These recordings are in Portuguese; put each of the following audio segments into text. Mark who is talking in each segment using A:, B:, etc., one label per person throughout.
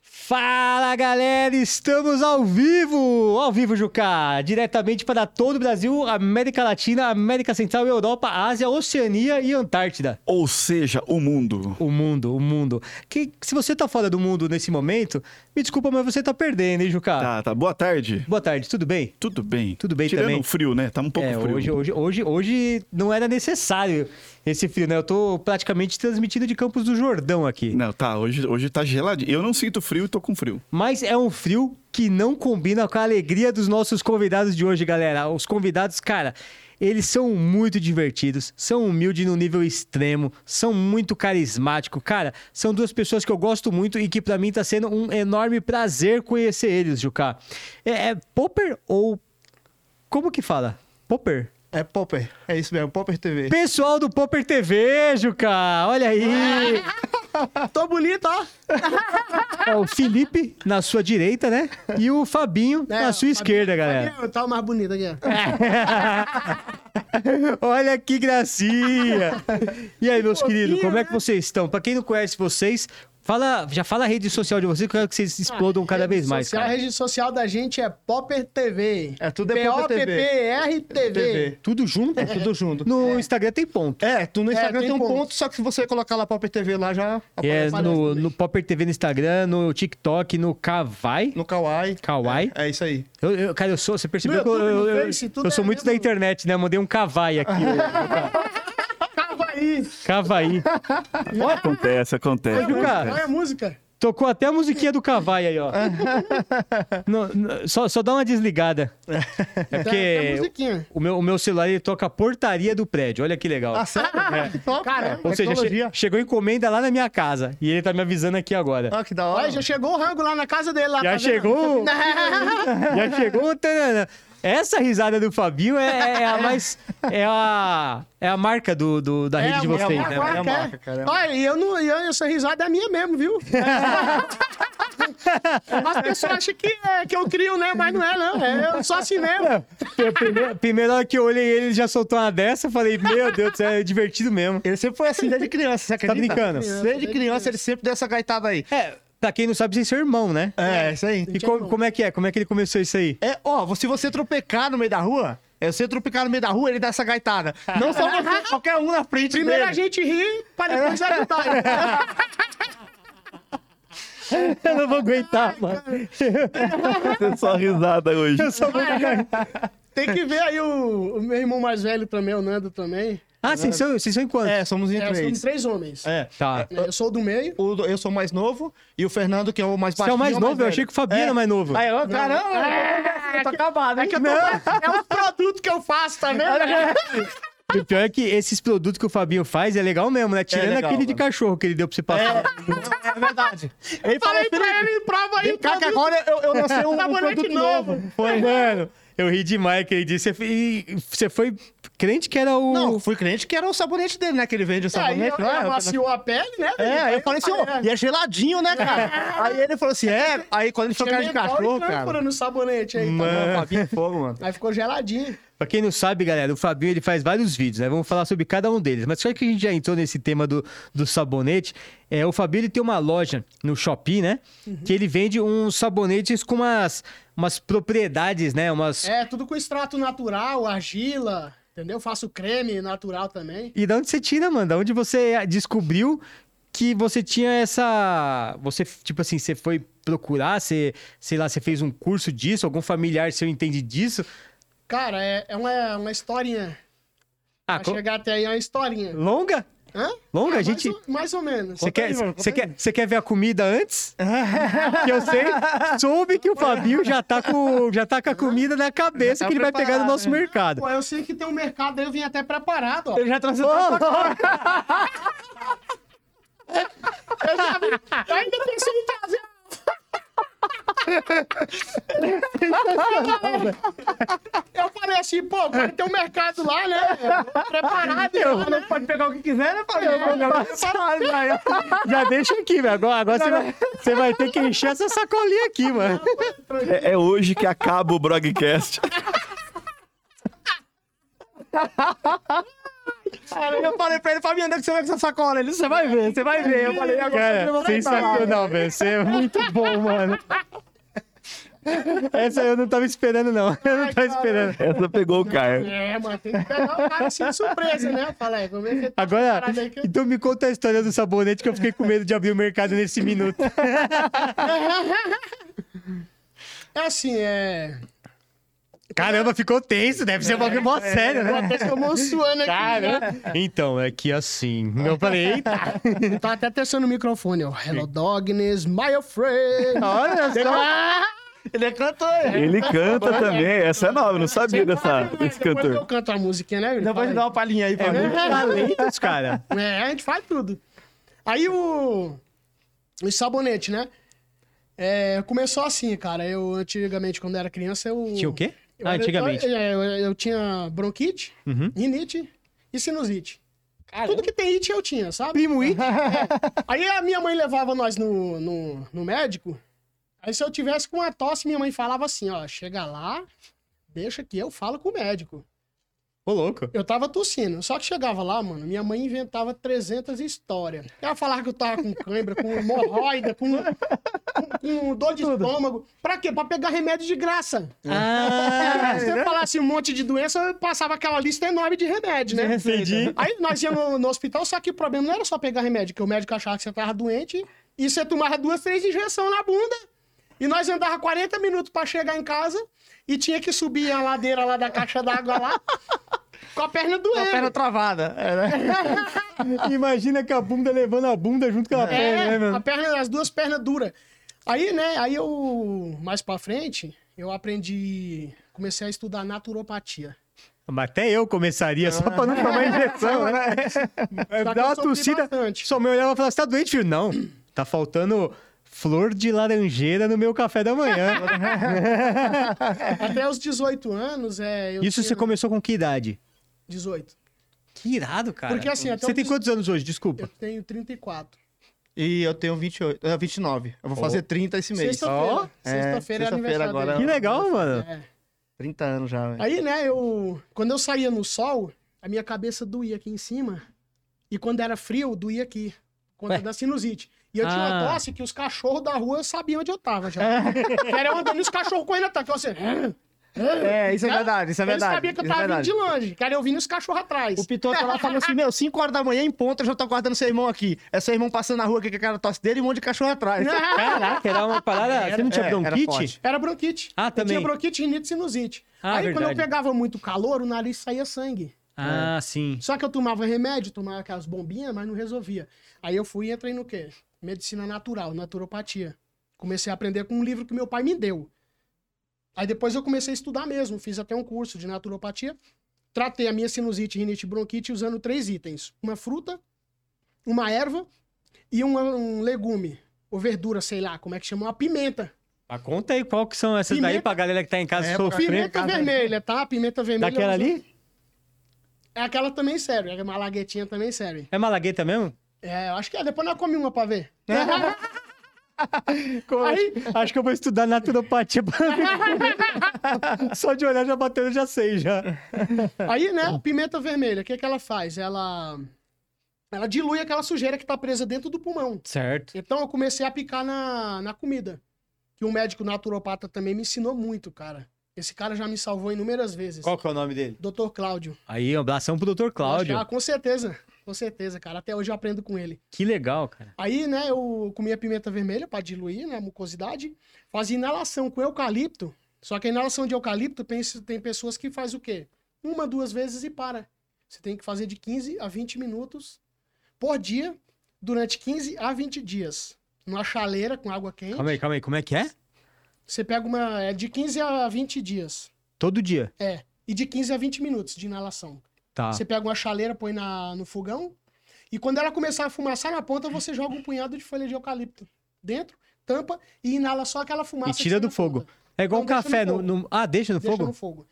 A: Fala galera, estamos ao vivo! Ao vivo, Juca! Diretamente para todo o Brasil, América Latina, América Central, Europa, Ásia, Oceania e Antártida.
B: Ou seja, o mundo.
A: O mundo, o mundo. Que, se você tá fora do mundo nesse momento, me desculpa, mas você tá perdendo, hein, Juca?
B: Tá, tá. Boa tarde.
A: Boa tarde, tudo bem?
B: Tudo bem.
A: Tudo bem
B: Tirando
A: também.
B: o frio, né? Tá um pouco
A: É,
B: frio.
A: hoje, hoje, hoje, hoje não era necessário esse frio, né? Eu tô praticamente transmitindo de Campos do Jordão aqui.
B: Não, tá. Hoje, hoje tá geladinho. Eu não sinto frio e tô com frio.
A: Mas é um frio que não combina com a alegria dos nossos convidados de hoje, galera. Os convidados, cara, eles são muito divertidos, são humildes no nível extremo, são muito carismáticos. Cara, são duas pessoas que eu gosto muito e que pra mim tá sendo um enorme prazer conhecer eles, Juca. É, é Popper ou. Como que fala? Popper?
C: É Popper, é isso mesmo, Popper TV.
A: Pessoal do Popper TV, Juca! Olha aí!
C: Tô Tá bonito, ó.
A: É o Felipe na sua direita, né? E É, o Fabinho na sua esquerda, galera.
C: Eu
D: tá
C: tava mais bonito aqui,
A: É
C: ó.
A: Olha que gracinha! E aí, meus queridos, como
D: né?
A: é que vocês estão? Pra quem não conhece vocês, fala, já fala a rede social de vocês, que eu quero que vocês explodam cada vez mais,
D: social, A
A: cara.
D: Ah, rede social da gente é Popper TV.
C: É, tudo é Popper TV.
D: P-O-P-P-R TV.
C: TV.
A: Tudo junto?
C: Tudo junto.
A: No Instagram tem ponto.
C: É, tu no Instagram
D: tem
C: tem, um
D: ponto.
C: ponto. só que se você colocar lá Popper TV lá já
A: É,
C: aparece
A: no,
D: né?
A: no Popper TV no Instagram, no TikTok, no Kawai.
C: no Kawaii.
A: Kawaii?
C: É, é isso aí.
A: Eu, eu- cara, eu sou. Você percebeu
D: No
A: que eu,
D: YouTube,
A: eu,
D: no
A: eu-
D: Face, tudo
A: eu sou
D: é
A: muito da
D: mesmo.
A: internet, né? Eu mandei um Kawai aqui.
D: Cavaí.
A: Kawai.
B: Acontece, acontece.
A: Ô, Juca.
D: Olha a música.
A: Tocou até a musiquinha do Kawai aí, ó. Não, não, só, só dá uma desligada. É
D: Tá, tá a
A: porque
D: musiquinha.
A: O meu, o meu celular ele toca a portaria do prédio, olha que legal. É,
C: Ah, sério? Que top,
D: Cara,
A: Ou seja,
C: tecnologia.
A: che- chegou encomenda lá na minha casa e ele tá me avisando aqui agora.
C: Ah, que da hora.
D: Olha, já chegou o rango lá na casa dele. Lá,
A: Já
D: tá vendo? É,
A: chegou? Já chegou um o tanana. Essa risada do Fabinho é, é- é a mais. É a, é a marca do, do- da rede de
C: é a
A: vocês,
C: marca,
A: né?
C: é a marca, cara, é a
D: Olha, e eu não, e eu, essa risada é minha mesmo, viu? As pessoas acham que, é, que eu crio, né? Mas não é, não. É eu só assim mesmo.
A: Eu Primeira, primeira hora que eu olhei ele, ele já soltou uma dessa. Eu falei, meu Deus do céu, é divertido mesmo.
C: Ele sempre foi assim desde criança, você acredita?
A: Tá brincando?
C: Desde criança ele sempre deu essa gaitada aí.
A: É, pra quem não sabe, vocês são irmão, né?
C: É, isso aí.
A: E como, como é que é? Como é que ele começou isso aí?
C: É, ó, se você tropecar no meio da rua, é, se você tropecar no meio da rua, ele dá essa gaitada. Não só você, qualquer um na frente
D: Primeiro
C: dele.
D: a gente ri, pra depois
C: É.
D: ajudar.
A: Eu não vou aguentar, mano.
B: É só risada hoje.
A: Eu só vou
D: Tem que ver aí o, o meu irmão mais velho também, o Nando também.
A: Ah, vocês são, vocês são em quantos?
C: É, somos em
D: É,
C: três.
D: são três homens. Né,
C: É.
A: Tá.
D: Eu sou do meio.
C: O do- eu sou o mais novo e o Fernando, que é o mais
A: Você é
C: baixinho.
A: o mais novo? Eu
C: velho. É.
A: achei que o Fabinho era mais novo.
C: Aí, ó, caramba, eu tô acabado, hein?
D: É um produto que eu faço também. né?
A: E O pior é que esses produtos que o Fabinho faz é legal mesmo, né? Tirando
C: legal,
A: aquele de
C: mano.
A: cachorro que ele deu pra você passar.
C: É, é verdade. Ele falou,
D: Falei pra
C: Felipe,
D: ele, prova aí.
C: vem cá que
D: produto.
C: agora eu, eu lancei um, um
D: Sabonete
C: produto
D: novo.
C: novo.
A: Foi, mano. Eu ri demais aquele dia. Você foi, e você foi crente que era o.
C: Não, fui crente que era o sabonete dele, né? Que ele vende o
D: Aí
C: sabonete
D: É, eu, eu,
C: lá.
D: amaciou a pele, né?
C: assim, É, aí eu falei assim, ó, e é geladinho, né, cara? Aí ele falou assim, é, aí quando ele foi cara de cachorro, cara.
D: no sabonete aí. tá?
C: Mano, Fabinho é fogo, mano.
D: Aí ficou geladinho.
A: Pra quem não sabe, galera, o Fabinho ele faz vários vídeos, né? Vamos falar sobre cada um deles. Mas só que a gente já entrou nesse tema do, do sabonete. É, o Fabinho ele tem uma loja no Shopee, né? Que ele vende uns sabonetes com umas, umas propriedades, né? Umas.
D: É, tudo com extrato natural, argila, entendeu? Faço creme natural também.
A: E da onde você tira, mano? Da onde você descobriu que você tinha essa. Você, tipo assim, você foi procurar, você, sei lá, você fez um curso disso, algum familiar seu entende disso.
D: Cara, é, é uma, uma historinha.
A: Ah,
D: pra
A: co-
D: chegar até aí é uma historinha.
A: longa?
D: Hã?
A: Longa,
D: Ah,
A: a gente.
D: Mais ou, mais ou menos.
A: Você
C: Conta
A: quer,
C: aí, mano, conta
A: você
C: aí.
A: quer, você quer ver a comida antes? que eu sei, soube que o Fabinho já tá com, já tá com a comida na cabeça
C: Já tá
A: que ele vai pegar no
C: preparado,
A: nosso
C: né?
A: mercado.
D: Pô, eu sei que tem um mercado aí, eu vim até preparado, ó.
C: Ele já trouxe
D: Eu já vi, eu ainda pensei em trazer. Eu falei assim, pô, vai ter um mercado lá, né? Preparado, lá, né?
C: Pode pegar o que quiser, né, Fabinho?
A: Já deixa aqui, velho. Agora, agora você, vai, você vai ter que encher essa sacolinha aqui, mano.
B: É, é hoje que acaba o broadcast.
C: Eu falei pra ele, Fabiano, onde é que você vai com essa sacola? Ele, você vai ver, você vai ver. Eu falei, agora você
A: Cara,
C: vai levantar.
A: sensacional, velho. Você é muito bom, mano. Essa eu não tava esperando, não. Eu não tava esperando.
B: Essa pegou o Caio.
D: É, mano, tem que pegar o cara assim de surpresa, né? Fala aí, como é que você tá
A: Agora,
D: preparado aí que eu-
A: então me conta a história do sabonete que eu fiquei com medo de abrir o mercado nesse minuto.
D: É assim, é.
A: Caramba, ficou tenso, deve ser um bagulho mó sério,
D: Eu
A: né?
D: até tomou suando aqui. Cara,
A: Então, é que assim. Eu falei, eita,
D: eu tava até testando o microfone, ó. Hello, Dognes, my friend.
A: olha só.
C: Ele é cantor.
B: Ele canta também. Essa é nova, não sabia dessa, desse
D: Depois que
B: cantor.
D: eu canto a musiquinha, né? Yuri?
C: Depois
D: Fala
C: de
D: aí.
C: dar uma palhinha aí pra mim.
A: Talentos, cara.
D: É, a gente faz tudo. Aí o. O sabonete, né? É, começou assim, cara. Eu, antigamente, quando era criança, eu.
A: Tinha o quê?
D: eu
A: Ah,
D: era- é,
A: antigamente. Uhum.
D: Eu, eu, eu tinha bronquite, rinite e sinusite. Tudo que tem it eu tinha, sabe?
A: um
D: Primo it. Aí a minha mãe levava nós no, no, no médico. Aí se eu tivesse com uma tosse, minha mãe falava assim: ó, chega lá, deixa que eu falo com o médico.
A: Ô, louco.
D: Eu tava tossindo. Só que chegava lá, mano, minha mãe inventava 300 histórias. Ela falava que eu tava com cãibra, com hemorroida, com, com, com dor de estômago. Pra quê? Pra pegar remédio de graça.
A: É. Ah,
D: Se eu falasse um monte de doença, eu passava aquela lista enorme de remédio, né?
A: entendi.
D: Aí nós íamos no, no hospital, só que o problema não era só pegar remédio, que o médico achava que você tava doente e você tomava duas, três injeções na bunda. E nós andava 40 minutos pra chegar em casa e tinha que subir a ladeira lá da caixa d'água lá com a perna doendo.
C: Com a perna travada. É, né?
A: Imagina que a bunda levando a bunda junto com a perna, né,
D: É, a
A: mano?
D: perna, as duas pernas duras. Aí, né, aí eu, mais pra frente, eu aprendi, comecei a estudar naturopatia.
A: Mas até eu começaria, só pra não tomar injeção, né?
D: Só que
A: Dá
D: eu
A: uma
D: sofri
A: tossida,
D: bastante.
A: sua mãe olhava e falava, você tá doente, filho? Não, tá faltando flor de laranjeira no meu café da manhã.
D: Até os 18 anos, é, eu
A: Isso
D: tinha
A: você começou com que idade?
D: 18.
A: Que irado, cara.
D: Porque, assim, até
A: Você
D: eu
A: tem
D: fiz-
A: quantos anos hoje?
D: Eu
A: Desculpa.
D: tenho 34.
C: E eu tenho 28, ah, 29. Eu vou fazer 30 esse mês.
D: Sexta-feira.
A: Ó,
C: é,
D: sexta-feira é,
C: sexta-feira
D: aniversário
C: agora.
D: dele.
A: Que legal, mano.
D: É.
C: 30 anos já, velho.
D: Aí, né, eu... Quando eu saía no sol, a minha cabeça doía aqui em cima. E quando era frio, doía aqui. Por conta
A: Ué.
D: da sinusite. E eu tinha uma
A: É. Ah. É.
D: tosse que os cachorros da rua sabiam onde eu tava já. Era eu andando e os cachorros correndo atrás. que Eu, assim,
C: É, isso é
D: Né?
C: verdade, isso é
D: Eles
C: verdade.
D: sabiam que eu
C: isso é
D: tava um.
C: verdade.
D: vindo de longe. Cara, eu vindo os cachorros atrás.
C: O Pitoto lá falou assim: Meu, 5 horas da manhã em ponto, eu já tô guardando seu irmão aqui. É seu irmão passando na rua aqui com a cara tosse dele e um monte de cachorro atrás.
A: Caraca, era uma parada... Você não tinha um
C: é, era
A: bronquite?
C: forte.
D: Era bronquite.
A: Ah,
D: eu
A: também.
D: tinha bronquite, rinite e sinusite.
A: Ah,
D: Aí quando eu
A: verdade.
D: pegava muito calor, o nariz saía sangue. É.
A: Ah, sim.
D: Só que eu tomava remédio, tomava aquelas bombinhas, mas não resolvia. Aí eu fui e entrei no quê? Medicina natural, naturopatia. Comecei a aprender com um livro que meu pai me deu. Aí depois eu comecei a estudar mesmo, fiz até um curso de naturopatia. Tratei a minha sinusite, rinite e bronquite usando três itens: uma fruta, uma erva e uma- um legume, ou verdura, sei lá, como é que chama, uma pimenta.
A: Mas conta aí qual que são essas daí
D: Pimenta-
A: pra galera que tá em casa
C: É,
A: sofrendo.
D: Pimenta vermelha, tá? Pimenta vermelha.
A: né? Daquela ali?
D: É aquela também serve, a malaguetinha também serve.
A: É malagueta mesmo?
D: É, eu acho que é, depois nós comemos uma pra ver. Aí-
A: Acho É? que eu vou estudar naturopatia. pra- Só de olhar já bateu, eu já sei já. é?
D: Aí, né,
A: Ah.
D: a pimenta vermelha, o que, que ela faz? Ela, ela dilui aquela sujeira que tá presa dentro do pulmão.
A: Certo.
D: Então eu comecei a picar na, na comida. Que um médico naturopata também me ensinou muito, cara. Esse cara já me salvou inúmeras vezes.
A: Qual que é o nome dele?
D: Dr. Cláudio.
A: Aí, um abração pro Dr. Cláudio.
D: Ah, com certeza. Com certeza, cara. Até hoje eu aprendo com ele.
A: Que legal, cara.
D: Aí, né, eu comia pimenta vermelha pra diluir, né, a mucosidade. Fazia inalação com eucalipto. Só que a inalação de eucalipto tem, tem pessoas que faz o quê? Uma, duas vezes e para. Você tem que fazer de 15 a 20 minutos por dia durante 15 a 20 dias. Numa chaleira com água quente.
A: Calma aí, calma aí. Como é que é?
D: Você pega uma. É de 15 a 20 dias.
A: Todo dia.
D: É. E de 15 a 20 minutos de inalação.
A: Tá.
D: Você pega uma chaleira, põe na, no fogão. E quando ela começar a fumaçar na ponta, você joga um punhado de folha de eucalipto dentro, tampa e inala só aquela fumaça.
A: E tira
D: que sai
A: do
D: na
A: fogo.
D: ponta.
A: É igual um
D: Não, deixa
A: café.
D: no
A: No, no- Ah, deixa no
D: Deixa
A: fogo?
D: no fogo.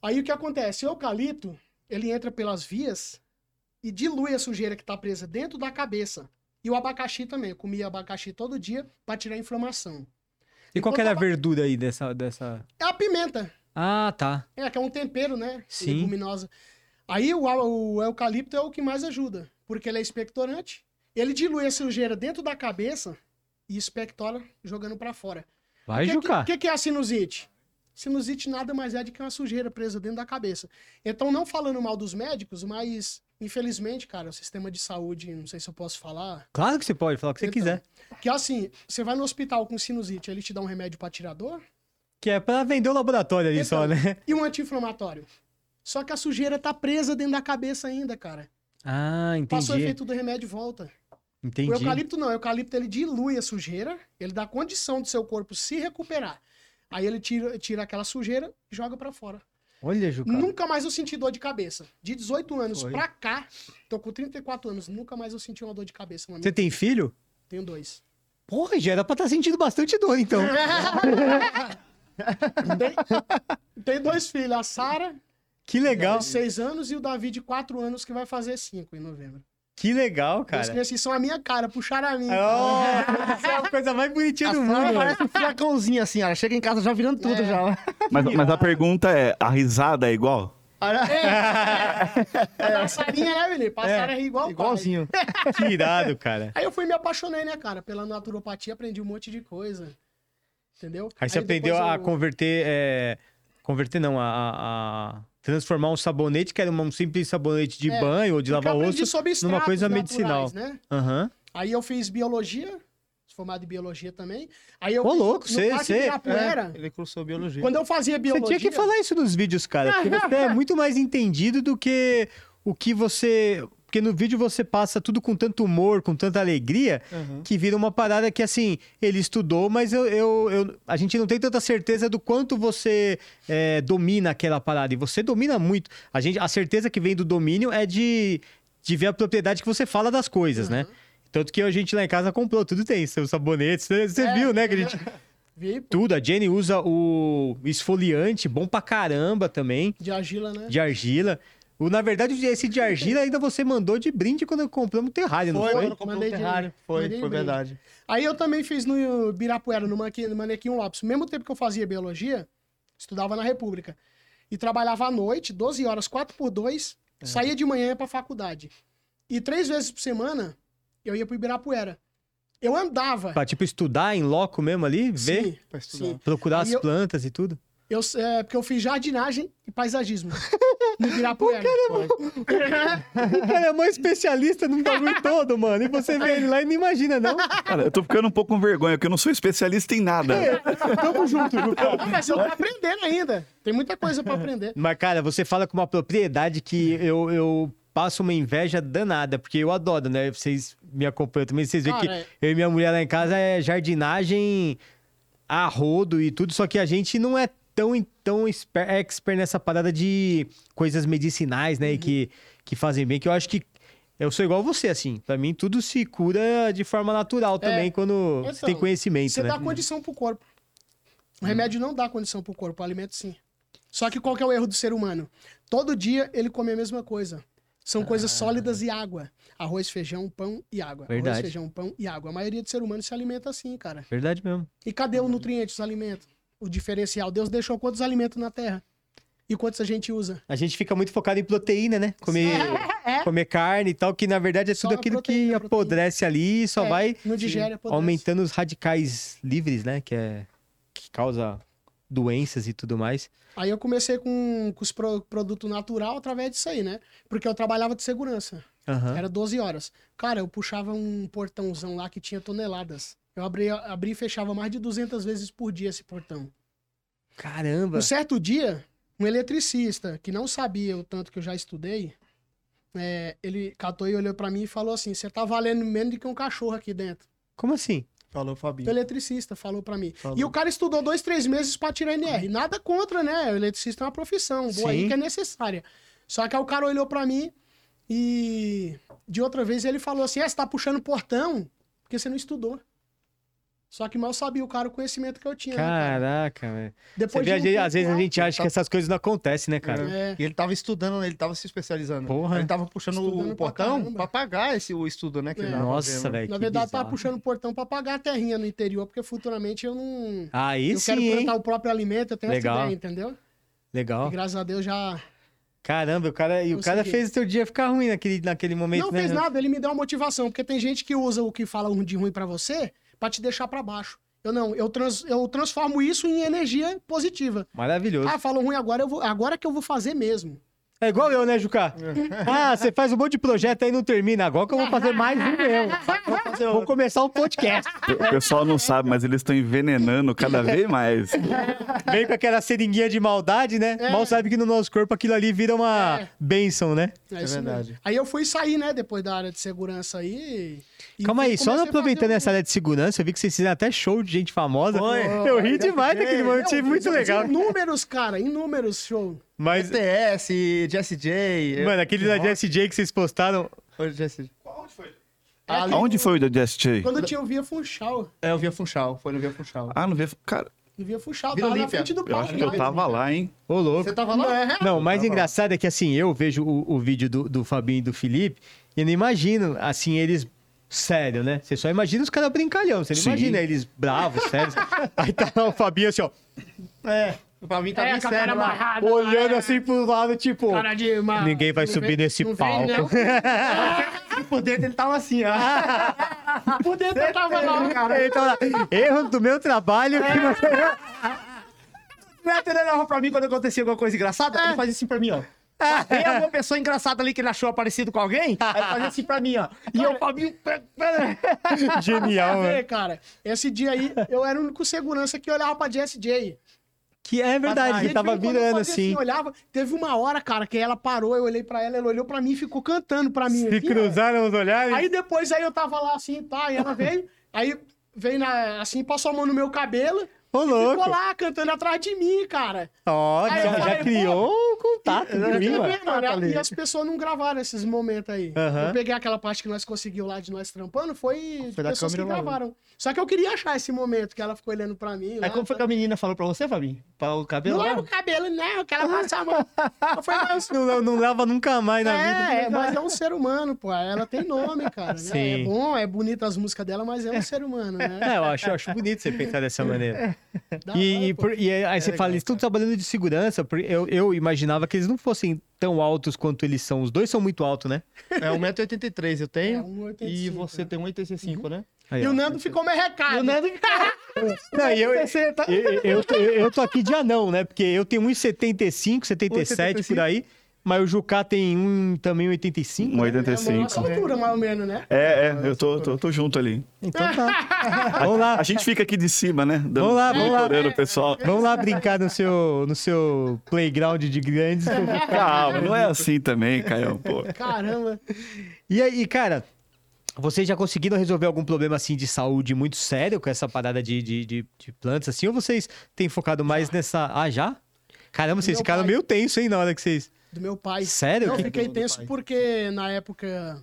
D: Aí o que acontece? O eucalipto, ele entra pelas vias e dilui a sujeira que tá presa dentro da cabeça. E o abacaxi também. Eu comia abacaxi todo dia pra tirar a inflamação.
A: E qual que era a
D: Enquanto
A: verdura aí dessa... dessa...
D: É a pimenta.
A: Ah, tá.
D: É, que é um tempero, né?
A: Sim.
D: Leguminosa. Aí o, a- o eucalipto é o que mais ajuda, porque ele é expectorante. Ele dilui a sujeira dentro da cabeça e expectora jogando pra fora.
A: Vai,
D: O que-
A: Juca.
D: O que, que é a sinusite? Sinusite nada mais é do que uma sujeira presa dentro da cabeça. Então, não falando mal dos médicos, mas infelizmente, cara, o sistema de saúde, não sei se eu posso falar,
A: Claro que você pode falar o que você
D: Então.
A: quiser.
D: que assim, você vai no hospital com sinusite, ele te dá um remédio pra tirar dor
A: Que é pra vender o laboratório ali só,
D: Então.
A: né?
D: e um anti-inflamatório. Só que a sujeira tá presa dentro da cabeça ainda, cara.
A: Ah,
D: Passou o
A: entendi.
D: efeito do remédio, volta. O
A: Entendi.
D: eucalipto não, o eucalipto ele dilui a sujeira, ele dá condição do seu corpo se recuperar. Aí ele tira, tira aquela sujeira e joga pra fora.
A: Olha, Juca.
D: Nunca mais eu senti dor de cabeça. De 18 anos
A: Foi.
D: pra cá, tô com 34 anos, nunca mais eu senti uma dor de cabeça, mano.
A: Você tem filho?
D: Tenho dois.
A: Porra, já era pra estar sentindo bastante dor, então.
D: É. Tem- Tem dois filhos, a Sara,
A: Que legal.
D: de 6 anos, e o Davi, de 4 anos, que vai fazer 5 em novembro.
A: Que legal,
D: As
A: cara.
D: crianças são a minha cara, puxaram a minha.
A: Oh, essa é a coisa mais bonitinha
C: A
A: do
C: Sara
A: mundo. mano.
C: parece um furacãozinho assim, ela chega em casa já virando tudo
D: É.
C: já.
B: Mas, mas a pergunta é: a risada é igual?
D: A da Sarinha, né, Felipe? A Sara é igual o pai.
C: Igualzinho.
A: Que irado, cara.
D: Aí eu fui e me apaixonei, né, cara? Pela naturopatia, aprendi um monte de coisa. Entendeu?
A: Aí você aprendeu
D: depois
A: a
D: eu-
A: converter. é, Converter não, a, a- a transformar um sabonete, que era um simples sabonete de
D: É,
A: banho ou de
D: Porque eu
A: lavar
D: aprendi
A: osso,
D: sobre
A: numa
D: extratos
A: coisa
D: naturais,
A: medicinal.
D: Né?
A: Aham.
D: Aí eu fiz biologia, formado em biologia também. Aí eu
A: Ô,
D: fiz
A: louco,
D: no
A: cê-
D: Parque
A: cê- é.
D: Ibirapuera,
C: Ele cursou biologia.
D: Quando eu fazia
A: Você tinha
D: biologia,
A: que falar isso nos vídeos, cara. Porque você é muito mais entendido do que o que você. Porque no vídeo você passa tudo com tanto humor, com tanta alegria,
C: Aham.
A: que vira uma parada que, assim, ele estudou, mas eu, eu, eu- a gente não tem tanta certeza do quanto você é, domina aquela parada. E você domina muito. A, gente, a certeza que vem do domínio é de, de ver a propriedade que você fala das coisas, né?
D: Uhum.
A: Tanto que a gente lá em casa comprou, tudo tem, seus sabonetes, você você
D: É.
A: viu, né? Que a gente
D: vi pô,
A: tudo. A Jenny usa o esfoliante, bom pra caramba também,
D: de argila, né?
A: de argila. O, na verdade, esse de argila ainda você mandou de brinde quando compramos o terrário, não
C: Foi,
A: foi?
C: quando comprou
D: Mandei
C: o
D: de-
C: Ferrari. Foi,
D: mandei
C: foi
D: de brinde.
C: verdade.
D: Aí eu também fiz no Ibirapuera, no Manque- no Manequim Lopes. No mesmo tempo que eu fazia biologia, estudava na República. E trabalhava à noite, 12 horas, 4 por 2,
A: É.
D: saía de manhã pra faculdade. E três vezes por semana, eu ia pro Ibirapuera. Eu andava.
A: Pra, tipo, estudar em loco mesmo ali, ver,
D: Sim,
C: Pra
D: sim.
C: estudar.
A: procurar
D: Aí
A: as
D: eu-
A: plantas e tudo.
D: Eu, é, porque eu fiz jardinagem e paisagismo no Ibirapuera.
C: Foi.
A: O cara é mó especialista no bagulho todo, mano. E você vê ele lá e não imagina, não.
B: Cara, eu tô ficando um pouco com vergonha, porque eu não sou especialista em nada.
A: É, Tamo junto, Lucão.
D: Ah, mas eu tô aprendendo ainda. Tem muita coisa pra aprender.
A: Mas, cara, você fala com uma propriedade que
D: É.
A: eu, eu passo uma inveja danada, porque eu adoro, né? Vocês me acompanham também, vocês veem que
D: Cara, é.
A: eu e minha mulher lá em casa é jardinagem a rodo e tudo, só que a gente não é tão, tão exper- expert nessa parada de coisas medicinais,
D: Uhum.
A: né? E que, que fazem bem, que eu acho que eu sou igual você, assim. Pra mim, tudo se cura de forma natural também, quando você
D: É. Então,
A: tem conhecimento,
D: Você
A: né?
D: dá condição pro corpo. O remédio não dá condição pro corpo, o alimento sim. Só que qual que é o erro do ser humano? Todo dia ele come a mesma coisa. São coisas
A: Ah.
D: sólidas e água. Arroz, feijão, pão e água.
A: Verdade.
D: Arroz, feijão, pão e água. A maioria do ser humano se alimenta assim, cara.
A: Verdade mesmo.
D: E cadê o nutriente, os alimentos? O diferencial. Deus deixou quantos alimentos na Terra? E quantos a gente usa?
A: A gente fica muito focado em proteína, né? Comer,
D: É.
A: comer carne e tal, que na verdade é
D: Só
A: tudo aquilo que
D: proteína, proteína.
A: apodrece ali e só
D: É,
A: vai
D: Não digere, apodrece.
A: aumentando os radicais livres, né? Que é que causa doenças e tudo mais.
D: Aí eu comecei com, com os pro, produto natural através disso aí, né? Porque eu trabalhava de segurança.
A: Aham.
D: Era 12 horas. Cara, eu puxava um portãozão lá que tinha toneladas. Eu abria, abria e fechava mais de 200 vezes por dia esse portão.
A: Caramba!
D: Um certo dia, um eletricista, que não sabia o tanto que eu já estudei, é, ele catou e olhou pra mim e falou assim: Você tá valendo menos do que um cachorro aqui dentro.
A: Como assim?
C: Falou,
D: O
C: Fabinho.
D: Então, eletricista falou pra mim.
C: Falou.
D: E o cara estudou dois, três meses pra tirar NR. Nada contra, né? O eletricista é uma profissão boa
A: Sim.
D: aí que é necessária. Só que aí o cara olhou pra mim e de outra vez ele falou assim: é, você tá puxando portão porque você não estudou. Só que mal sabia o cara o conhecimento que eu tinha. né, cara?
A: Caraca, velho. Você vê,
D: Depois de
A: a
D: um
A: gente-
D: tempo
A: às vezes a
D: lá-
A: gente acha que essas coisas não acontecem, né, cara?
D: É.
C: E ele tava estudando, né? ele tava se especializando.
A: Porra.
C: Ele tava puxando
D: Estudando pra
C: o portão
D: caramba.
C: pra, pagar esse, o estudo, né? Que ele tava
A: Nossa,
C: fazendo.
A: velho.
D: Na
A: que
D: verdade, eu tava
A: bizarro.
D: puxando portão pra pagar a terrinha no interior, porque futuramente eu não.
A: Aí
D: eu
A: sim,
D: quero
A: hein?
D: plantar o próprio alimento, eu tenho
A: Legal.
D: essa ideia, entendeu? E
A: Legal.
D: graças a Deus já
A: Caramba, o cara, e o cara
D: Consegui.
A: fez o teu dia ficar ruim naquele, naquele momento,
D: Não
A: né?
D: fez nada, ele me deu uma motivação, porque tem gente que usa o que fala um de ruim pra você pra te deixar pra baixo. Eu não, eu, trans- eu transformo isso em energia positiva.
A: Maravilhoso.
D: Ah, falam ruim agora, eu vou, agora que eu vou fazer mesmo.
A: É igual eu, né, Juca?
D: É.
A: Ah, você faz um monte de projeto aí e não termina. Agora que eu vou fazer mais um meu. Vou, fazer- vou começar um podcast.
B: O pessoal não sabe, mas eles estão envenenando cada vez mais.
A: Vem com aquela seringuinha de maldade, né?
D: É.
A: Mal sabe que no nosso corpo aquilo ali vira uma
D: É.
A: bênção, né?
D: É,
C: É
D: isso mesmo.
C: verdade.
D: Aí eu fui sair, né, depois da área de segurança aí. e-
A: Calma
D: e
A: aí, só
D: comecei a
A: aproveitando
D: fazer um-
A: essa área de segurança, eu vi que vocês fizeram até show de gente famosa.
C: Foi.
A: Eu ri demais daquele momento, achei
D: Não,
A: muito
D: fiz
A: legal.
D: Inúmeros, cara, inúmeros show.
A: Mas,
C: STS, Jesse J.
A: mano, aquele da Jesse J que vocês postaram,
C: Oi, Jesse J.
D: É aquele-
B: Aonde foi o da DSJ?
D: Quando eu tinha, eu via Funchal.
C: É, eu via Funchal, foi no Via Funchal.
B: Ah, não vê. Cara,
D: Eu via Funchal,
C: Vila
D: tava na
C: Olímpia.
D: frente do
B: eu
D: palco. né?
B: acho que eu
D: lá.
B: tava lá, hein?
A: ô louco.
C: Você tava lá?
A: Não, o mais engraçado é que assim, eu vejo o, o vídeo do, do Fabinho e do Felipe e eu não imagino, assim, eles. Sério, né? Você só imagina os caras brincalhão, você não
B: Sim.
A: imagina eles bravos, sérios. Aí tá lá o Fabinho assim, ó,
C: É. Pra mim tava
D: É,
C: em
D: com a cara
C: sério lá.
D: amarrada.
A: olhando assim pro lado, tipo.
D: Cara de uma-
A: Ninguém vai
D: não
A: subir
D: vem-
A: nesse
D: não vem, né?
A: palco.
D: não.
C: Por dentro ele tava assim, ó.
D: Por dentro eu tava lá.
A: Ele tá lá, erro do meu trabalho. que não foi eu."
C: Não é atendendo a pra mim quando acontecia alguma coisa engraçada? Ele fazia assim pra mim, ó. Tem alguma pessoa engraçada ali que ele achou parecido com alguém? Aí ele fazia assim pra mim, ó. E eu, Fabinho.
A: Genial, né?"
D: Você vê,
A: mano.
D: cara, esse dia aí, eu era o único segurança que olhava pra JSJ.
A: Que é verdade,
D: Aí,
A: ele tava
D: quando eu
A: virando
D: fazia
A: assim.
D: olhava, teve uma hora, cara, que ela parou, eu olhei pra ela, ela olhou pra mim e ficou cantando pra mim.
A: Se
D: assim,
A: cruzaram os
D: ó.
A: olhares.
D: Aí depois aí eu tava lá assim, tá, e ela veio, aí veio na, assim, passou a mão no meu cabelo,
A: Ô, louco.
D: ficou lá cantando atrás de mim, cara.
A: Ó,
D: Aí eu
A: já, já
D: falei,
A: criou um contato.
D: E,
A: viu, mano?
D: né? e as pessoas não gravaram esses momentos aí.
A: é Aham.
D: Eu peguei aquela parte que nós conseguimos lá de nós trampando, foi,
C: Foi da
D: pessoas que
C: câmera lá, né?
D: gravaram. Só que eu queria achar esse momento que ela ficou olhando pra mim. lá,
C: Aí é como foi que a menina falou pra você, Fabinho? Pra o cabelo?
D: Não
C: lá?
D: lava o cabelo, não, que ela passa a mão. Eu falei, mas...
A: Não, não lava nunca mais na vida.
D: É, é, mas é um ser humano, pô. Ela tem nome, cara. né?
A: Sim.
D: É bom, é bonita as músicas dela, mas é um ser humano, né?
A: É, eu acho, eu acho bonito você pensar dessa maneira.
D: Da hora,
A: E, e
D: pô.
A: por- e aí aí você
C: legal,
A: fala, eles estão trabalhando de segurança. porque Eu, eu imaginava que eles não fossem tão altos quanto eles são. Os dois são muito altos, né?
C: É 1,83m eu
D: É,
C: tenho.
D: 1,85,
C: e você tem 1,85m, né?
A: Aí,
D: E
A: ó.
D: o Nando ficou É merrecado.
C: o Nando
A: Não, e eu, eu,
C: 60.
A: eu, eu, eu tô aqui de anão, né? Porque eu tenho 1,75, 77 por aí. Mas o Juca tem um também 85.
B: Um
D: É uma nossa
B: 85.
D: altura, mais ou menos, né?
B: É, é, eu tô, tô, tô junto ali.
A: Então tá. Vamos lá.
B: A gente fica aqui de cima, né? Dando,
A: Vamos lá, vamos lá.
B: monitorando o pessoal.
A: Vamos lá brincar no seu, no seu playground de grandes.
B: Calma, não é assim também, Caio. Pô.
D: Caramba.
A: E aí, cara, vocês já conseguiram resolver algum problema assim de saúde muito sério com essa parada de, de, de, de plantas, assim? Ou vocês têm focado mais nessa. Ah, já? Caramba, vocês
D: Meu
A: ficaram
D: pai.
A: meio tenso, hein, na hora que vocês.
D: Do meu pai.
A: Sério?
D: Não,
A: Que-
D: fiquei
C: do
D: tenso
C: pai.
D: porque na época...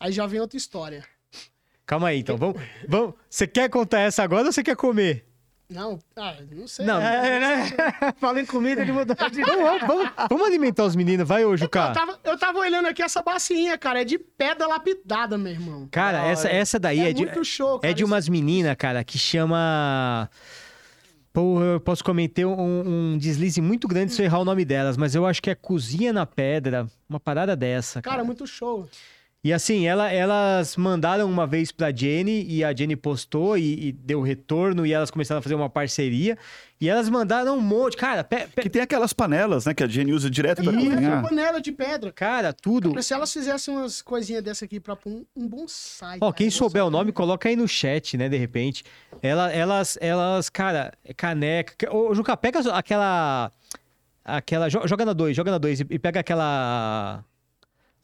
D: Aí já vem outra história.
A: Calma aí, então. Vamos. vamos... Você quer contar essa agora ou você quer comer?
D: Não, ah, não sei.
A: Não.
C: É, né? Falou em comida, ele mudou de
A: Vamos, vamos, vamos, vamos alimentar os meninos, vai hoje,
D: Eu
A: cara.
D: tava, eu tava olhando aqui essa bacinha, cara. É de pedra lapidada, meu irmão.
A: Cara, essa, essa daí é,
D: é,
A: de.
D: muito show, cara.
A: É de umas meninas, cara, que chama. Porra, eu posso cometer um, um deslize muito grande se eu errar o nome delas, mas eu acho que é Cozinha na Pedra, uma parada dessa. Cara,
D: Cara, é muito show.
A: E assim, ela- elas mandaram uma vez pra Jenny e a Jenny postou e, e deu retorno e elas começaram a fazer uma parceria. E elas mandaram um monte. Cara, pe- pe-
B: Que tem aquelas panelas, né? Que a Jenny usa direto pra
A: Isso.
B: cozinhar.
D: Essa é panela de pedra.
A: cara, tudo.
D: Mas se elas fizessem umas coisinhas dessa aqui pra pôr um, um bonsai.
A: Ó,
D: cara,
A: quem
D: bonsai.
A: souber o nome, coloca aí no chat, né, de repente. Ela, elas, elas, cara, é caneca. Que- Ô, Juca, pega as- aquela. Aquela. jo- Joga na 2, joga na 2 e e pega aquela.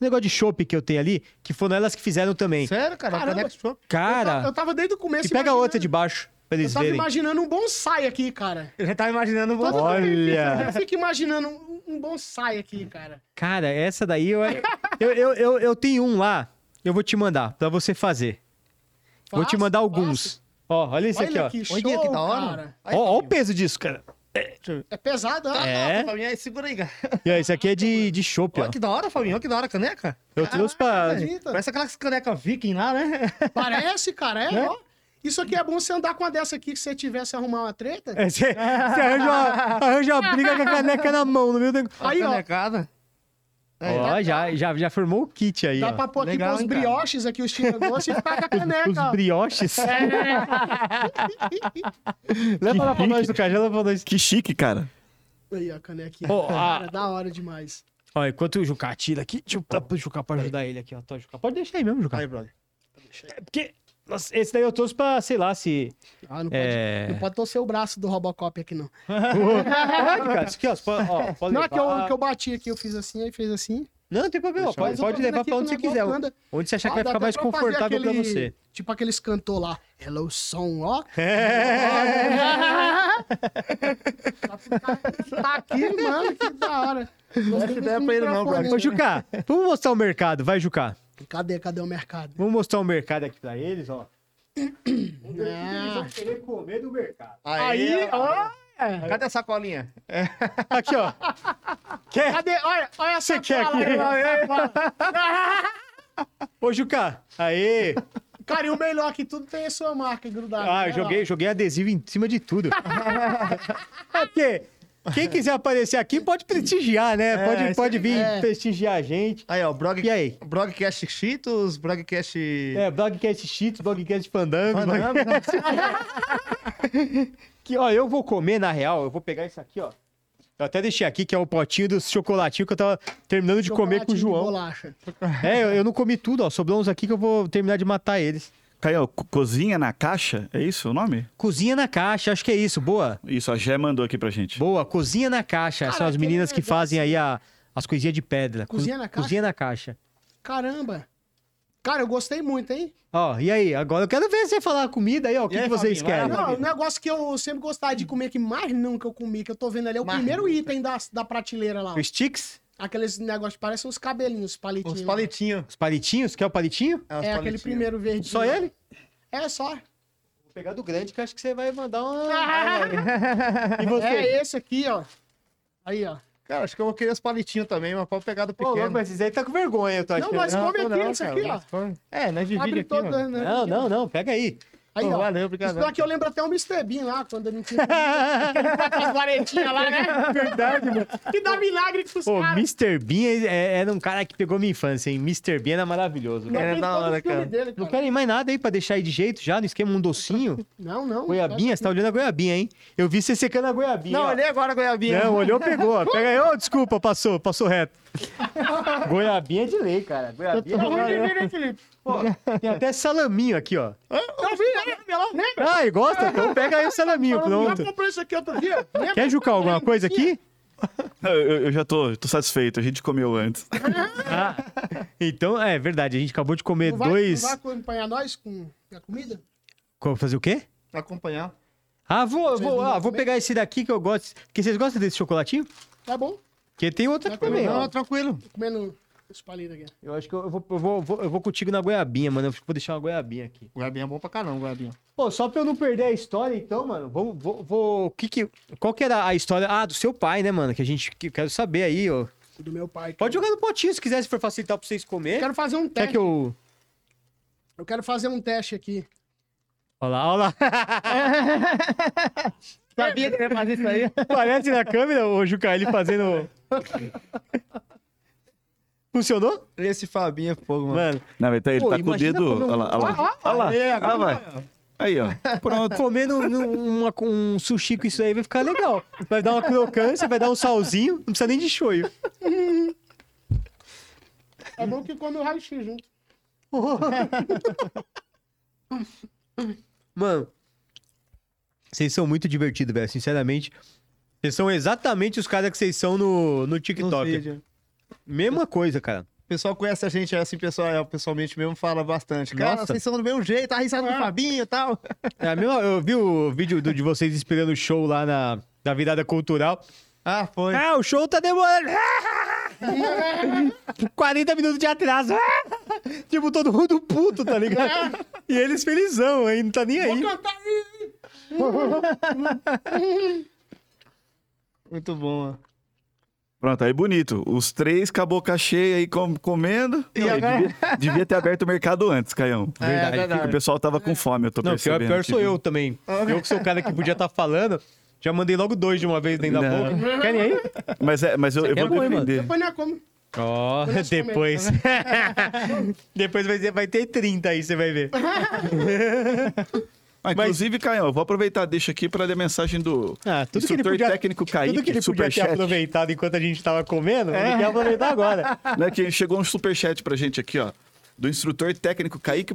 A: Negócio de chopp que eu tenho ali, que foram elas que fizeram também.
C: Sério, cara?
D: Caramba.
C: Caneco de chopp.
D: Eu ta- Eu,
A: Cara,
D: tava desde o começo.
A: e pega a
D: imaginando.
A: outra de baixo, pra eles
D: Eu tava
A: verem.
D: imaginando um bonsai aqui, cara.
C: Eu já tava imaginando
D: Todo
C: você.
D: mundo
A: Olha!
D: Eu fico imaginando um, um bonsai aqui, cara.
A: Cara, essa daí eu, eu, eu, eu, eu tenho um lá, eu vou te mandar, pra você fazer. vou te
D: Fácil,
A: mandar alguns.
D: fácil.
A: Ó, olha isso
D: Olha
A: aqui,
D: que show,
C: Olha que da hora.
D: cara.
A: ó. Ó, ó o peso disso, cara.
D: É pesado, ó.
A: É.
C: Fabinho, aí segura aí, cara.
A: E ó, isso aqui é de, de chopp, ó.
C: Olha que da hora, Fabinho. Olha que da hora a caneca.
A: Eu trouxe pra.
D: Acredita?
C: Parece aquelas caneca viking lá, né?
D: Parece, cara. É, ó. Isso aqui é bom você andar com uma dessa aqui que você tivesse arrumar uma treta.
A: É, Você, você arranja, uma, arranja uma briga com a caneca na mão, no meio do.
C: Aí,
D: Aí, ó.
C: canecada.
A: Ó, já, já, já formou o kit aí,
D: Dá
A: ó.
D: pra pôr aqui
C: Legal,
D: pros
C: hein, cara?
D: brioches aqui, os tira-gosto e ficar com a caneca,
A: Os
D: ó.
A: brioches. Leva lá pra nós do cara, já leva pra nós.
B: Que chique, cara.
D: Aí, a canequinha.
A: Ó,
D: Cara, é
A: a-
D: da hora demais.
A: Ó, enquanto o Juca tira aqui, deixa eu dar pro Juca pra ajudar ele aqui, ó. Tô, Juca. Pode deixar aí mesmo, Juca.
C: Aí, brother.
A: É porque, nossa, esse daí eu trouxe pra, sei lá, se...
D: Ah, não pode,
A: É...
D: não pode torcer o braço do Robocop aqui, não.
A: Pode, cara. Isso aqui, ó, você pode- ó, pode
D: Não, é que eu,
A: levar.
D: que eu bati aqui, eu fiz assim, aí fez assim.
A: Não, não tem problema.
D: Mas
A: Pode,
D: eu tô
A: pode
D: vendo
A: levar
D: aqui
A: pra
D: que
A: onde
D: o
A: você
D: negócio
A: quiser.
D: anda.
A: Onde você achar
D: Ó,
A: que vai
D: dá
A: ficar
D: até
A: mais
D: pra fazer
A: confortável pra
D: aquele-
A: você.
D: Tipo aqueles cantor lá. Hello, song, ó.
A: É.
D: tá aqui, mano, que da hora. Não
C: essa ideia pra ele não, brother.
A: Ô, Juca, vamos mostrar o mercado. Vai, Juca.
D: né? Cadê, cadê o mercado?
A: Vamos mostrar o mercado aqui pra eles, ó. Vamos ver o que eles
D: Ah.
A: vão querer comer do mercado.
C: Aí, ó.
D: É.
C: Cadê a sacolinha?
A: Aqui, ó. Quer?
D: Cadê? Olha, olha a
A: Você quer
D: sacola aí,
A: aqui?
D: olha a sacola.
A: Ô, Juca. Aê.
D: Cara, e o melhor que tudo tem a sua marca grudada.
A: Ah,
D: Olha
A: eu joguei, joguei adesivo em cima de tudo. Aqui. Quem quiser aparecer aqui pode prestigiar, né? pode
C: isso
A: pode vir
D: é.
A: prestigiar a gente.
C: Aí, ó. Brog...
A: E aí?
C: Brogcast Cheetos, Brogcast...
A: É, Blogcast Cheetos, Blogcast Fandango. blog-
D: né?
C: Fandango.
A: Que, ó, eu vou comer, na real, eu vou pegar isso aqui, ó. Eu até deixei aqui, que é o potinho do chocolatinho que eu tava terminando de comer com o
D: Chocolatinho de
A: João.
D: Bolacha.
A: É, eu, eu não comi tudo, ó. Sobrou uns aqui que eu vou terminar de matar eles.
B: Caio, co- cozinha na caixa? É isso o nome?
A: Cozinha na caixa, acho que é isso. Boa.
B: Isso, a Gé mandou aqui pra gente.
A: Boa, cozinha na caixa.
D: Cara,
A: São as
D: aquele
A: meninas que
D: negócio-
A: fazem aí a- as coisinhas de pedra. Co-
D: Cozinha na Caixa?
A: Cozinha na caixa.
D: Caramba. Cara, eu gostei muito, hein?
A: Ó, e aí? Agora eu quero ver você falar a comida aí, ó. O
C: E
A: que,
C: aí,
A: que vocês
C: Fabinho, vai
A: querem?
C: lá,
D: Não, o negócio que eu sempre gostava de comer, que mais nunca eu comi, que eu tô vendo ali, é o
C: Mais né?
D: primeiro item da, da prateleira lá. ó.
A: Os sticks?
D: Aqueles negócios que parecem uns cabelinhos, palitinhos.
C: Os palitinhos.
A: Os palitinhos? Quer o palitinho?
C: os
D: É aquele
C: palitinhos.
D: primeiro verde.
A: Só ele?
D: É, só.
A: Vou pegar do grande, que eu acho que você vai mandar um.
C: Ah, né?
D: e você? É esse aqui, ó. Aí, ó.
C: Cara, acho que eu vou querer os palitinhos também, mas pode pegar do
A: Ô, louco,
C: pequeno.
A: mas esse aí tá com vergonha, eu tô
D: Não,
A: achando.
D: mas
C: Não,
D: come
C: tô
D: aqui,
C: não,
D: esse
C: cara,
D: aqui, ó.
C: mas come. É, nós dividimos
D: Abre
C: aqui,
D: todas,
C: mano.
D: né?
A: Não, não, não, pega aí.
D: Aí,
C: Pô,
D: ó.
C: valeu, obrigado.
D: Isso daqui eu lembro até um Mr. Bean lá, quando ele não tinha comido. Tá com as varetinhas lá, né? Verdade, mano. Que dá milagre pros
A: Pô,
D: caras.
A: Mr. Bean é- é- era um cara que pegou minha infância, hein? Mr. Bean era maravilhoso.
D: Ainda
A: velho.
C: É,
D: tem
C: da
D: todo o
C: hora,
D: filme
C: cara.
D: dele,
A: Não
D: cara.
A: querem mais nada aí pra deixar aí de jeito já, no esquema um docinho.
D: Não, não.
A: Goiabinha, você tá olhando a goiabinha, hein? Eu vi você secando a goiabinha.
C: Não,
A: ó.
C: olhei agora, goiabinha.
A: Não, olhou, pegou. ó. Pega aí. Ô, desculpa, passou, passou reto. goiabinha é de lei, cara. Goiabinha
D: Tá
A: é de
D: ruim
A: lei.
D: de
C: né,
D: vida, hein, Felipe?
A: Pô, tem até salaminho aqui, ó.
D: Tá vendo?
C: né?
D: Lembra?
A: Ah, ele gosta? Então pega aí o salaminho,
D: Eu
A: pronto.
D: comprei isso aqui outro dia. Lembra?
A: Quer jucar alguma coisa aqui?
B: Eu, eu- eu já tô, tô satisfeito, a gente comeu antes.
A: Ah, então, é verdade, a gente acabou de comer
D: Não vai,
A: dois.
D: Não vai acompanhar nós com a comida?
A: Co- Fazer o quê?
C: Acompanhar.
A: Ah, vou, eu vou,
D: não
A: ah,
D: vão
A: vou
D: comer?
A: pegar esse daqui que eu gosto. Que vocês gostam desse chocolatinho?
D: Tá bom.
A: Porque tem outra
D: Vai
A: também,
D: comer,
A: ó.
C: Não, tranquilo.
D: Tô comendo os palitos aqui.
A: Eu acho que eu vou, eu vou, vou- eu vou contigo na goiabinha, mano. Eu vou deixar uma goiabinha aqui.
C: Goiabinha é bom pra caramba, goiabinha.
A: Pô, só pra eu não perder a história, então, mano, vou. vou, vou- o que que, qual que era a história? Ah, do seu pai, né, mano? Que a gente. Que eu quero saber aí, ó.
D: Do meu pai.
A: Pode jogar no potinho se quiser, se for facilitar pra vocês
D: Eu
A: comer.
D: quero fazer um
A: Quer
D: teste.
A: que eu.
D: Eu quero fazer um teste aqui.
A: Olha lá, olha lá.
C: Sabia que ia fazer isso aí?
A: Parece na câmera, ô Juca, ele fazendo. Funcionou?
C: Esse Fabinho é fogo, mano.
A: Mano.
B: Não, mas tá, ele
A: Pô,
B: tá com o
A: imagina
B: dedo.
A: comer um-
B: Olha lá, olha lá.
D: Ah, ah,
B: Olha lá.
C: Aí, agora
B: Ah, vai. Aí, ó.
A: Pronto. Comendo um, uma- um sushi com isso aí vai ficar legal. Vai dar uma crocância, vai dar um salzinho, não precisa nem de shoyu.
D: É bom que come o raio-x né? junto.
A: Mano, vocês são muito divertidos, velho, sinceramente. Vocês são exatamente os caras que vocês são no, no
C: Nos
A: TikTok.
C: vídeos.
A: Mesma coisa, cara.
C: O pessoal conhece a gente assim, pessoal, pessoalmente mesmo, fala bastante. Cara,
A: Nossa.
C: vocês são do mesmo jeito, a risada do Fabinho e tal.
A: É a mesma- eu vi o vídeo do- de vocês esperando o show lá na, na virada cultural.
C: Ah, foi.
A: Ah, o show tá demorando. 40 minutos de atraso. tipo, todo mundo puto, tá ligado? E eles felizão, aí não tá nem aí.
C: Muito bom, ó.
B: Pronto, aí bonito. Os três com a boca cheia aí com- comendo.
C: E
B: Não, eu
C: agora- É,
B: devia, devia ter aberto o mercado antes, Caião.
A: Verdade,
B: O pessoal tava com fome, eu tô
A: Não, pior,
B: percebendo.
A: pior
B: aqui,
A: sou
B: viu?
A: eu também. Eu que sou o cara que podia estar falando, já mandei logo dois de uma vez dentro da
B: Não.
A: boca. Querem aí?
B: Mas, é, mas eu, eu
A: aqui é
B: vou
A: ruim, mano.
B: defender.
D: Depois não é como.
A: Ó,
D: Quando nós
A: depois. depois vai, ter- vai ter 30 aí, você vai ver.
B: Ah, inclusive, Caio, eu vou aproveitar, deixa aqui para ler a mensagem do
A: Ah, tudo que ele
B: instrutor
A: podia,
B: técnico Kaique,
A: tudo que ele podia ter
B: superchat.
A: aproveitado enquanto a gente tava comendo, ele quer aproveitar agora.
B: Né, que chegou um superchat pra gente aqui, ó. Do instrutor técnico Kaique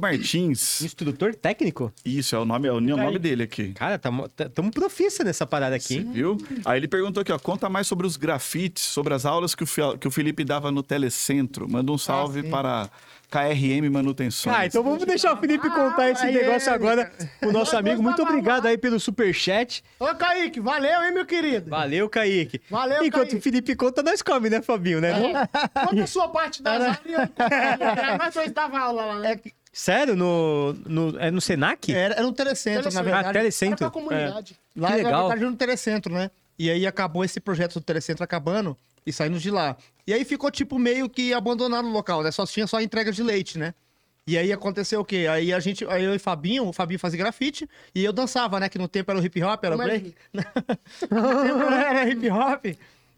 B: Martins.
A: Instrutor técnico?
B: Isso, é o nome, é o
A: Tá
B: nome dele aqui.
A: Cara, tamo, tá- tamo profissa nessa parada aqui, hein?
B: Viu? Aí ele perguntou aqui, ó. Conta mais sobre os grafites, sobre as aulas que o, Fi- que o Felipe dava no Telecentro. Manda um salve para KRM Manutenções.
A: Ah, então vamos deixar o Felipe contar esse
D: Ah, aí,
A: negócio
D: ele.
A: agora. O nosso
D: Nós
A: amigo, muito
D: gostava
A: obrigado aí pelo superchat.
D: Ô, Kaique, valeu, hein, meu querido?
A: Valeu, Kaique.
D: Valeu,
A: Enquanto
D: Kaique. É.
A: o Felipe conta, nós come, né, Fabinho, né? Não?
D: Conta a sua parte das aulas. e eu- Nós dois dava aula
A: É
D: lá, né?
A: Sério? No, no, é no Senac?
C: É Era, era um telecentro, na
D: Telecentro.
A: Ah,
C: verdade.
D: Era
A: telecentro.
D: pra comunidade.
C: Lá
A: Que
C: era,
A: legal.
C: na verdade, no telecentro, né? E aí acabou esse projeto do telecentro acabando e saímos de lá. E aí ficou, tipo, meio que abandonado o local, né? Só tinha só entrega de leite, né? E aí aconteceu o quê? Aí a gente, aí eu e Fabinho, o Fabinho fazia grafite e eu dançava, né? Que no tempo era o hip hop, era o
D: Como é
C: break. no tempo era hip hop.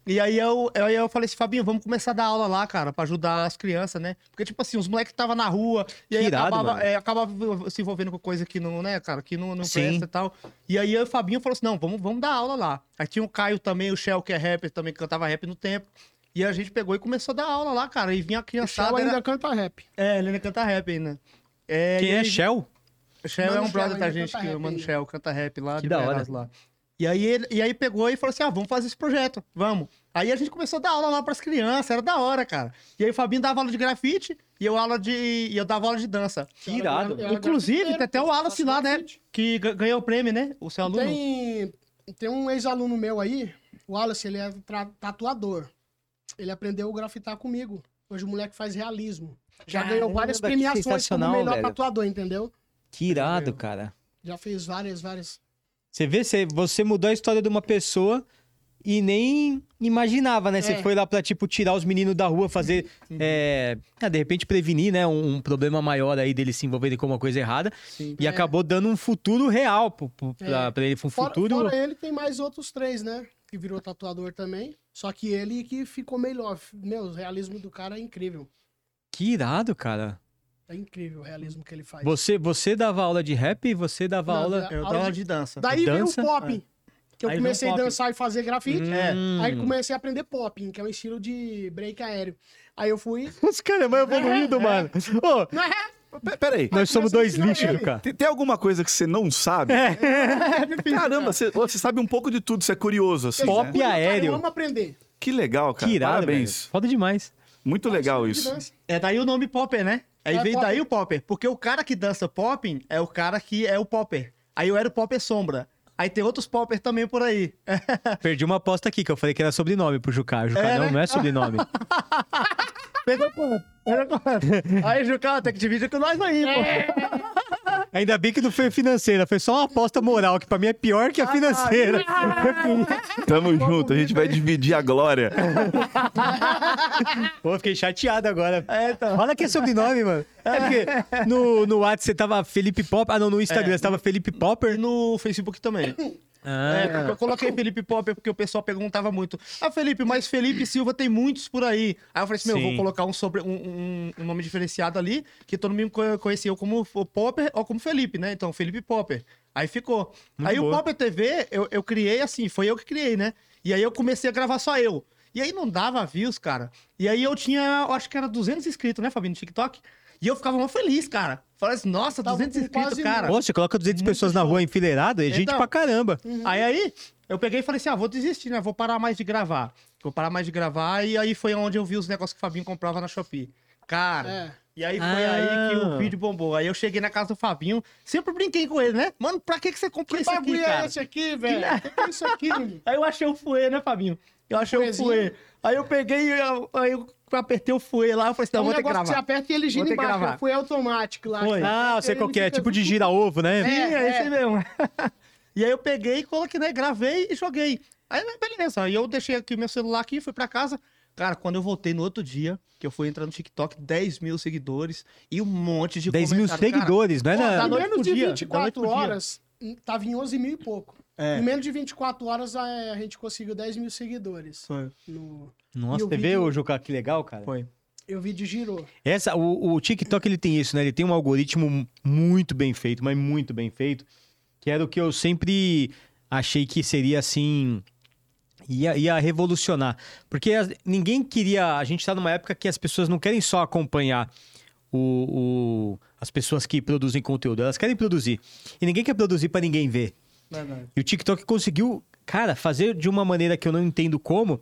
C: E aí eu, aí eu falei assim, Fabinho, vamos começar a dar aula lá, cara, pra ajudar as crianças, né? Porque, tipo assim, os moleques estavam na rua e aí
A: Que irado,
C: acabava,
A: mano.
C: é, acabava se envolvendo com coisa que não, né, cara, que não, não
A: Sim.
C: presta e tal. E aí eu e o Fabinho falou assim: não, vamos, vamos dar aula lá. Aí tinha o Caio também, o Shell, que é rapper também, que cantava rap no tempo. E a gente pegou e começou a dar aula lá, cara. E vinha a
A: É.
D: O Shell
C: criançada.
D: ainda
C: Era...
D: canta rap.
C: É, ele ainda canta rap ainda.
A: Quem
C: e
A: é
C: aí-
A: Shell?
C: Shell é
D: Mano
C: um brother
D: Shell
C: da
D: ainda
C: gente,
D: canta
C: que
D: rap
C: o Mano
D: ainda.
C: Shell canta rap lá,
A: Que
C: de
A: da hora.
C: Goiás lá. E aí, ele, e aí pegou e falou assim: ah, vamos fazer esse projeto, vamos. Aí a gente começou a dar aula lá pras crianças, era da hora, cara. E aí o Fabinho dava aula de grafite e eu, aula de, e eu dava aula de dança.
A: Que irado.
D: Eu era
C: Inclusive,
D: grafiteiro,
C: tem até o
D: pô,
C: Wallace
D: faço
C: lá, né?
D: grafite.
C: Que ga- ganhou o prêmio, né? O seu aluno.
D: Tem, tem um ex-aluno meu aí, o Wallace, ele é tra- tatuador. Ele aprendeu a grafitar comigo. Hoje o moleque faz realismo. Já
A: Caramba,
D: ganhou várias
A: que
D: premiações como
A: sensacional,
D: melhor
A: velho.
D: tatuador, entendeu?
A: Que irado, cara.
D: Já fez várias, várias.
A: Você vê, você, você mudou a história de uma pessoa e nem imaginava, né? Você
D: É. Uhum.
A: foi lá pra, tipo, tirar os meninos da rua, fazer. é, ah, de repente prevenir, né? Um, um problema maior aí deles se envolverem com uma coisa errada. E
D: É.
A: acabou dando um futuro real pro, pro- pra,
D: É.
A: pra ele. Foi um
D: Fora,
A: futuro.
D: fora ele, tem mais outros três, né? Que virou tatuador também. Só que ele que ficou melhor. Meu, o realismo do cara é incrível.
A: Que irado, cara.
D: É incrível o realismo que ele faz.
A: Você, você dava aula de rap e você dava
D: Não,
A: aula.
D: da-
C: Eu
D: aula
C: dava aula
D: de-
C: de dança. é.
D: Daí
A: dança?
D: veio o pop. Que eu
C: Aí veio o
D: comecei a
C: pop.
D: dançar e fazer grafite.
C: É.
D: Aí comecei a aprender popping, que é um estilo de break aéreo. Aí eu fui.
A: Os caras é mais evoluído, mano. Ô,
C: é?
B: Pe- Peraí.
A: nós somos dois
D: ensinar
A: lixos,
D: ele.
A: cara.
B: Tem, tem alguma coisa que você não sabe?
A: É.
D: É
B: Caramba, você, você sabe um pouco de tudo, você é curioso, assim.
A: Pop
B: né?
A: e
D: Cara, eu
A: aéreo.
D: amo aprender.
B: Que legal, cara.
A: Que irado,
B: Parabéns.
A: velho. Foda demais.
B: Muito legal isso.
D: Dança.
C: É daí o nome Popper, né? Aí
D: É,
C: veio
D: Popper.
C: daí o Popper. Porque o cara que dança Popping é o cara que é o Popper. Aí eu era o Popper Sombra. Aí tem outros Popper também por aí.
A: Perdi uma aposta aqui, que eu falei que era sobrenome pro Jucá. Jucá não, não é sobrenome.
C: Perdeu quanto? Perdeu quanto? Aí, Jucá, tem que dividir com nós aí, pô.
A: Ainda bem que não foi financeira, foi só uma aposta moral, que pra mim é pior que a financeira.
B: Tamo junto, a gente
A: né?
B: vai dividir a glória.
A: É. Pô, fiquei chateado agora.
C: É, então.
A: Olha que é sobrenome, mano. É porque no, no WhatsApp você tava Felipe Popper. Ah, não, no Instagram você tava Felipe
C: E
A: Popper.
C: no Facebook também. É,
A: Ah,
C: porque eu coloquei Felipe Popper porque o pessoal perguntava muito. Ah, Felipe, mas Felipe Silva tem muitos por aí. Aí eu falei assim: meu, eu
A: Sim.
C: vou colocar um, sobre, um, um- um nome diferenciado ali, que todo mundo co- conhecia eu como o Popper ou como Felipe, né? Então, Felipe Popper. Aí ficou.
A: Muito
C: aí
A: boa.
C: o Popper TV, eu, eu criei assim, foi eu que criei, né? E aí eu comecei a gravar só eu. E aí não dava views, cara. E aí eu tinha, eu acho que era 200 inscritos, né, Fabinho, no TikTok? E eu ficava mó feliz, cara. Falei assim, nossa,
D: Tava
C: 200
D: com
C: inscritos,
D: quase
C: cara.
A: Pô, você coloca 200
C: Muito
A: pessoas na
C: show.
A: rua enfileirada, é gente
C: Então.
A: pra caramba.
D: Uhum.
C: Aí aí, eu peguei e falei assim: ah, vou desistir, né? Vou parar mais de gravar. Vou parar mais de gravar. E aí foi onde eu vi os negócios que o Fabinho comprava na Shopee. Cara.
D: É.
C: E aí foi
A: Ah.
C: aí que o vídeo bombou. Aí eu cheguei na casa do Fabinho, sempre brinquei com ele, né? Mano, pra que, que você comprou
D: Que
C: isso aqui,
D: bagulho é
C: cara?
D: esse aqui, velho? O que que é isso aqui, menino?
C: Aí eu achei o fuê, né, Fabinho? Eu achei o
D: Fuezinho.
C: fuê. Aí eu peguei e eu- aí eu apertei o fuê lá. Eu falei assim:
D: É
C: não,
D: um
C: vou ter que
D: negócio que você
C: gravar.
D: aperta e ele gira
C: Vou ter que
D: embaixo.
C: gravar.
D: Foi automático lá. Tá
C: Foi.
A: Ah, eu sei
D: Ele
A: qual que é,
D: fica
A: tipo de
D: junto.
A: gira-ovo, né?
C: Sim, é,
D: É,
C: isso
D: é.
C: aí mesmo. e aí eu peguei, coloquei, né, gravei e joguei. Aí, né, beleza. Aí eu deixei aqui o meu celular aqui, fui pra casa. Cara, quando eu voltei no outro dia, que eu fui entrar no TikTok, 10 mil seguidores e um monte de
A: 10 mil
C: comentário. Cara,
A: seguidores, não é?
D: Pô,
A: na-
D: tá
C: noite
D: menos
C: pro
D: de
C: dia, da
D: 24
C: noite pro dia.
D: horas, tava em 11 mil e pouco.
C: É.
D: Em menos de 24 horas, a a gente conseguiu 10 mil seguidores.
C: Foi.
D: No...
A: Nossa,
D: o
A: você vê,
D: vídeo-
A: ô Juca, que legal, cara.
C: Foi.
D: Eu vi de girou.
A: Essa, o, o TikTok ele tem isso, né? Ele tem um algoritmo muito bem feito, mas muito bem feito, que era o que eu sempre achei que seria assim. Ia, ia revolucionar. Porque as- ninguém queria. A gente tá numa época que as pessoas não querem só acompanhar o, o- as pessoas que produzem conteúdo, elas querem produzir. E ninguém quer produzir para ninguém ver.
C: Verdade.
A: E o TikTok conseguiu, cara, fazer de uma maneira que eu não entendo como,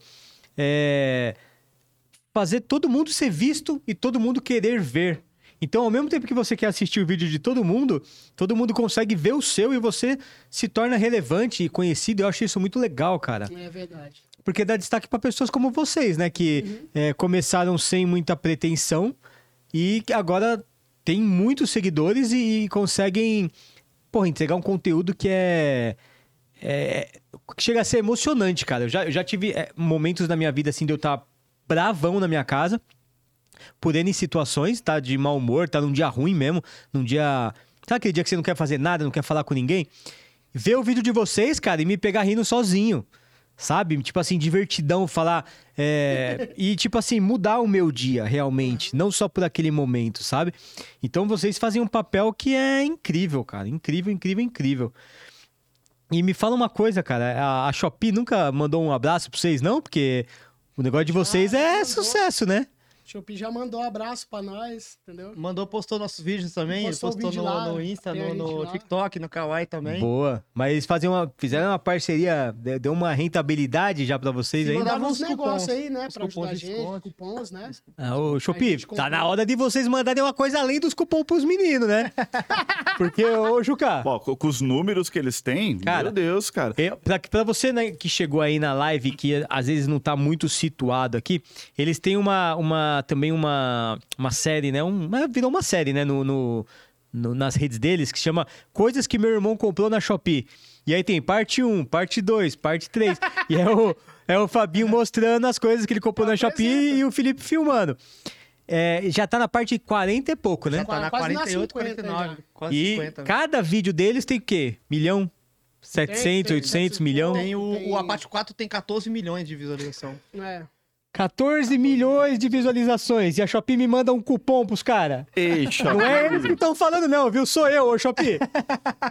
A: é, fazer todo mundo ser visto e todo mundo querer ver. Então, ao mesmo tempo que você quer assistir o vídeo de todo mundo, todo mundo consegue ver o seu e você se torna relevante e conhecido. Eu acho isso muito legal, cara.
D: É verdade.
A: Porque dá destaque para pessoas como vocês, né? Que é, começaram sem muita pretensão e que agora têm muitos seguidores e, e conseguem, porra, entregar um conteúdo que é. é- que chega a ser emocionante, cara. Eu já, eu já tive é, momentos na minha vida assim de eu estar bravão na minha casa por N situações, tá? De mau humor, tá num dia ruim mesmo, num dia. Sabe aquele dia que você não quer fazer nada, não quer falar com ninguém? Ver o vídeo de vocês, cara, e me pegar rindo sozinho. Sabe? Tipo assim, divertidão, falar. é, e, tipo assim, mudar o meu dia realmente. Não só por aquele momento, sabe? Então vocês fazem um papel que é incrível, cara. Incrível, incrível, incrível. E me fala uma coisa, cara. A, a Shopee nunca mandou um abraço pra vocês, não? Porque o negócio de vocês
D: Ah,
A: é
D: mandou.
A: sucesso, né?
D: Shopee já mandou um abraço pra nós, entendeu?
C: Mandou, postou nossos vídeos também.
D: Postou
C: Postou,
D: o vídeo
C: no,
D: lá,
C: no Insta,
D: tem
C: no,
D: a
C: no
D: gente lá.
C: TikTok, no Kawaii também.
A: Boa. Mas eles fazem uma, fizeram uma parceria, de- deu uma rentabilidade já pra vocês é
C: Sim,
A: aí.
C: mandar
D: Mandava uns
C: uns cupons,
D: negócios aí, né?
C: uns
D: Pra
C: cupons
D: ajudar a
C: de
D: gente,
C: desconto.
D: cupons, né?
A: Ah, ô,
D: A
A: Chopi,
D: gente comprou.
A: tá na hora de vocês mandarem uma coisa além dos cupom pros meninos, né? Porque, ô, Juca,
B: Pô, com com os números que eles têm,
A: Cara,
B: meu Deus, cara.
A: eu, pra, pra você né, que chegou aí na live, que às vezes não tá muito situado aqui, eles têm uma, uma também uma, uma série, né? Um, mas virou uma série, né? No, no- no- nas redes deles, que chama Coisas que meu irmão comprou na Shopee. E aí tem parte 1, parte 2, parte 3. e é o, é o Fabinho mostrando as coisas que ele comprou na Shopee e o Felipe filmando. É, já tá na parte 40 e pouco, né?
C: Já tá na
D: Quase né? na
C: 48,
D: 50 já.
C: 49, quase
A: E
C: 50.
A: cada vídeo deles tem o quê? Milhão? 700,
D: tem
A: 800,
D: 700,
A: milhão?
D: tem.
C: Tem o, o Apache 4 tem 14 milhões de visualização.
A: Uhum.
D: É.
A: 14 milhões de visualizações e a Shopee me manda um cupom pros caras.
B: Ei,
A: Não
B: Shopee.
A: é eles que estão falando, não, viu? Sou eu, ô Shopee.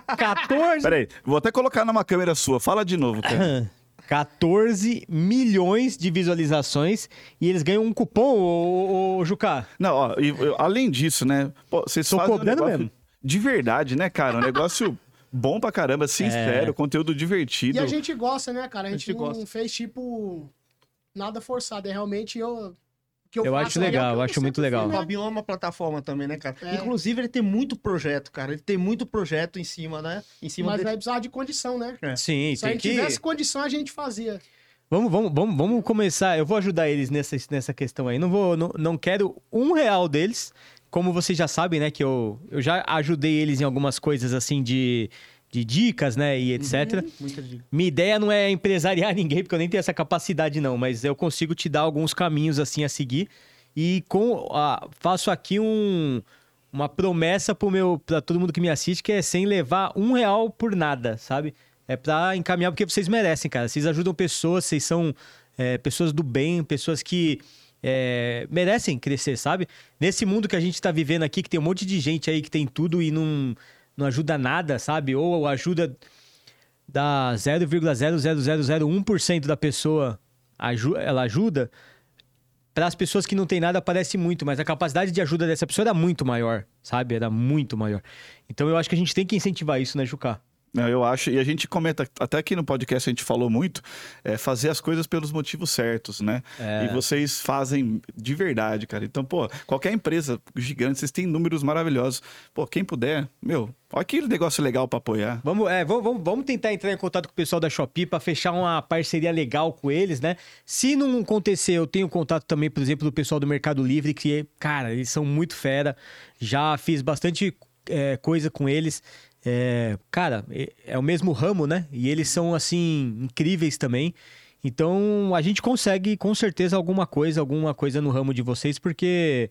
A: 14.
B: Peraí, vou até colocar numa câmera sua. Fala de novo, cara.
A: 14 milhões de visualizações e eles ganham um cupom, ô, ô, ô, Juca.
B: Não, ó, e, eu- além disso, né? Pô, vocês
A: Tô
B: fazem um
A: cobrando
B: negócio
A: mesmo.
B: De verdade, né, cara? Um negócio bom pra caramba, sincero,
A: É.
B: conteúdo divertido.
D: E a gente gosta, né, cara? A
C: A
D: gente,
C: gente
D: não
C: gosta.
D: fez, tipo, nada forçado. É realmente eu... o que
A: Eu
D: faço
A: acho
D: aí é o que
A: legal, eu acho
D: sempre
A: muito
D: fiz,
A: legal.
C: O
D: né?
C: Fabinho é uma plataforma também, né, cara?
D: É.
C: Inclusive, ele tem muito projeto, cara. Ele tem muito projeto em cima, né? Em cima
D: Mas
C: dele.
D: vai precisar de condição, né?
C: É.
A: Sim,
D: Se a gente tivesse condição, a gente fazia.
A: Vamos, vamos, vamos, vamos começar. Eu vou ajudar eles nessa, nessa questão aí. Não vou, não, não quero um real deles. Como vocês já sabem, né? Que eu, eu já ajudei eles em algumas coisas assim de, de dicas, né? E etc.
D: é-
C: Muita dica.
A: Minha ideia não é empresariar ninguém, porque eu nem tenho essa capacidade, não, mas eu consigo te dar alguns caminhos assim a seguir. E com a- faço aqui um- uma promessa pro meu para todo mundo que me assiste, que é sem levar um real por nada, sabe? É pra encaminhar porque vocês merecem, cara. Vocês ajudam pessoas, vocês são é, pessoas do bem, pessoas que é, merecem crescer, sabe? Nesse mundo que a gente tá vivendo aqui, que tem um monte de gente aí que tem tudo e não, não ajuda nada, sabe? Ou ajuda dá 0,00001% da pessoa aju- ela ajuda, para as pessoas que não têm nada parece muito, mas a capacidade de ajuda dessa pessoa era muito maior, sabe? Era muito maior. Então eu acho que a gente tem que incentivar isso, né, Juca?
B: Não, eu acho, e a gente comenta, até aqui no podcast a gente falou muito, é fazer as coisas pelos motivos certos, né?
A: É.
B: E vocês fazem de verdade, cara. Então, pô, qualquer empresa gigante, vocês têm números maravilhosos. Pô, quem puder, meu, olha que negócio legal pra apoiar.
A: Vamos, é, vamos, vamos, vamos tentar entrar em contato com o pessoal da Shopee para fechar uma parceria legal com eles, né? Se não acontecer, eu tenho contato também, por exemplo, do pessoal do Mercado Livre, que, cara, eles são muito fera. Já fiz bastante é, coisa com eles. É, cara, é- é o mesmo ramo, né? E eles são, assim, incríveis também. Então, a gente consegue, com certeza, alguma coisa, alguma coisa no ramo de vocês, porque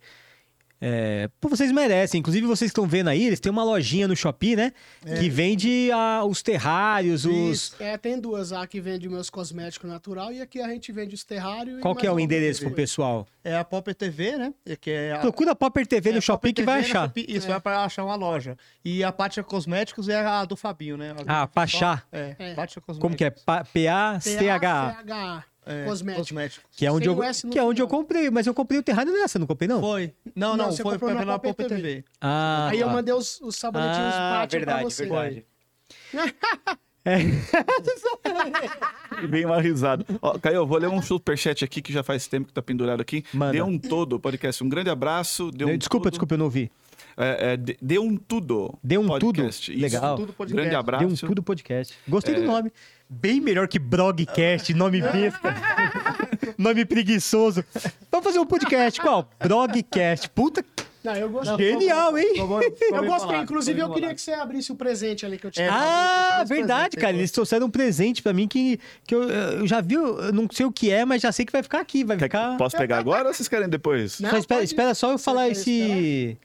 A: É, pô, vocês merecem. Inclusive, vocês que estão vendo aí, eles têm uma lojinha no Shopee, né? Que vende ah, os terrários, os.
D: É. Isso. É, tem duas lá que vende meus cosméticos natural e aqui a gente vende os terrários.
A: Qual que é o endereço pro
D: pessoal?
A: pessoal?
C: É a Popper TV, né? É Que é a...
A: Procura Popper TV
C: é
A: no
C: a
A: Shopee
C: Popper
A: que vai
C: TV na
A: achar.
C: Shopee,
D: É.
C: Isso, vai pra achar uma loja. E a Pátia Cosméticos é a do Fabinho, né?
A: Ah, Pachá.
C: É,
D: É.
C: Pátia Cosméticos.
A: Como que é? Pa- P-A-C-H.
C: É,
D: Cosméticos.
C: Cosméticos.
A: Que é onde,
D: Sem
A: eu,
D: o S no
A: que é onde eu
D: final.
A: comprei, mas eu comprei o terrário nessa, não comprei, não?
C: Foi. Não,
D: Não,
C: não,
D: você
C: foi
D: comprou na
C: pela
D: Popper
C: Popper
D: TV.
C: TV.
A: Ah,
D: Aí eu
A: tá.
D: mandei os, os sabonetinhos
A: Ah,
D: pátio pra
A: verdade,
D: você.
A: verdade. É,
B: E Bem uma risada. Ó, Caio, eu vou ler um superchat aqui que já faz tempo que tá pendurado aqui.
A: Manda.
B: Deu um todo, podcast. Um grande abraço. Deu um
A: desculpa,
B: tudo.
A: desculpa, eu não ouvi.
B: É, é, de- deu um tudo.
A: Deu um
B: podcast.
A: tudo? Legal.
C: Tudo podcast.
B: Grande abraço.
A: Deu um tudo podcast. Gostei
D: É.
A: do nome. Bem melhor que Brogcast, nome besta. nome preguiçoso. Vamos fazer um podcast. Qual? Brogcast. Puta,
D: Não, eu gostei.
A: genial, hein?
D: Eu gostei, inclusive eu queria que você abrisse o presente ali que eu te dei.
A: Ah,
C: Faz
A: verdade,
C: presente,
A: cara.
C: hein,
A: Eles trouxeram um presente pra mim que, que eu, eu já vi, eu não sei o que é, mas já sei que vai ficar aqui. Vai
B: Quer-
A: ficar.
B: Posso pegar agora ou vocês querem depois?
D: Não,
A: Só espera,
D: pode-
A: espera só eu
D: Você
A: falar
D: quer
A: esse.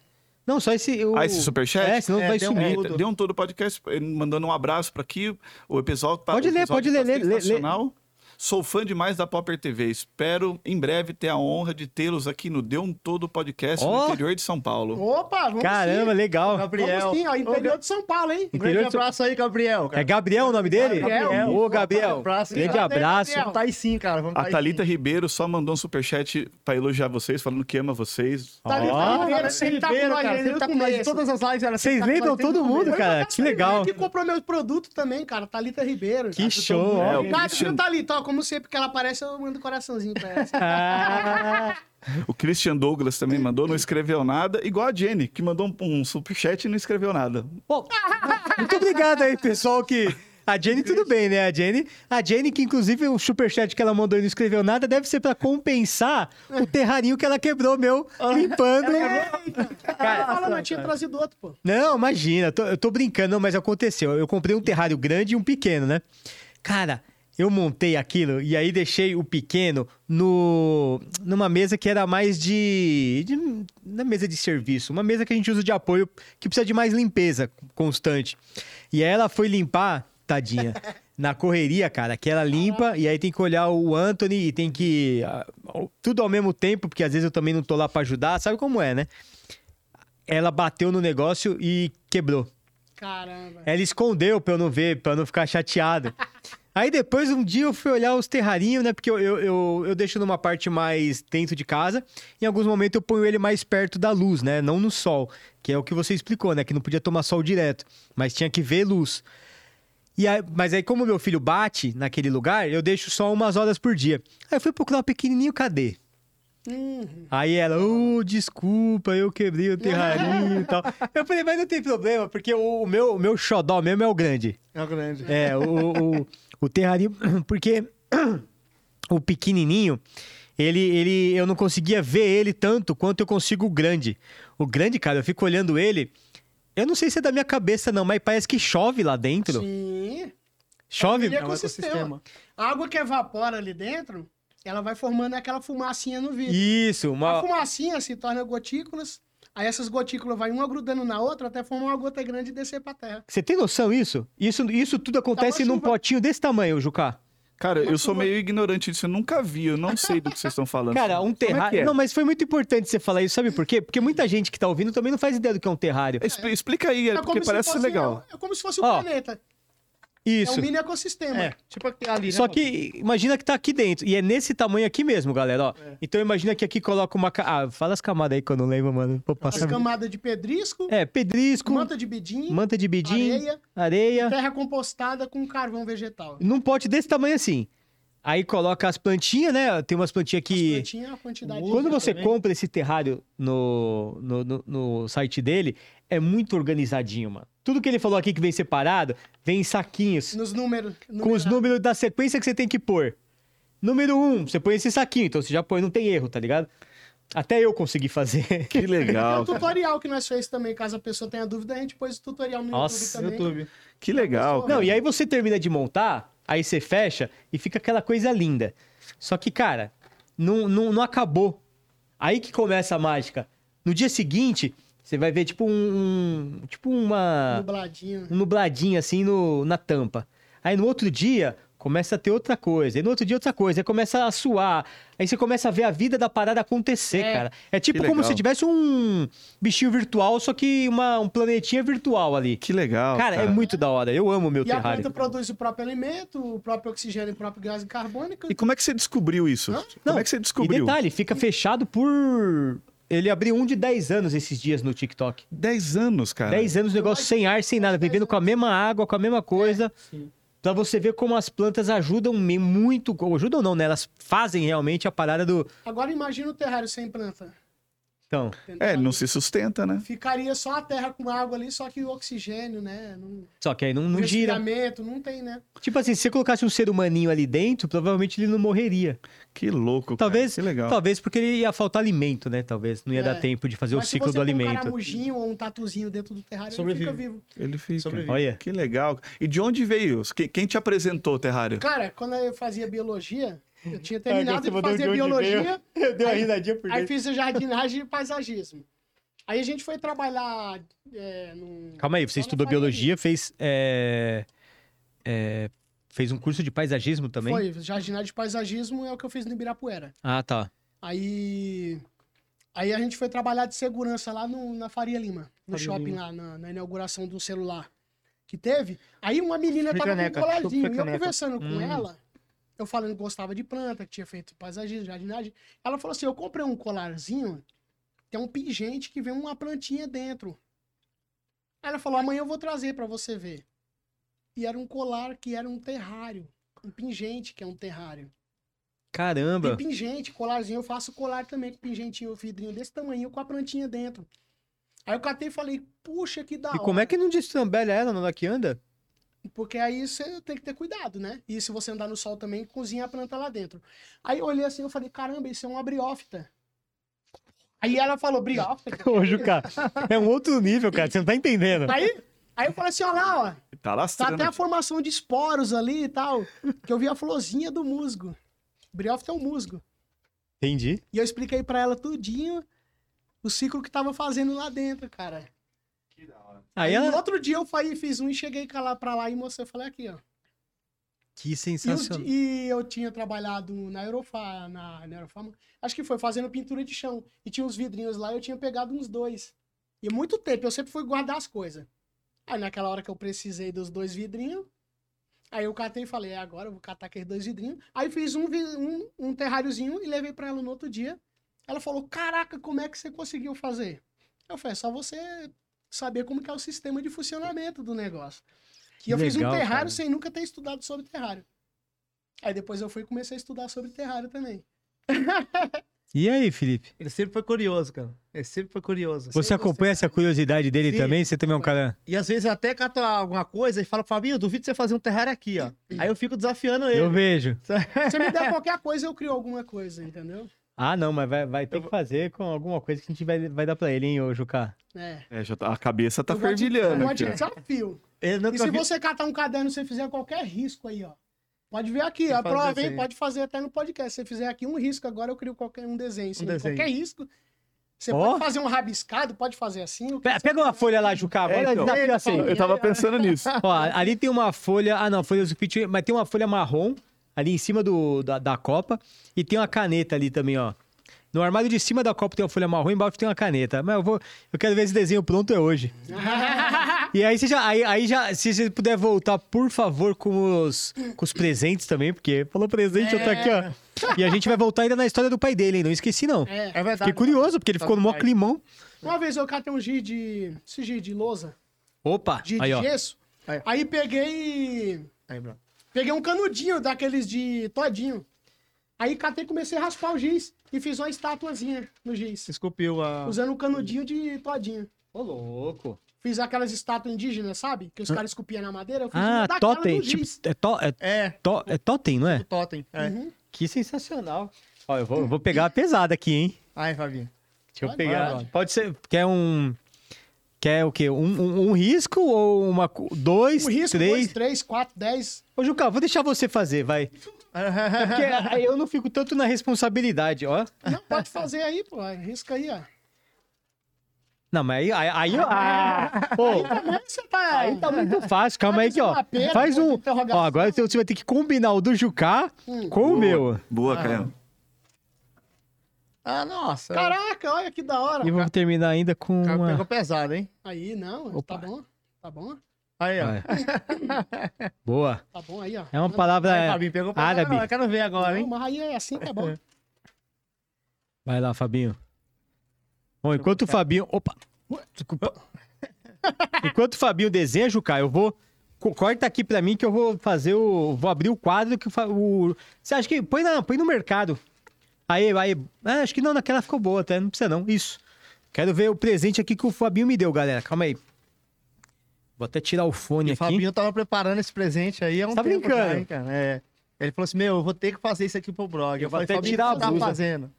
A: Não, só esse. o-
B: Ah, esse superchat?
A: É, senão
C: É,
A: vai
C: tem um
A: sumir.
B: É,
C: Tudo.
B: deu um todo podcast, ele mandando um abraço para aqui. O episódio tá,
A: Pode
B: o
A: ler,
B: episódio
A: pode
B: tá
A: ler, lê, lê, lê.
B: sensacional. Sou fã demais da Popper TV. Espero em breve ter a honra de tê-los aqui no Deu um Todo Podcast
A: Ó!
B: no interior de São Paulo.
D: Opa, vamos
A: Caramba,
D: sim.
A: legal.
C: Gabriel.
D: Vamos sim, ó, interior de São Paulo, hein?
C: Um
A: Interior
C: grande
A: de-
C: abraço aí, Gabriel.
A: É
C: Cara.
A: Gabriel o nome dele?
D: Gabriel.
A: Ô, Gabriel.
C: Um abraço,
A: Grande
C: cara.
A: abraço.
D: Gabriel.
C: Tá aí sim, cara. Vamos
B: A
C: tá aí
B: Thalita
C: sim.
B: Ribeiro só mandou um superchat para elogiar vocês, falando que ama vocês.
A: Ó.
D: Thalita Ribeiro, sempre tá com
C: Ah, Ribeiro,
D: nós,
C: cara,
D: desde
C: sempre
D: o
C: tá com nós em
D: começo.
C: todas as lives. ela
A: Vocês
C: sempre tá com nós
A: lembram
C: desde
A: todo
C: o
A: mundo,
C: começo.
A: cara. Que legal.
D: Que comprou meu produto também, cara. Thalita Ribeiro. tá
A: Que show, ó.
B: É, o
D: Obrigado,
B: Christian-
D: viu, Thalita? Ó, tá como sempre que ela aparece, eu mando um coraçãozinho pra ela.
A: Ah,
B: O Christian Douglas também mandou, não escreveu nada. Igual a Jenny, que mandou um, um superchat e não escreveu nada.
A: Bom, muito obrigado aí, pessoal, que... A Jenny, tudo bem, né? A Jenny, a Jenny, que inclusive o superchat que ela mandou e não escreveu nada, deve ser pra compensar o terrarinho que ela quebrou, meu, limpando.
D: Ela falou, mas tinha trazido outro, pô.
A: Não, imagina, eu tô, eu tô brincando, não, mas aconteceu. Eu comprei um terrário grande e um pequeno, né? Cara, eu montei aquilo e aí deixei o pequeno no numa mesa que era mais de, de- na mesa de serviço, uma mesa que a gente usa de apoio que precisa de mais limpeza constante. E aí ela foi limpar, tadinha. Na correria, cara, que ela limpa e aí tem que olhar o Anthony e tem que. ah, Tudo ao mesmo tempo, porque às vezes eu também não tô lá pra ajudar, sabe como é, né? ela bateu no negócio e quebrou.
D: Caramba.
A: Ela escondeu pra eu não ver, pra eu não ficar chateado. Aí depois, um dia, eu fui olhar os terrarinhos, né? Porque eu, eu, eu, eu deixo numa parte mais dentro de casa. Em alguns momentos, eu ponho ele mais perto da luz, né? Não no sol, que é o que você explicou, né? Que não podia tomar sol direto, mas tinha que ver luz. E aí- mas aí, como meu filho bate naquele lugar, eu deixo só umas horas por dia. Aí eu fui procurar o pequenininho, cadê? É.
D: Hum.
A: Aí ela, ô, desculpa, eu quebrei o terrarinho e tal. Eu falei, mas não tem problema, porque o o meu, o meu xodó mesmo é o grande.
C: É o grande.
A: É, o, o, o terrarinho, porque o pequenininho, ele, ele, eu não conseguia ver ele tanto quanto eu consigo o grande. O grande, cara, eu fico olhando ele, eu não sei se é da minha cabeça não, mas parece que chove lá dentro.
D: Sim.
A: Chove?
D: Ele é
C: um ecossistema.
D: ecossistema. A água que evapora ali dentro, ela vai formando aquela fumacinha no vidro.
A: Isso,
D: A
A: uma...
D: fumacinha se torna gotículas, aí essas gotículas vai uma grudando na outra até formar uma gota grande e descer pra terra.
A: Você tem noção isso? Isso, isso tudo acontece num
D: Tá chuva.
A: potinho desse tamanho, Juca.
B: Cara, eu sou meio ignorante disso, eu nunca vi, eu não sei do que vocês estão falando.
A: Cara, um
B: Como é que
A: terrário.
B: é?
A: Não, mas foi muito importante você falar isso, sabe por quê? Porque muita gente que tá ouvindo também não faz ideia do que é um terrário.
B: Expli- Explica aí, é porque
D: Tá se
B: parece
D: fosse-
B: legal.
D: É, como se fosse um
A: Ó,
D: planeta. É
A: Isso.
D: um mini ecossistema.
C: É, tipo aqui- ali, né?
A: Só que imagina que tá aqui dentro. E é nesse tamanho aqui mesmo, galera, ó.
D: É.
A: Então imagina que aqui coloca uma. ca- Ah, fala as camadas aí que eu não lembro, mano. Vou
D: As
A: passar.
D: camadas de pedrisco,
A: É, pedrisco,
D: manta de bidim,
A: manta de bidim,
D: areia,
A: areia.
D: terra compostada com carvão vegetal.
A: Num pote desse tamanho assim. Aí coloca as plantinhas, né? Tem umas plantinhas que.
D: As plantinhas, a quantidade de-
A: Quando você
C: também.
A: compra esse terrário no, no, no- no site dele, é muito organizadinho, mano. Tudo que ele falou aqui que vem separado, vem em saquinhos.
D: Nos números.
A: com os números da sequência que você tem que pôr. Número 1, um, você põe esse saquinho, então você já põe, não tem erro, tá ligado? Até eu consegui fazer.
B: Que
D: É
B: legal,
D: o tutorial que nós fez também, caso a pessoa tenha dúvida, a gente pôs o tutorial no
A: Nossa,
D: YouTube também.
C: YouTube.
B: que legal.
A: Não, e aí você termina de montar, aí você fecha e fica aquela coisa linda. Só que, cara, não, não, não acabou. Aí que começa a mágica. No dia seguinte, você vai ver tipo um. um- tipo uma.
D: Nubladinho.
A: um nubladinho assim no, na tampa. Aí no outro dia começa a ter outra coisa. E no outro dia outra coisa. Aí começa a suar. Aí você começa a ver a vida da parada acontecer,
D: É.
A: cara. É tipo
B: Que
A: como
B: legal.
A: se tivesse um bichinho virtual, só que uma, um planetinha virtual ali.
B: Que legal.
A: Cara, é muito da hora. Eu amo o meu
D: E a planta
A: terrário.
D: produz o próprio alimento, o próprio oxigênio, o próprio gás carbônico.
B: E como é que você descobriu isso?
D: Hã?
B: Como é que você
A: E
B: descobriu?
A: detalhe, fica fechado por... Ele abriu um de 10 anos esses dias no TikTok.
B: 10 anos, cara.
A: 10 anos, negócio sem ar, sem nada, vivendo com a mesma água, com a mesma coisa.
D: É, sim.
A: Pra você ver como as plantas ajudam me- muito. ou Ajudam não, né? Elas fazem realmente a parada do.
D: Agora imagina o terrário sem planta.
A: Então,
B: É, ele não se sustenta, né?
D: Ficaria só a terra com água ali, só que o oxigênio, né? Não,
A: só que aí não, não gira.
D: resfriamento, não tem, né?
A: Tipo assim, se você colocasse um ser humaninho ali dentro, provavelmente ele não morreria.
B: Que louco, cara.
A: Talvez,
B: É, Que legal.
A: talvez porque ele ia faltar alimento, né? Talvez não ia
D: É.
A: dar tempo de fazer
D: Mas
A: o
D: se
A: ciclo
D: você
A: do
D: põe um
A: alimento.
D: caramuzinho ou um tatuzinho dentro do terrário,
C: Sobrevive.
D: ele fica vivo.
B: Ele fica.
C: Sobrevive.
A: Olha,
B: Que legal. E de onde veio? Que- Quem te apresentou o terrário?
D: Cara, quando eu fazia biologia, eu tinha
C: Agora
D: terminado
C: É, você
D: de
C: mandou de
D: fazer
C: onde
D: biologia,
C: Eu dei uma risadinha por
D: aí fiz jardinagem e paisagismo. Aí a gente foi trabalhar é, num...
A: calma aí, você
D: Só na
A: estudou
D: farinha.
A: biologia, fez. é, é, fez um curso de paisagismo também?
D: Foi, jardinagem de paisagismo é o que eu fiz no Ibirapuera.
A: Ah, tá.
D: Aí, aí a gente foi trabalhar de segurança lá no- na Faria Lima, no
C: Faria
D: shopping
C: Lima.
D: lá, na, na inauguração do celular que teve. Aí uma menina
C: Chupa
D: tava com um
C: caneca,
D: coladinho,
C: chupa
D: e eu
C: caneca.
D: conversando com
A: Hum.
D: ela, eu falando que gostava de planta, que tinha feito paisagismo, jardinagem. Ela falou assim, eu comprei um colarzinho, que é um pingente que vem uma plantinha dentro. Aí ela falou, amanhã eu vou trazer pra você ver. E era um colar que era um terrário, um pingente que é um terrário. Tem
A: Caramba.
D: pingente, colarzinho. Eu faço colar também com pingentinho, vidrinho desse tamanho, com a plantinha dentro. Aí eu catei e falei, puxa, que da
A: E como
D: hora.
A: é que não destrambelha ela na hora que anda?
D: Porque aí você tem que ter cuidado, né? E se você andar no sol também, cozinha a planta lá dentro. Aí eu olhei assim, eu falei, caramba, isso é uma briófita. Aí ela falou, briófita? cara?"
A: Ô, Juca, é um outro nível, cara. Você não tá entendendo.
D: Aí, aí eu falei assim, olha lá, ó.
B: Tá
D: Tá
B: lastrando.
D: até a formação de esporos ali e tal. Que eu vi a florzinha do musgo. Briófita é um musgo.
A: Entendi.
D: E eu expliquei pra ela tudinho o ciclo que tava fazendo lá dentro, cara.
A: Aí
D: No
A: ela.
D: outro dia eu fui, fiz um e cheguei cá lá- pra lá e mostrei, falei aqui, ó.
A: Que
D: E eu,
A: sensacional.
D: e eu tinha trabalhado na Eurofa, na, na Eurofama, acho que foi fazendo pintura de chão. E tinha uns vidrinhos lá e eu tinha pegado uns dois. E muito tempo, eu sempre fui guardar as coisas. Aí naquela hora que eu precisei dos dois vidrinhos, aí eu catei e falei, é agora eu vou catar aqueles dois vidrinhos. Aí fiz um, vi- um, um terráriozinho e levei pra ela no outro dia. Ela falou, caraca, como é que você conseguiu fazer? Eu falei, é só você saber como que é o sistema de funcionamento do negócio.
A: Que
D: e eu fiz um
A: legal,
D: terrário
A: cara.
D: sem nunca ter estudado sobre terrário. Aí depois eu fui e comecei a estudar sobre terrário também.
A: E aí, Felipe?
C: Ele sempre foi curioso, cara. Ele sempre foi curioso.
A: Você acompanha essa curiosidade dele
C: Sim.
A: também? Você também é um cara.
C: E às vezes até cata alguma coisa e fala pra mim, eu duvido você fazer um terrário aqui, ó. Aí eu fico desafiando ele.
A: Eu vejo.
D: Você me der qualquer coisa, eu crio alguma coisa, entendeu?
A: Ah, não, mas vai, vai ter que fazer com alguma coisa que a gente vai, vai dar pra ele, hein, ô Juca?
D: É.
B: É, já tá- a cabeça tá
D: Eu gosto de- Eu
B: fervilhando.
D: gosto de
B: aqui, ó.
D: desafio.
C: Ele nunca
D: E se
C: viu-
D: você catar um caderno e você fizer qualquer risco aí, ó. Pode ver aqui,
C: Tem que
D: a
C: fazer assim.
D: prova, hein?
C: desenho.
D: Pode fazer até no podcast. Se você fizer aqui um risco, agora eu crio qualquer um desenho. em cima de
C: desenho.
D: Qualquer risco. Você
A: Ó.
D: pode fazer um rabiscado, pode fazer assim. o que
A: Pe-
D: você
A: Pega uma folha lá, Juca.
B: É,
A: Agora
B: então.
A: desafio assim.
B: Eu tava pensando nisso.
A: Ó, ali tem uma folha. Ah, não, folha sulfite, mas tem uma folha marrom ali em cima do, da, da copa. E tem uma caneta ali também, ó. No armário de cima da copa tem uma folha marrom, embaixo tem uma caneta. Mas eu vou. Eu quero ver esse desenho pronto é hoje. e aí você já. Aí, aí já, se você puder voltar, por favor, com os, com os presentes também, porque falou presente, eu tô aqui, ó. E a gente vai voltar ainda na história do pai dele, hein? Não esqueci, não.
D: É.
C: É verdade.
A: Fiquei curioso, porque ele
C: Tá
A: ficou no maior
C: bom.
A: climão.
D: Uma vez eu catei um giz de. Esse giz de lousa,
A: Opa!
D: giz
A: Aí,
D: de
A: ó.
D: gesso.
C: Aí.
D: Aí peguei.
C: Aí, Bruno.
D: Peguei um canudinho daqueles de todinho. Aí catei e comecei a raspar o giz. E fiz uma estatuazinha no giz.
C: Você esculpiu a...
D: Usando um canudinho de todinho.
A: Ô, louco!
D: Fiz aquelas estátuas indígenas, sabe? Que os caras esculpiam na madeira. Eu fiz
A: Ah,
D: uma daquela
A: totem.
D: do
A: Tipo,
D: giz.
A: é, to, é,
C: É,
A: to, é totem, não é?
C: o totem. É.
D: Uhum.
A: Que sensacional. Ó, eu vou, eu vou pegar a pesada aqui, hein?
C: Aí, Fabinho.
A: Deixa eu
D: Vai,
A: pegar.
C: vai.
A: Pode ser. Quer um. Quer o quê? Um, um- um risco ou uma. co- Dois,
D: Um risco,
A: três.
D: dois, três, quatro, dez.
A: Ô, Juca, vou deixar você fazer, vai. Porque
C: é.
A: aí eu não fico tanto na responsabilidade, ó.
D: Não, pode fazer aí, pô. Risca aí, ó.
A: Não, mas aí. Aí, aí, ah, pô,
D: Também você tá.
A: aí tá muito fácil. Calma aí que, ó.
D: Uma pera,
A: Faz
D: ponto de
A: um.
D: interrogação.
A: Ó, agora você vai ter que combinar o do Jucá com o
B: Boa,
A: meu.
B: Boa, Caio.
C: Ah, nossa.
D: Caraca, olha que da hora.
A: E vou terminar ainda com
C: O cara
A: uma.
C: pegou pesado, hein?
D: Aí, não,
A: Opa.
D: tá bom. Tá bom,
C: Aí, ó.
A: Vai. Boa.
D: tá bom aí, ó.
A: É uma
C: Aí,
A: palavra.
C: Fabinho, pegou pesado.
A: árabe.
C: Não, eu quero ver agora,
D: Não,
C: hein?
D: mas aí é assim que é bom.
A: Vai lá, Fabinho. Bom, enquanto o Fabinho. Opa! Desculpa. Enquanto o Fabinho desenha, Juca, eu vou. co- Corta aqui pra mim que eu vou fazer o. Vou abrir o quadro que o Fa- o. Você acha que. Põe, na... Põe no mercado. Aí, aí. Ah, acho que não, naquela ficou boa até. Não precisa não. Isso. Quero ver o presente aqui que o Fabinho me deu, galera. Calma aí. Vou até tirar o fone
C: E o
A: aqui.
C: Fabinho tava preparando esse presente aí há um
A: Tá
C: tempo
A: brincando.
C: já, hein, cara? É. Ele falou assim, meu, eu vou ter que fazer isso aqui pro blog.
A: Eu vou
C: falei,
A: até
C: Fabinho,
A: tirar
C: o que
A: a
C: você
A: blusa.
C: tá fazendo?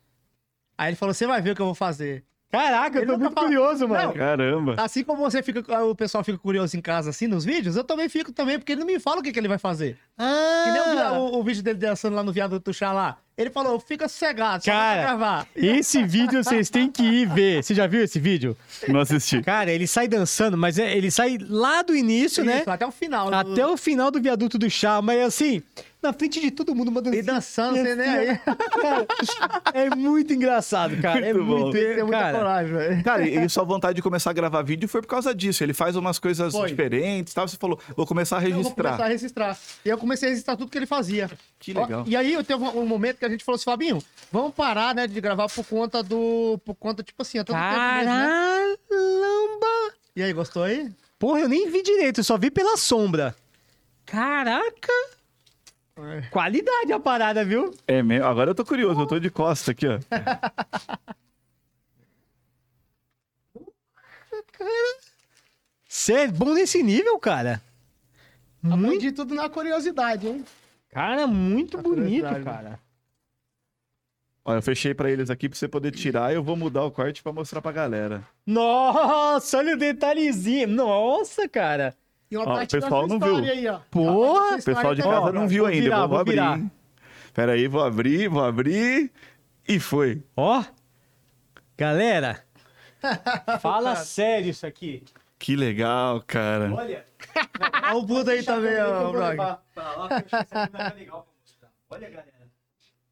C: Aí ele falou, você vai ver o que eu vou fazer.
A: Caraca, eu
C: Ele
A: tô
C: não
A: muito
C: tá fa-
A: curioso, mano.
B: Caramba.
C: Assim como você fica, o pessoal fica curioso em casa, assim, nos vídeos, eu também fico também, porque ele não me fala o que, que ele vai fazer.
A: Ah!
C: Que nem o, vi- o- o vídeo dele dançando lá no viaduto do Chá lá. Ele falou, fica sossegado, só
A: Cara,
C: pra gravar.
A: Esse vídeo vocês têm que ir ver. Você já viu esse vídeo?
B: Não assisti.
A: Cara, ele sai dançando, mas é- ele sai lá do início, né?
C: Isso, até o final.
A: Até o final do viaduto do chá, mas assim, na frente de todo mundo, mandando.
C: E dançando, você nem aí.
A: assim, Cara, é muito engraçado, cara. é
B: Muito bom.
A: muito.
C: Tem que ter muita
A: cara,
C: coragem, velho.
B: Cara, e e sua vontade de começar a gravar vídeo foi por causa disso. Ele faz umas coisas
C: Foi.
B: diferentes, tal. Você falou, vou começar a
C: Eu vou
B: registrar.
C: começar a registrar. E eu comecei a registrar tudo que ele fazia.
B: Que
C: Ó,
B: legal.
C: E aí eu teve um um momento que a gente falou assim, Fabinho, vamos parar, né, de gravar por conta do... Por conta, tipo assim, é todo tempo mesmo, né?
A: caramba!
C: E aí, gostou aí?
A: Porra, eu nem vi direito, eu só vi pela sombra. Caraca! Qualidade a parada, viu?
B: É mesmo. Agora eu tô curioso, eu tô de costa aqui, ó.
A: Você é bom nesse nível, cara. Muito,
D: Aprendi tudo na curiosidade, hein?
A: cara, muito bonito,
C: curiosidade, né?
A: cara.
B: Olha, eu fechei pra eles aqui pra você poder tirar. Eu vou mudar o corte pra mostrar pra galera.
A: Nossa, olha o detalhezinho. Nossa, cara.
D: E uma
B: Ó, o
D: parte da
B: pessoal
D: sua
B: não viu.
D: história aí, ó.
A: Porra!
B: O pessoal de
A: Ó,
B: casa não viu
A: vou
B: ainda.
A: virar,
B: vou, vou
A: vou
B: abrir.
A: virar.
B: hein? Pera aí, vou abrir, vou abrir. E foi.
A: Ó, galera, fala sério isso aqui.
B: Que legal, cara.
A: Olha,
C: Olha o Buda aí também, ó,
A: é
C: Brog.
A: Tá, Olha, galera,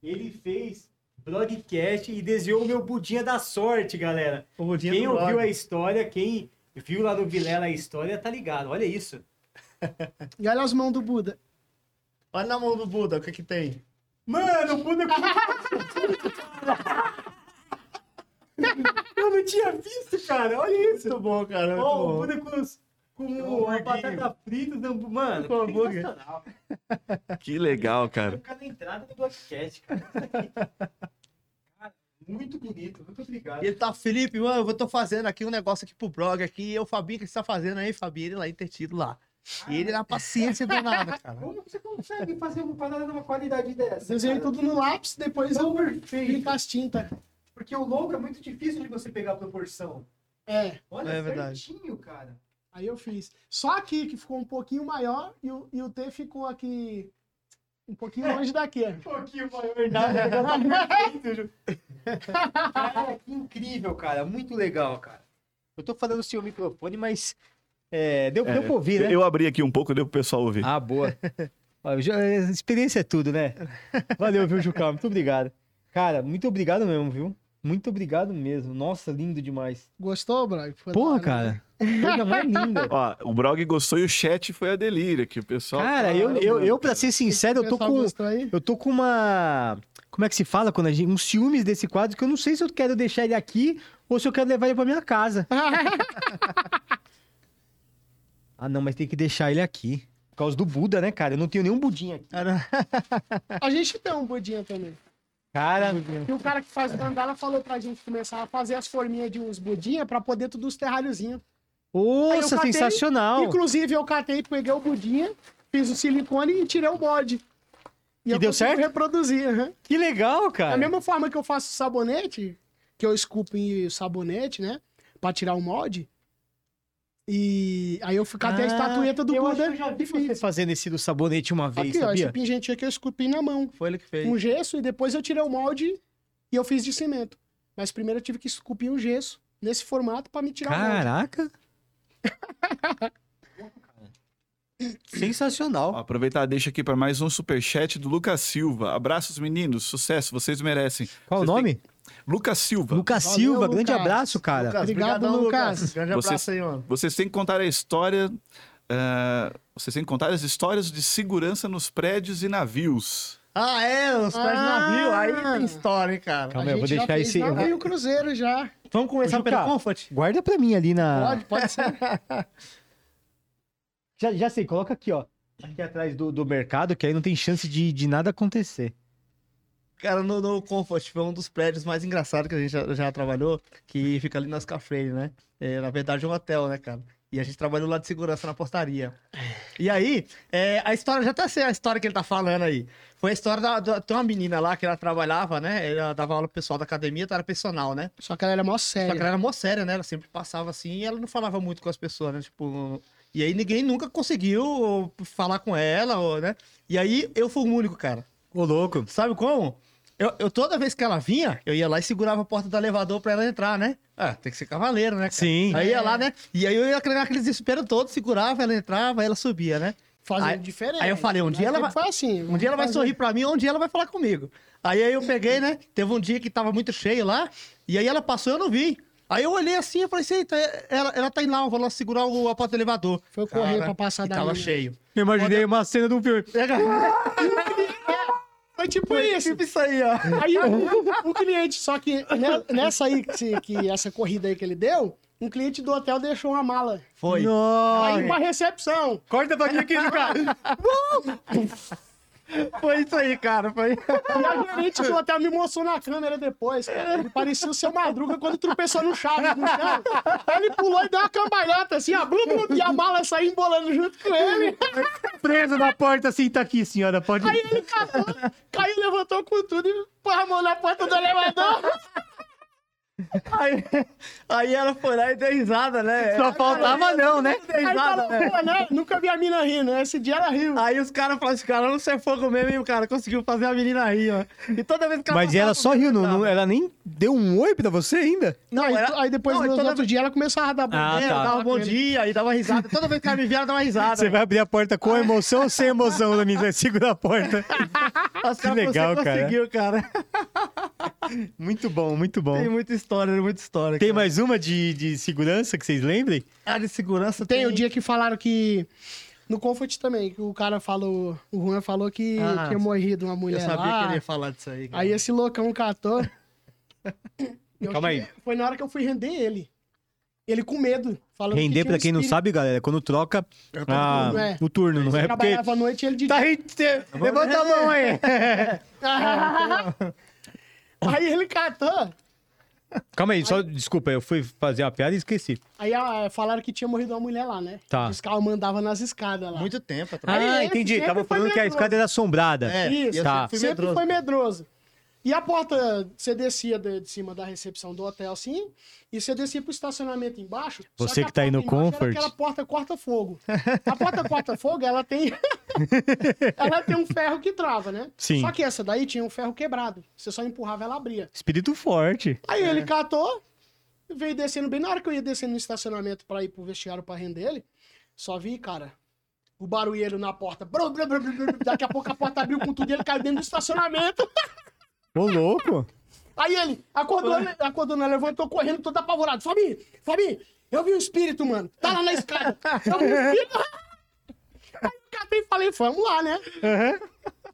A: ele fez broadcast e desenhou o meu budinha da sorte, galera.
C: O Budinha
A: Quem
C: do Brog.
A: ouviu a história, quem viu lá no Vilela a história, tá ligado. Olha isso.
D: E olha as mãos do Buda.
C: Olha na mão do Buda, o que que tem?
A: Mano, o Buda... Eu não tinha visto, cara. Olha isso.
C: Muito bom, cara, é muito
A: Ó, o
C: bom.
A: Buda com, os- com uma
C: hambúrguer.
A: batata frita, do hambú- mano,
C: Com hambúrguer.
A: sensacional.
B: Que legal,
A: Vai
B: cara.
A: ficar na entrada do podcast, cara. Isso aqui. Cara, Muito bonito, muito obrigado.
C: E Ele tá, Felipe, mano, eu vou- tô fazendo aqui um negócio aqui pro blog aqui. E eu, Fabinho, o que você tá fazendo aí, Fabinho? Ele lá, intertido lá. E ele na paciência do nada, cara.
A: Como você consegue fazer uma parada numa qualidade dessa?
D: Desenhei
A: Desenho
D: tudo no lápis, depois eu aplicar as tintas.
A: Porque o logo é muito difícil de você pegar a proporção.
D: É,
A: Olha,
C: É verdade.
A: certinho, cara.
D: aí eu fiz. Só aqui, que ficou um pouquinho maior, e o, e o T ficou aqui um pouquinho longe daqui. ó.
A: Um pouquinho maior, nada. tá perfeito, Ju. Cara, que incrível, cara. Muito legal, cara. Eu tô falando sem o microfone, mas é, deu, deu pra ouvir, né?
B: Eu abri aqui um pouco, deu pro pessoal ouvir.
A: Ah, boa. Ó, Ju- é, Experiência é tudo, né? Valeu, viu, Jucá? Muito obrigado. Cara, muito obrigado mesmo, viu? Muito obrigado mesmo. Nossa, lindo demais.
D: Gostou, Brog? Foi da
A: Porra,
D: hora, né?
A: cara. Coisa mais linda.
B: Ó, o Brog gostou e o chat foi a delírio aqui, o pessoal. tá
A: Cara, eu, eu, eu, pra ser sincero, eu tô
D: Pessoal
A: com.
D: gostou aí?
A: Eu tô com uma. Como é que se fala quando a gente. Uns ciúmes desse quadro que eu não sei se eu quero deixar ele aqui ou se eu quero levar ele pra minha casa. ah, não, mas tem que deixar ele aqui. Por causa do Buda, né, cara? Eu não tenho nenhum Budinha aqui.
C: Cara,
D: A gente tem um budinha também.
A: Cara,
D: E o cara que faz mandala falou pra gente começar a fazer as forminhas de uns budinha pra pôr dentro dos terralhozinhos. Aí eu
A: nossa,
D: catei,
A: sensacional.
D: Inclusive, eu catei, peguei o budinha, fiz o silicone e tirei o bode.
A: E
D: eu
A: deu
D: consigo
A: certo?
D: reproduzir, aham.
A: Que legal, cara.
C: É.
D: Da mesma forma que eu faço sabonete, que eu esculpo em sabonete, né? Pra tirar o molde. E aí eu fui catei a
A: Ah,
D: estatueta do
A: eu acho
D: Buda.
A: que eu já vi
D: e fiz.
A: você fazendo esse do sabonete uma vez,
D: Aqui, ó, esse
A: sabia?
D: pingentinho aqui eu esculpi na mão. um
C: foi ele que fez.
D: com um gesso e depois eu tirei o molde e eu fiz de cimento. Mas primeiro eu tive que esculpir o gesso nesse formato pra me tirar o monte.
A: Caraca! Sensacional.
B: Ó, aproveitar, deixa aqui para mais um superchat do Lucas Silva. Abraços, meninos. Sucesso, vocês merecem.
A: Qual o
B: Vocês
A: nome?
B: Lucas Silva.
A: Lucas
D: Valeu,
A: Silva, grande
D: Lucas.
A: abraço, cara.
C: Lucas,
D: Obrigado,
C: brigadão,
D: Lucas.
C: Grande
B: Vocês-
C: abraço aí, mano.
B: Vocês têm que contar a história. ah, vocês têm que contar as histórias de segurança nos prédios e navios.
C: Ah, é, os pés de navio. Aí tem história, hein, cara.
A: Calma
D: A
A: aí, eu vou
D: gente já
A: deixar
D: fez
A: esse. eu vou-
D: navio cruzeiro já.
C: Vamos começar
A: Ô,
C: pelo
A: Juca.
C: Comfort?
A: Guarda pra mim ali
C: Ah.
A: na.
D: Pode, pode ser.
A: Já, já sei, coloca aqui, ó. Aqui atrás do, do mercado, que aí não tem chance de, de nada acontecer.
C: Cara, no, no Comfort foi um dos prédios mais engraçados que a gente já, já trabalhou, que fica ali nas Cafreiras, né? É, na verdade é um hotel, né, cara? E a gente trabalhou lá de segurança na portaria. E aí, é, a história, já até sei a história que ele tá falando aí. Foi a história da, da- Tem uma menina lá que ela trabalhava, né? Ela dava aula pro pessoal da academia, então era personal, né?
D: Só que ela era mó
C: Só que
D: séria.
C: ela era mó séria, né? Ela sempre passava assim e ela não falava muito com as pessoas, né? Tipo. E aí ninguém nunca conseguiu eh, falar com ela, ou, né? E aí eu fui o único, cara.
A: Ô, louco.
C: Sabe como? Eu, eu- toda vez que ela vinha, eu ia lá e segurava a porta do elevador pra ela entrar, né? Ah, tem que ser cavaleiro, né? cara?
A: Sim.
C: Aí ia lá, né? E aí eu ia criar aquele desespero todo, segurava, ela entrava, ela subia, né?
D: Fazendo
C: Aí-
D: diferente.
C: aí eu falei, um dia
D: Mas
C: ela
D: sempre
C: vai-
D: foi assim,
C: Um dia ela vai
D: fazer-
C: sorrir pra mim, um dia ela vai falar comigo. Aí, aí eu peguei, né? Teve um dia que tava muito cheio lá, e aí ela passou e eu não vi. Aí eu olhei assim e falei assim, "Eita, ela, ela tá indo lá, eu vou lá segurar o, a porta do elevador.
D: Foi eu correr
C: Cara,
D: pra passar
C: e
D: da
C: tava
D: linha.
C: cheio.
A: Eu imaginei uma cena de um filme.
D: Foi tipo isso.
C: Tipo isso aí, ó.
D: Aí o, o cliente, só que ne- nessa aí, que, se- que essa corrida aí que ele deu, um cliente do hotel deixou uma mala.
C: Foi.
D: Aí
A: Nossa!
D: pra recepção.
A: Corta pra mim aqui, cara.
C: Foi isso aí, cara. Foi.
D: E a gerente do hotel me mostrou na câmera depois, cara. Ele parecia o seu Madruga quando tropeçou no Chaves no chão. Aí ele pulou e deu uma cambalhota, assim, a blum, blum, e a mala saiu embolando junto com ele.
A: Preso na porta assim, tá aqui, senhora. Pode.
D: Aí ele catou, caiu, levantou com tudo e pôs a mão na porta do elevador.
C: Aí, aí ela foi lá e deu risada, né?
A: Só faltava não, né?
C: Deu
D: Aí
C: risada,
D: fala,
C: né?
D: pô, né? Nunca vi a mina rindo, né? Esse dia ela riu.
C: Aí os caras falaram assim, cara, não sei fogo mesmo, hein, cara? Conseguiu fazer a menina rir, ó. E toda vez que ela
A: Mas ela só
C: passava
A: riu, não,
C: comigo, eu
A: não-
C: tava-
A: ela nem deu um oi pra você ainda?
D: Não,
C: Não,
D: aí,
C: ela-
D: aí depois
C: não,
D: nos
C: então ela-
D: outros dias ela começava a dar bom
A: Ah,
D: dia,
C: É,
A: tá.
D: dava
C: dava bom dia e dava risada. Toda vez que ela me via, ela dava risada.
A: Você vai abrir a porta com emoção ou sem emoção, Lamin? Segura a porta.
C: Os
A: Que
C: caras,
A: legal,
C: você
A: cara.
C: conseguiu, cara.
A: Muito bom, muito bom.
C: Tem muita história, muita história.
A: Tem
C: cara.
A: mais uma de, de segurança que vocês lembrem?
C: Área de segurança
D: Tem o dia que falaram que. No Comfort também, que o cara falou. O Juan falou que
C: Ah,
D: tinha morrido uma mulher.
C: Eu sabia
D: lá.
C: que ele ia falar disso aí. cara.
D: Aí esse loucão catou. Eu
A: Calma
D: che-
A: aí.
D: Foi na hora que eu fui render ele. Ele com medo. Falando que
A: Render,
D: tinha um
A: pra quem não
D: espírito.
A: sabe, galera, quando troca
C: tô no
A: ah,
D: turno, é.
A: o turno, não é? Porque.
D: Trabalhava à noite ele de
A: Tá rindo, levanta a mão aí.
D: Aí ele catou.
A: Calma aí, só desculpa, eu fui fazer a piada e esqueci.
D: Aí ah, falaram que tinha morrido uma mulher lá, né?
A: Tá.
D: Os caras mandavam nas escadas lá.
C: Muito tempo atrás.
A: Ah,
D: esse
A: entendi.
D: sempre
A: Tava
D: foi
A: falando que a
D: medroso.
A: escada era assombrada.
C: É,
D: Isso,
C: eu
A: Tá.
C: sempre fui
D: sempre
C: medroso.
D: foi medroso. E a porta, você descia de, de cima da recepção do hotel, assim, e você descia pro estacionamento embaixo. só
A: Você
D: a
A: que tá aí
D: porta
A: no
D: embaixo
A: Comfort.
D: Era aquela porta corta-fogo. A porta corta-fogo, ela tem... ela tem um ferro que trava, né?
A: Sim.
D: Só que essa daí tinha um ferro quebrado. Você só empurrava, ela abria.
A: Espírito forte.
D: Aí ele catou, veio descendo bem na hora que eu ia descendo no estacionamento pra ir pro vestiário pra render ele. Só vi, cara, o barulheiro na porta. Brum, brum, brum, brum, brum. Daqui a pouco a porta abriu com tudo e ele caiu dentro do estacionamento.
A: Ô, louco.
D: Aí ele acordou, né? acordou, né? levantou correndo todo apavorado. Fabi, Fabi, eu vi um espírito, mano. Tá lá na escada. Eu vi um espírito. Aí eu catei e falei, vamos lá, né?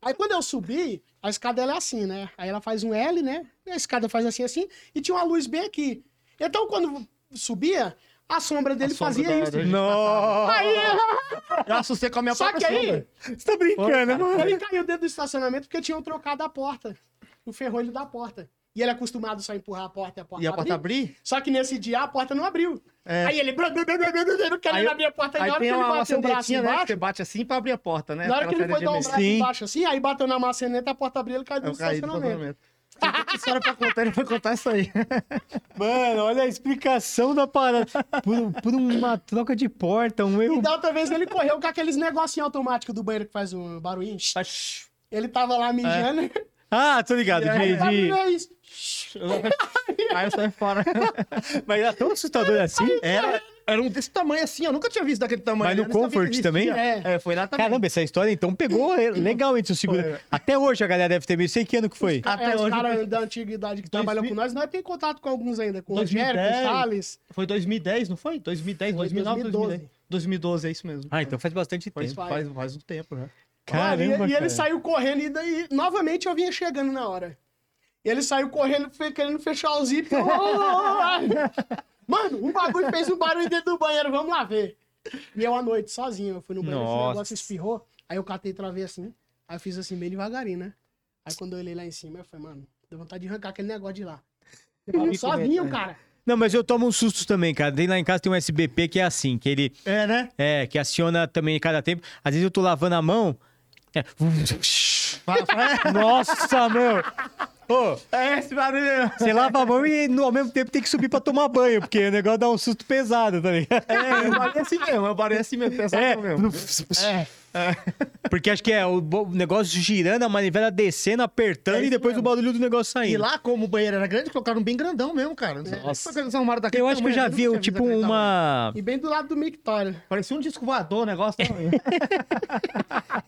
D: Aí quando eu subi, a escada ela é assim, né? Aí ela faz um L, né? E a escada faz assim, assim, e tinha uma luz bem aqui. Então quando subia, a sombra dele
C: sombra
D: fazia
C: da-
D: isso.
C: da-
A: Nossa.
D: Aí,
C: Eu assustei com a minha
D: só que
C: própria
D: aí,
C: sombra.
A: Você tá brincando, mano.
D: ele caiu dentro do estacionamento porque tinham trocado a porta. O ferrolho da porta. E ele é acostumado só a empurrar a porta e a porta
C: E a porta
D: abrir.
C: abrir?
D: Só que nesse dia a porta não abriu.
C: É.
D: Aí ele. blu, blu, blu, blu, blu, blu, Não
C: Aí
D: querendo
C: eu-
D: abrir a porta. Aí
C: Aí
D: na hora
C: tem
D: que ele
C: uma
D: bateu o braço
C: maçãzinha, né? que
D: embaixo.
C: Você bate assim pra abrir a porta, né?
D: Na hora que ele
C: Aquela
D: foi dar um
C: saída
D: braço
A: Sim.
D: embaixo assim, aí bateu na maçaneta, a porta abriu, ele caiu do
C: de emergência. Eu caí É do
D: estacionamento.
C: estacionamento. Tem muita história pra contar, ele vai contar isso aí.
A: Mano, olha a explicação da parada. Por, por uma troca de porta, um
D: E
A: erro.
D: da outra vez ele correu com aqueles negocinhos automáticos do banheiro que faz um barulhinho.
C: É.
D: Ele tava lá mijando. é
A: Ah, tô ligado.
D: Aí
A: De,
D: abriu
A: de-
D: isso.
C: Aí eu saí fora.
A: Mas era tão assustador assim.
C: Era, era um desse tamanho assim, eu nunca tinha visto daquele tamanho.
A: Mas no
C: eu nem sabia que
A: Comfort
C: existia.
A: também?
C: É, foi lá também.
A: Caramba, essa história então pegou é, legalmente o segundo.
C: Foi.
A: Até hoje a galera deve ter meio. Sei que ano que foi.
C: Até
D: é,
C: hoje-
D: Os caras da antiguidade que trabalham com nós, nós temos contato com alguns ainda, com o Rogério, com
C: 2010.
D: o Salles.
C: Foi 2010, não foi? 2010,
D: Foi
C: 2009,
D: 2012.
C: 2010. 2012, é isso mesmo.
A: Ah, então faz bastante
C: Faz,
A: tempo.
D: faz.
C: faz, faz um tempo já.
A: Caramba,
D: e, e ele
A: cara.
D: saiu correndo e daí, novamente eu vinha chegando na hora. E ele saiu correndo, fe- querendo fechar o zíper. Ô, ô, ô, ô. Mano, um bagulho fez um barulho dentro do banheiro, vamos lá ver. E eu à noite, sozinho, eu fui no banheiro, esse
A: Nossa.
D: negócio espirrou. Aí eu catei, travei assim. Aí eu fiz assim, bem devagarinho, né? Aí quando eu olhei lá em cima, eu falei, mano, deu vontade de arrancar aquele negócio de lá. Eu
A: né?
D: sozinho, cara.
A: Não, mas eu tomo uns sustos também, cara. Tem lá em casa tem um SBP que é assim, que ele
C: É, né?
A: é que aciona também a cada tempo. Às vezes eu tô lavando a mão. é,
C: Fa- fa-
A: Nossa, meu! Ô,
C: é esse barulho.
A: você lava a mão e no- ao mesmo tempo tem que subir pra tomar banho, porque o negócio dá um susto pesado, tá ligado?
C: É, eu barulho assim mesmo, eu barulho assim mesmo, pensava
A: É,
C: mesmo.
A: porque acho que é o, bo- o negócio girando, a manivela descendo, apertando
C: É isso
A: e depois
C: mesmo.
A: o barulho do negócio saindo.
C: É. E lá, como o banheiro era grande, colocaram um bem grandão mesmo, cara. Nossa.
A: eu acho que eu já vi tipo uma.
D: E bem do lado do mictório.
C: Parecia um disco voador o negócio né? também.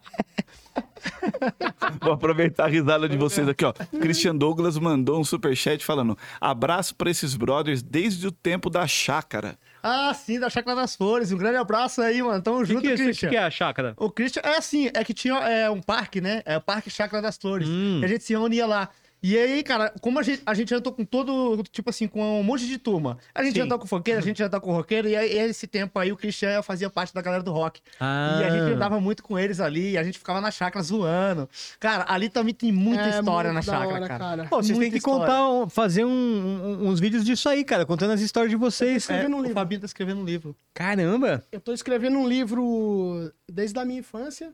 B: Vou aproveitar a risada de vocês aqui, ó. Christian Douglas mandou um superchat falando: abraço pra esses brothers desde o tempo da chácara.
C: ah, sim, da Chácara das Flores. Um grande abraço aí, mano. Tamo
A: O
C: junto,
A: que, que,
C: Christian.
A: que é a chácara?
C: O Christian é assim, é que tinha é, um parque, né? É o Parque Chácara das Flores.
A: Hum.
C: E a gente se reunia lá. E aí, cara, como a gente, a gente andou com todo, tipo assim, com um monte de turma. A gente
A: Sim.
C: andou com funkeiro, a gente andou com roqueiro, e aí, e esse tempo aí o Christian fazia parte da galera do rock.
A: Ah.
C: E a gente andava muito com eles ali, e a gente ficava na chácara zoando. Cara, ali também tem muita
D: É,
C: história na
D: muito da
C: chácara,
D: hora,
C: cara.
D: cara.
A: Pô, vocês
C: Muita
A: têm que
C: história.
A: contar, um- fazer um- um- uns vídeos disso aí, cara, contando as histórias de vocês. né?
D: É. escrevendo um
C: o
D: livro.
C: Fabinho tá escrevendo um livro.
A: Caramba!
D: Eu tô escrevendo um livro desde a minha infância,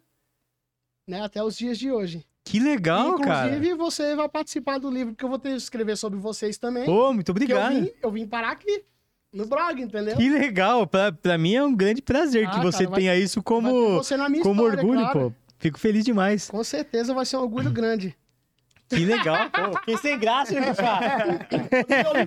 D: né, até os dias de hoje.
A: Que legal,
D: Inclusive,
A: cara!
D: você vai participar do livro, porque eu vou ter que escrever sobre vocês também.
A: Pô, muito
D: porque eu
A: obrigado!
D: vim, eu vim parar aqui, no blog, entendeu?
A: Que legal, pra, pra mim é um grande prazer
D: Ah,
A: que você
D: cara, vai-
A: tenha isso
D: Vai ter
A: como,
D: você na minha
A: como
D: história,
A: orgulho,
D: claro.
A: pô. Fico feliz demais.
D: Com certeza vai ser um orgulho grande.
A: Que legal, pô. Fiquei sem graça, né, cara?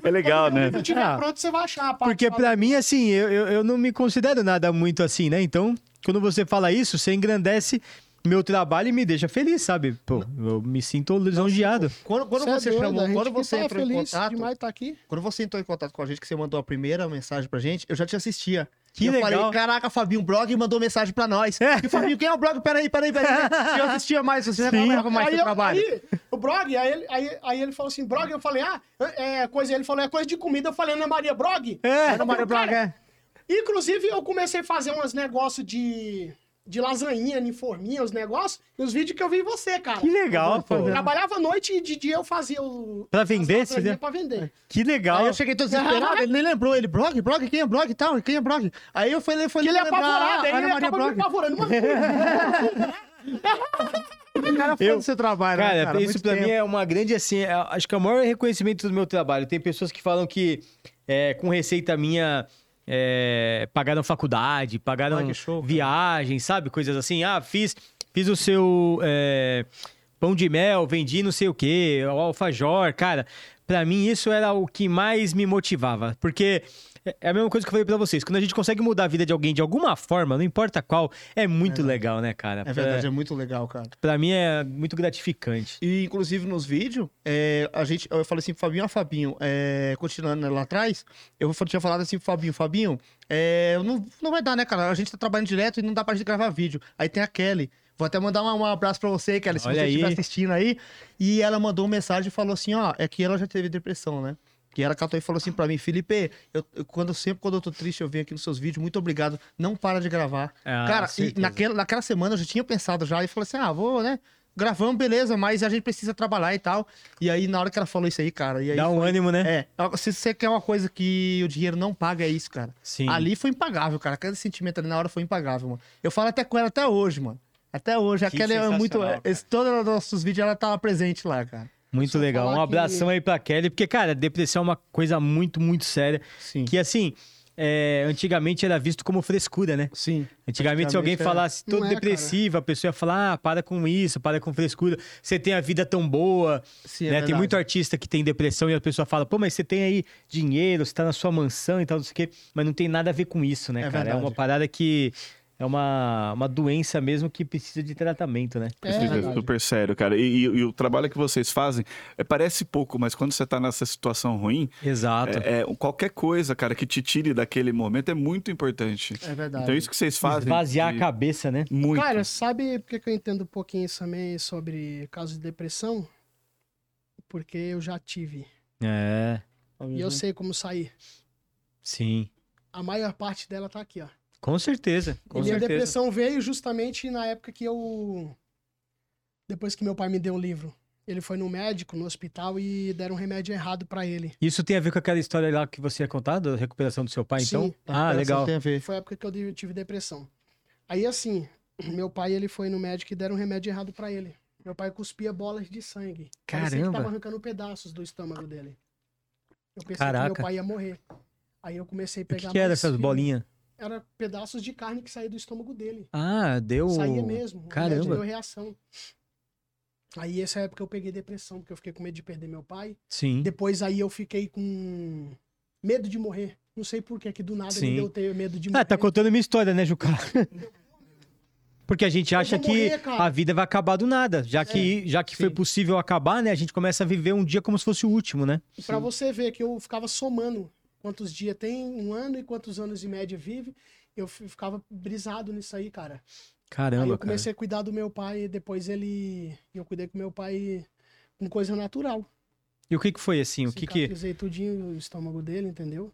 B: É legal,
D: Quando o
B: né?
D: livro Então, tiver
A: Ah,
D: pronto, você é vai achar. a parte
A: Porque
D: lá.
A: pra mim, assim, eu, eu, eu não me considero nada muito assim, né? Então, quando você fala isso, você engrandece meu trabalho e me deixa feliz, sabe? Pô, eu me sinto lisonjeado.
C: Quando, quando
D: é
C: você,
D: doido, a
C: chamou,
D: gente
C: quando
D: que
C: você
D: tá
C: entrou em
D: feliz
C: contato,
D: demais tá aqui.
C: Quando você entrou em contato com a gente, que você mandou a primeira mensagem pra gente, eu já te assistia.
A: Que
C: e eu
A: legal.
C: falei, caraca, Fabinho Brog mandou mensagem pra nós. E o Fabinho, quem é o Brog? Peraí, peraí, peraí. E eu assistia mais, você já
A: Sim.
C: trabalhava mais
D: aí,
C: no
D: eu-
C: trabalho.
D: aí, o Brog, aí ele, aí, aí ele falou assim, Brog, eu falei, ah, é coisa, ele falou, é coisa de comida, eu falei, Ana Maria Brog?
A: É.
C: Ana Maria Brog, é.
D: Inclusive, eu comecei a fazer uns negócios de, de lasanhinha, uniforminha, os negócios, e os vídeos que eu vi em você, cara.
A: Que legal, pô.
D: Eu Trabalhava à noite e de dia eu fazia o.
A: Pra vender,
D: as lasanhinha
A: você-
D: Pra vender.
A: Que
C: Aí
A: legal.
C: eu cheguei todo desesperado, ele nem lembrou. Ele, Brog, Brog, quem é Brog e tal? Quem é Brog? Aí eu falei, falei
D: Porque ele é
C: lembrar,
D: apavorado, aí
C: Ana
D: ele
C: Maria
D: acaba me
C: Brog. É.
D: apavorando. Mano,
C: O cara foi
A: Eu-
C: do seu trabalho, né,
A: Cara,
C: cara?
A: isso
C: Muito
A: pra
C: tempo.
A: mim é uma grande, assim, é- acho que é o maior reconhecimento do meu trabalho. Tem pessoas que falam que é, com receita minha é, pagaram faculdade, pagaram
C: Ah, que show, cara.
A: viagem, sabe? Coisas assim. Ah, fiz, fiz o seu é, pão de mel, vendi não sei o quê, o alfajor. Cara, pra mim isso era o que mais me motivava. Porque... é- É a mesma coisa que eu falei pra vocês. Quando a gente consegue mudar a vida de alguém de alguma forma, não importa qual, é muito legal, né, cara?
C: É verdade, é muito legal, cara.
A: É, pra mim é muito gratificante.
C: E, inclusive, nos vídeos, é, a gente, eu falei assim pro Fabinho, ó, Fabinho, é, continuando né, lá atrás, eu fa- tinha falado assim pro Fabinho, Fabinho, é, não, não vai dar, né, cara? A gente tá trabalhando direto e não dá pra gente gravar vídeo. Aí tem a Kelly. Vou até mandar um, um abraço pra você, Kelly, se
A: Olha
C: você
A: aí.
C: estiver assistindo aí. E ela mandou uma mensagem e falou assim, ó, é que ela já teve depressão, né? E ela catou e falou assim pra mim, Felipe, eu, eu- quando, sempre quando eu tô triste, eu venho aqui nos seus vídeos, muito obrigado, não para de gravar.
A: Ah,
C: Cara, e
A: certeza.
C: naquela, naquela semana eu já tinha pensado já e falei assim: ah, vou, né? Gravamos, beleza, mas a gente precisa trabalhar e tal. E aí, na hora que ela falou isso aí, cara. E aí,
A: Dá um ânimo, né?
C: É, se você quer uma coisa que o dinheiro não paga, é isso, cara.
A: Sim.
C: Ali foi impagável, cara. Aquele sentimento ali na hora foi impagável, mano. Eu falo até com ela até hoje, mano. Até hoje.
A: Que
C: Aquela é muito.
A: sensacional, cara.
C: Esse, todos os nossos vídeos ela tava presente lá, cara.
A: Muito
D: Só
A: legal.
D: falar
A: Um abração aí pra Kelly, porque, cara, depressão é uma coisa muito, muito séria.
C: Sim.
A: Que, assim, é, antigamente era visto como frescura, né?
C: Sim.
A: Antigamente, se alguém
C: Antigamente era.
A: falasse todo
D: Não é,
A: depressivo, a pessoa ia falar: ah, para com isso, para com frescura, você tem a vida tão boa.
C: Sim,
A: né?
C: é
A: Tem
C: verdade.
A: muito artista que tem depressão e a pessoa fala: pô, mas você tem aí dinheiro, você tá na sua mansão e tal, não sei o quê. Mas não tem nada a ver com isso, né,
C: É
A: cara? É
C: verdade.
A: uma parada que. É uma, uma doença mesmo que precisa de tratamento, né?
D: É,
B: Isso é
D: verdade.
B: super sério, cara. E, e- e o trabalho que vocês fazem é, parece pouco, mas quando você tá nessa situação ruim,
A: Exato.
B: é, é, qualquer coisa, cara, que te tire daquele momento é muito importante.
C: É verdade.
B: Então, isso que vocês fazem.
A: Esvaziar
B: de-
A: a cabeça, né?
B: Muito.
D: Cara, sabe por que que eu entendo um pouquinho isso também sobre casos de depressão? Porque eu já tive.
A: É,
D: E eu sei como sair.
A: sim.
D: A maior parte dela tá aqui, ó.
A: Com certeza. Com
D: e minha
A: certeza.
D: depressão veio justamente na época que eu. Depois que meu pai me deu um livro. Ele foi no médico, no hospital, e deram um remédio errado pra ele.
A: Isso tem a ver com aquela história lá que você ia contar, da recuperação do seu pai,
D: Sim. É,
A: então?
C: A
A: Ah,
C: recuperação
A: legal.
C: Tem a ver.
D: Foi a época que eu de- tive depressão. Aí, assim, meu pai, ele foi no médico e deram um remédio errado pra ele. Meu pai cuspia bolas de sangue. Parecia que
A: Caramba.
D: tava arrancando pedaços do estômago dele. Eu pensei que
A: Caraca.
D: meu pai ia morrer. Aí eu comecei a
A: O
D: pegar
A: que, que era
D: mais
A: essas
D: firme.
A: bolinhas?
D: Era pedaços de carne que saía do estômago dele.
A: Ah, deu.
D: Saía é mesmo. né,
A: Caramba.
D: O remédio deu reação. Aí, essa época, eu peguei depressão, porque eu fiquei com medo de perder meu pai.
A: Sim.
D: Depois, aí, eu fiquei com medo de morrer. Não sei por que, que do nada
A: Sim.
D: me deu ter medo de morrer.
A: Ah, tá contando minha história, né, Juca? Porque a gente acha que
D: morrer, cara. É.
A: a vida vai acabar do nada. Já que, já que foi
C: Sim.
A: possível acabar, né? A gente começa a viver um dia como se fosse o último, né?
D: Pra você ver que eu ficava somando quantos dias tem um ano e quantos anos de média vive, eu fi- ficava brisado nisso aí, cara. aí
A: Caramba,
D: eu comecei a cuidar do meu pai e depois ele. Eu cuidei com meu pai com coisa natural.
A: cara. E o que que foi assim? O que que.
D: Cicatrizei tudinho o estômago dele, entendeu?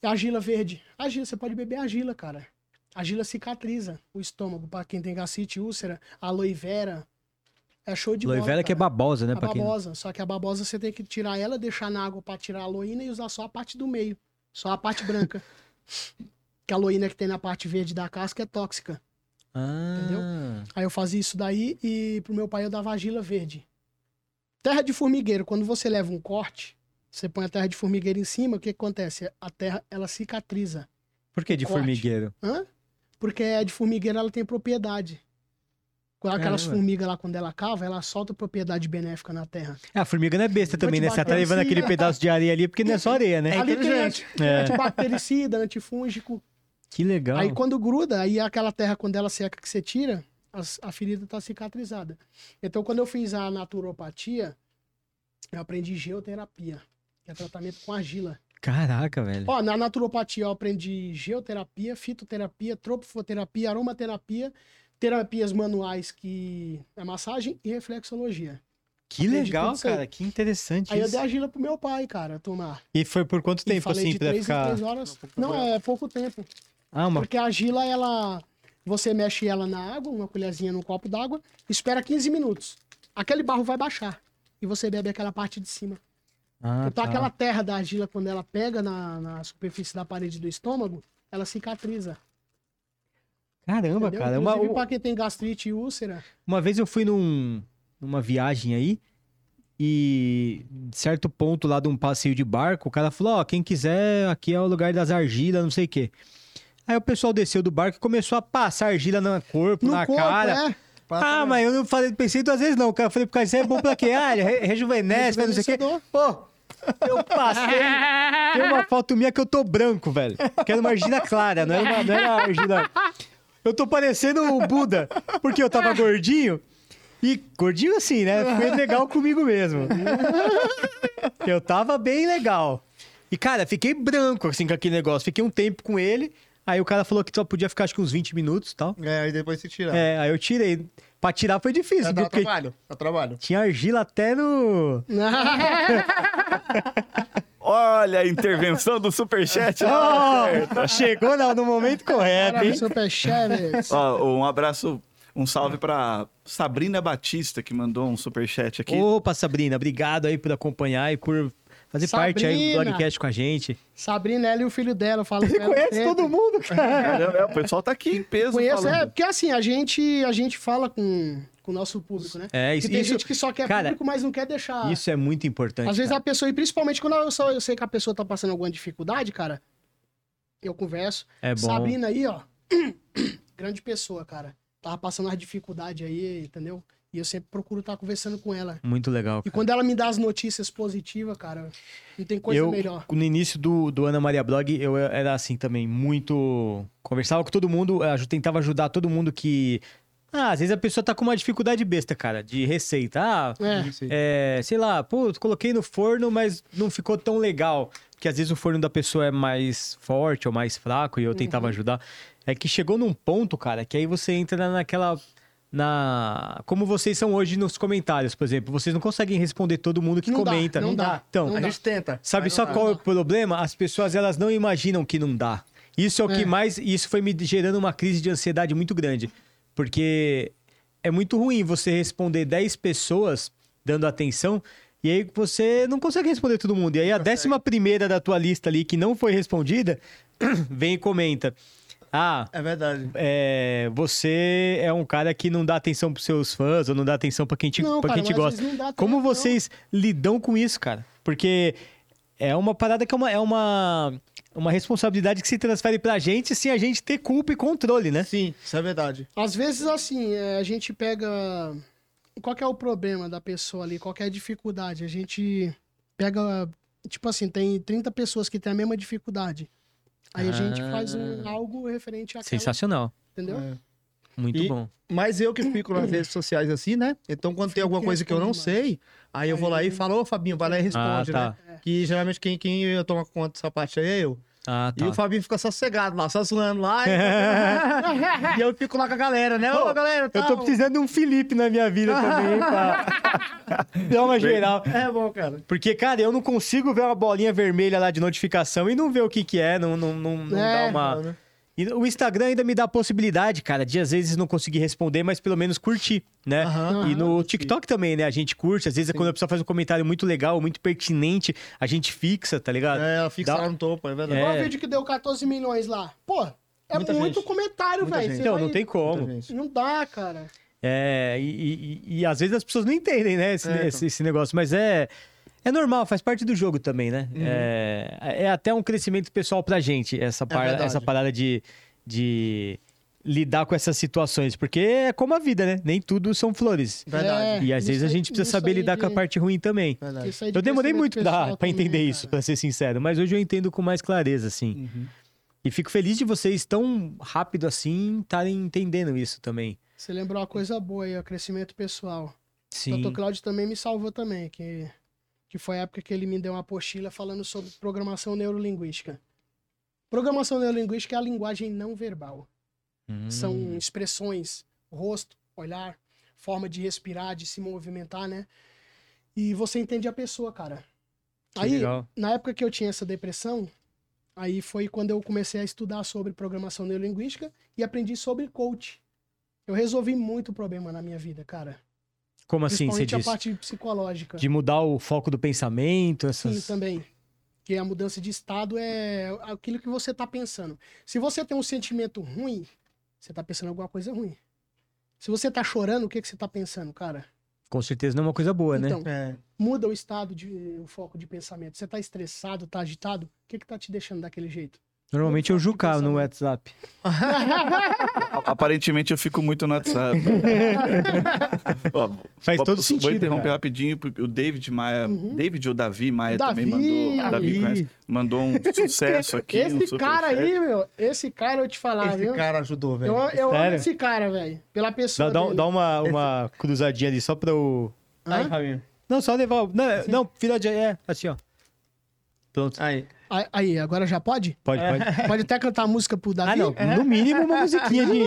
D: E A gila verde. A gila, você pode beber a gila, cara. A gila cicatriza o estômago pra quem tem gastite, úlcera, aloe vera. É show de
A: Aloe
D: bola,
A: vera que é
D: cara.
A: babosa, né?
D: A
A: Pra quem...
D: babosa. Só que a babosa você tem que tirar ela, deixar na água pra tirar a aloína e usar só a parte do meio. Só a parte branca. que a aloína que tem na parte verde da casca é tóxica.
A: Ah,
D: Aí eu fazia isso daí e pro meu pai eu dava argila verde. Terra de formigueiro. Quando você leva um corte, você põe a terra de formigueiro em cima, o que que acontece? A terra, ela cicatriza.
A: por que de
D: É Corte.
A: formigueiro?
D: Hã? Porque a de formigueiro ela tem propriedade. Aquelas
A: Caramba.
D: formigas lá, quando ela cava, ela solta propriedade benéfica na terra.
A: Ah, a formiga não é besta
D: Vou
A: também,
D: te
A: né? Você tá
D: bater
A: levando
D: assim,
A: aquele
D: né?
A: pedaço de areia ali porque não é só areia, né?
D: Ali tem
C: inteligente.
D: anti, antibactericida, antifúngico.
A: Que legal.
D: Aí quando gruda, aí aquela terra, quando ela seca que você tira, as- a, ferida tá cicatrizada. Então, quando eu fiz a naturopatia, eu aprendi geoterapia, que é tratamento com argila.
A: Caraca, velho.
D: Ó, na naturopatia eu aprendi geoterapia, fitoterapia, tropofoterapia, aromaterapia, terapias manuais que é massagem e reflexologia.
A: Que
D: aprendi
A: legal,
D: tudo isso aí.
A: cara. Que interessante
D: Aí eu
A: isso.
D: dei argila pro meu pai, cara, tomar.
A: E foi por quanto
D: E
A: tempo,
D: falei
A: assim,
D: de
A: pra
D: três em
A: ficar.
D: três horas. Não, é pouco tempo.
A: Ah, uma.
D: Porque a gila, ela. Você mexe ela na água, uma colherzinha num copo d'água, espera 15 minutos. Aquele barro vai baixar. E você bebe aquela parte de cima.
A: Ah,
D: então,
A: tá.
D: aquela terra da argila, quando ela pega na, na superfície da parede do estômago, ela cicatriza.
A: Caramba,
D: entendeu?
A: cara. é Uma,
D: Inclusive, pra quem tem gastrite e úlcera,
A: uma vez eu fui num, numa viagem aí e de certo ponto lá de um passeio de barco, o cara falou: Ó, quem quiser, aqui é o lugar das argilas, não sei o quê. Aí o pessoal desceu do barco e começou a passar argila no corpo,
D: no
A: na
D: corpo,
A: cara.
D: é.
C: né?
A: Ah, mas eu não falei, pensei duas vezes não, cara. Eu falei, porque isso é bom pra quê? Ah, ele re-
D: é,
A: rejuvenesce, faz não sei o quê.
D: Rejuvenescedor.
A: Pô, eu passei. Tem uma foto minha que eu tô branco, velho. Que era uma argila clara, não era uma, não era uma argila. Eu tô parecendo o Buda, porque eu tava gordinho. E gordinho assim, né? Foi legal comigo mesmo. Eu tava bem legal. E, cara, fiquei branco, assim, com aquele negócio. Fiquei um tempo com ele. Aí o cara falou que só podia ficar, acho que uns 20 minutos e tal.
C: É, aí depois se tirar.
A: É, aí eu tirei. Pra tirar foi difícil,
C: É,
A: viu?
C: dá
A: Porque
C: trabalho. Dá trabalho.
A: tinha argila até no.
B: Olha a intervenção do Superchat.
D: Tá
A: Oh, chegou na- no momento correto, hein?
D: Caralho, superchat.
B: Ó, um abraço, um salve pra Sabrina Batista, que mandou um superchat aqui.
A: Opa, Sabrina, obrigado aí por acompanhar e por fazer parte aí do
D: Sabrina! É
A: blogcast com a gente.
D: Sabrina, ela e o filho dela falam.
A: Você conhece todo mundo, cara.
B: Caramba, é, o pessoal tá aqui em peso
D: Conheço, é,
B: falando.
D: porque assim, a gente, a gente fala com, com o nosso público, né?
A: É, isso-
D: Porque tem
A: isso-
D: gente que só quer
A: cara,
D: público, mas não quer deixar.
A: Isso é muito importante.
D: Ah. Às vezes
A: cara.
D: a pessoa, e principalmente quando eu, só, eu sei que a pessoa tá passando alguma dificuldade, cara, eu converso.
A: É bom.
D: Sabrina aí, ó. Grande pessoa, cara. Tava passando as dificuldades aí, entendeu? E eu sempre procuro estar conversando com ela.
A: Muito legal.
D: E
A: cara.
D: quando ela me dá as notícias positivas, cara, não tem coisa
A: eu,
D: melhor.
A: No início do, do Ana Maria Blog, eu era assim também, muito. Conversava com todo mundo, eh, aju- tentava ajudar todo mundo que. Ah, às vezes a pessoa tá com uma dificuldade besta, cara, de receita. Ah,
D: É.
A: é, sei lá, pô, coloquei no forno, mas não ficou tão legal. Porque às vezes o forno da pessoa é mais forte ou mais fraco e eu tentava
D: Uhum.
A: ajudar. É que chegou num ponto, cara, que aí você entra naquela. Na... Como vocês são hoje nos comentários, por exemplo. Vocês não conseguem responder todo mundo que
D: Não dá,
A: comenta.
D: não dá,
A: Então,
D: não
C: A
D: dá.
C: gente tenta.
A: Sabe
C: mas não
A: só
C: dá.
A: qual é o problema? As pessoas elas não imaginam que não dá. Isso é o que
D: É.
A: mais. Isso foi me gerando uma crise de ansiedade muito grande. Porque é muito ruim você responder 10 pessoas dando atenção. E aí você não consegue responder todo mundo. E aí a décima primeira da tua lista ali que não foi respondida, vem e comenta. Ah,
C: É verdade.
A: é, você é um cara que não dá atenção pros seus fãs ou não dá atenção pra quem te,
D: Não,
A: pra
D: cara,
A: quem te
D: mas às
A: gosta.
D: vezes não dá
A: Como
D: tempo, não.
A: vocês lidam com isso, cara? Porque é uma parada que é uma, é uma, uma responsabilidade que se transfere pra gente sem a gente ter culpa e controle, né?
C: Sim, isso é verdade.
D: Às vezes, assim, é, a gente pega. Qual que é o problema da pessoa ali? Qual que é a dificuldade? A gente pega. Tipo assim, tem 30 pessoas que têm a mesma dificuldade. Aí a gente
A: Ah.
D: faz um, algo referente àquela,
A: Sensacional.
D: entendeu?
C: É.
A: Muito
C: E-
A: bom.
C: Mas eu que fico nas redes sociais assim, né? Então quando tem alguma coisa que eu não sei, aí eu vou lá e falo, ô Fabinho, vai lá e
A: Ah,
C: responde,
A: tá.
C: né? Que geralmente quem, quem eu tomo conta dessa parte aí é eu.
A: Ah,
C: E o
A: tá.
C: Fabinho fica só sossegado lá, só zoando lá. E, e eu fico lá com a galera, né? Ô,
A: Pô,
C: galera,
A: Eu
C: tal.
A: tô precisando de um Felipe na minha vida também, hein, pra dar uma geral.
C: É bom, cara.
A: Porque, cara, eu não consigo ver uma bolinha vermelha lá de notificação e não ver o que que é, não, não, não, não
D: É,
A: dá uma...
C: não, né?
A: E o Instagram ainda me dá a possibilidade, cara, de às vezes não conseguir responder, mas pelo menos curtir, né?
C: Aham.
A: E no TikTok também, né? A gente curte, às vezes quando a pessoa faz um comentário muito legal, muito pertinente, a gente fixa, tá ligado?
C: É, ela fica
A: Dá-
C: lá no topo, é verdade.
D: Qual
A: É.
D: o vídeo que deu 14 milhões lá? Pô, é
C: Muita
D: muito
C: gente.
D: comentário,
C: Muita
D: velho.
C: gente.
D: Você
A: Então,
D: vai-
A: não tem
C: Muita
A: como.
C: gente.
D: Não dá, cara.
A: É, e, e- e- e às vezes as pessoas não entendem, né, esse,
C: É, então.
A: esse- esse negócio, mas é. É normal, faz parte do jogo também, né?
C: Uhum.
A: É, é até um crescimento pessoal pra gente, essa, par-
C: É verdade.
A: essa parada de, de lidar com essas situações. Porque é como a vida, né? Nem tudo são flores.
D: É,
C: Verdade.
A: E às vezes a
D: Isso aí-
A: gente precisa
D: isso
A: saber
D: aí
A: lidar com a
D: de-
A: parte ruim também.
C: Verdade.
D: Isso aí de
A: Eu demorei
D: crescimento
A: muito
D: É pessoal
A: pra, pra entender
D: também, né,
A: isso,
D: cara.
A: pra ser sincero, mas hoje eu entendo com mais clareza, assim.
C: Uhum.
A: E fico feliz de vocês tão rápido assim estarem entendendo isso também.
D: Você lembrou uma coisa boa aí, ó, crescimento pessoal.
A: Sim.
D: Doutor Cláudio Então, também me salvou também, que, que foi a época que ele me deu uma apostila falando sobre programação neurolinguística. Programação neurolinguística é a linguagem não verbal.
A: Hum.
D: São expressões, rosto, olhar, forma de respirar, de se movimentar, né? E você entende a pessoa, cara.
A: Que
D: Aí,
A: legal.
D: na época que eu tinha essa depressão, aí foi quando eu comecei a estudar sobre programação neurolinguística e aprendi sobre coach. Eu resolvi muito problema na minha vida, cara.
A: Como assim você
D: Principalmente
A: diz?
D: a parte psicológica.
A: De mudar o foco do pensamento, essas.
D: Sim, também. Que a mudança de estado é aquilo que você tá pensando. Se você tem um sentimento ruim, você tá pensando em alguma coisa ruim. Se você tá chorando, o que, que você tá pensando, cara?
A: Com certeza não é uma coisa boa, né?
D: então,
C: É.
D: muda o estado de o foco de pensamento. Você tá estressado, tá agitado, o que que tá te deixando daquele jeito?
A: Normalmente eu
D: outro foco de
A: jucava no
D: pensamento.
A: WhatsApp.
B: A- Aparentemente eu fico muito no WhatsApp. Ó,
A: Faz
B: vou-
A: todo
B: vou
A: sentido,
B: interromper
A: cara.
B: rapidinho. porque O David Maia.
D: Uhum.
B: David ou Davi Maia também
D: Davi!
B: mandou.
A: Tá
B: Davi
C: Davi.
B: conhece, mandou um sucesso aqui. um
D: esse
B: super
D: cara
B: chat.
D: aí, meu, esse cara Ah, eu te falar, viu?
C: Esse cara ajudou, velho.
D: eu eu amo
A: Sério?
D: esse cara, velho. Pela
A: Dá,
D: pessoa.
A: dá- um,
D: dele.
A: dá uma, uma cruzadinha ali só pra eu.
C: Aí,
D: Hã?
C: Fabinho.
A: Não, só levar. o- Não, é- não vira de. É, assim, ó. Pronto.
C: Aí.
D: Aí- Aí, agora já pode?
A: Pode, pode.
D: Pode até cantar a música pro Davi.
A: Ah, não. No mínimo uma musiquinha de.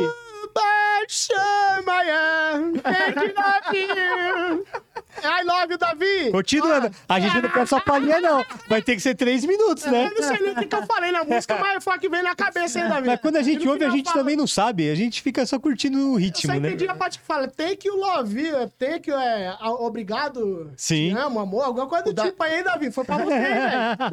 D: I love you, Davi!
A: Continuando. A gente não quer só palhinha, não. Vai ter que ser três minutos, né?
D: Eu não sei nem o que, que eu falei na música, mas foi a que veio na cabeça aí, Davi.
A: Mas quando a gente
D: No
A: ouve, a
D: final
A: gente
D: fala-
A: também não sabe. A gente fica só curtindo o
D: Eu só
A: ritmo, né?
D: entendi a parte que fala take you, love you, take you, é a- obrigado,
A: Sim.
D: te amo, amor, alguma coisa do
C: da-
D: tipo aí, Davi. Foi pra você, velho.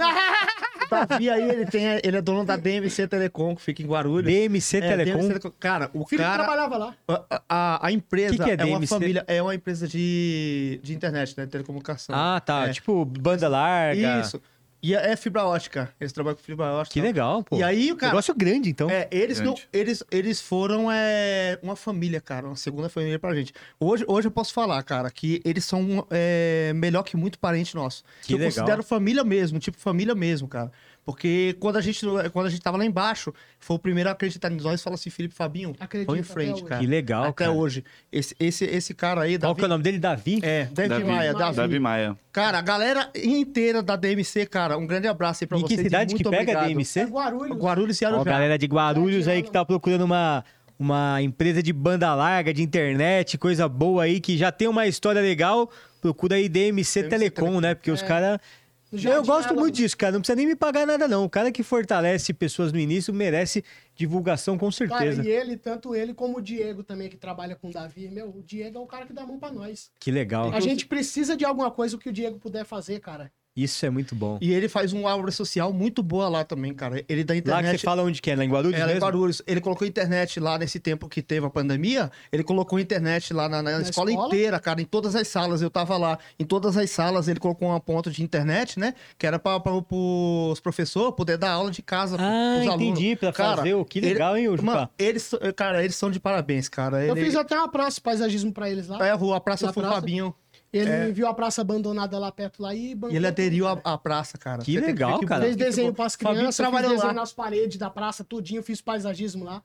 C: Davi aí, ele, tem, ele é dono da DMC Telecom, que fica em Guarulhos.
A: DMC
C: É,
A: Telecom.
C: DMC Cara, o
D: O filho
C: cara...
D: trabalhava lá.
C: A, a- a empresa
A: Que que é
C: é, uma
A: DMC?
C: família, é uma empresa de, de internet, né? Telecomunicação.
A: Ah, tá.
C: É.
A: Tipo, banda larga.
C: Isso. E é fibra ótica. Eles trabalham com fibra ótica.
A: Que legal, pô.
C: E aí, cara.
A: Negócio grande, então.
C: É, eles, não,
B: Grande.
C: eles, eles foram é, uma família, cara, uma segunda família pra gente. Hoje, hoje eu posso falar, cara, que eles são é, melhor que muito parente nosso.
A: Que
C: eu
A: legal.
C: considero família mesmo, tipo família mesmo, cara. Porque quando a gente, quando a gente tava lá embaixo, foi o primeiro a acreditar em nós e falou assim, Felipe Fabinho,
D: Acredita
C: foi em
D: até
C: frente,
D: hoje.
C: cara.
A: Que legal,
C: até
A: cara.
C: hoje. Esse, esse, esse cara aí,
A: Qual
C: Davi,
A: que é o nome dele? Davi?
C: é, Davi,
B: Davi
C: Maia,
D: Maia.
C: Davi.
B: Davi Maia.
C: Cara, a galera inteira da DMC, cara, um grande abraço aí pra
A: Em que
C: vocês. e
A: cidade que
C: muito
A: pega
C: obrigado.
A: a DMC?
D: É Guarulhos.
C: Guarulhos e
A: Ó,
C: Arujá.
A: galera de Guarulhos aí que tá procurando uma, uma empresa de banda larga, de internet, coisa boa aí, que já tem uma história legal, procura aí DMC, Telecom, né? Porque
C: É.
A: os caras.
D: Já
A: Eu
D: de
A: gosto
D: nada.
A: muito disso, cara. Não precisa nem me pagar nada, não. O cara que fortalece pessoas no início merece divulgação com
D: Cara,
A: certeza.
D: e ele, tanto ele como o Diego também, que trabalha com o Davi, meu, o Diego é o cara que dá a mão pra nós.
A: Que legal.
D: A gente precisa de alguma coisa que o Diego puder fazer, cara.
A: Isso é muito bom.
C: E ele faz uma obra social muito boa lá também, cara. Ele da
A: Lá que você
C: internet.
A: fala onde que é, lá em Guarulhos
C: é, lá em
A: mesmo?
C: Guarulhos. Ele colocou internet lá nesse tempo que teve a pandemia. Ele colocou internet lá na, na
D: Na
C: escola,
D: escola?
C: inteira, cara, em todas as salas. Eu tava lá. Em todas as salas ele colocou uma ponta de internet, né? Que era para os professores poder dar aula de casa
A: Ah,
C: pros alunos.
A: entendi. Pra
C: Cara,
A: fazer o que
C: ele-
A: legal, hein, Juca?
C: Mano, eles, cara, eles são de parabéns, cara.
D: Eu
C: Ele-
D: fiz até uma praça de paisagismo pra eles lá.
C: É, a rua, a Praça
D: Na
C: foi o
D: praça.
C: Fabinho.
D: Ele
A: é.
D: viu a praça abandonada lá perto lá e bancou
C: E ele
D: tudo,
C: aderiu à
D: cara.
C: à praça, cara.
A: Que
C: Você tem ver
A: legal, é cara. Tipo,
D: Fez
C: bonito.
D: desenho pras
C: Fabinho
D: crianças, fiz
C: trabalhou
D: desenho
C: lá.
D: nas paredes da praça, tudinho, fiz paisagismo lá.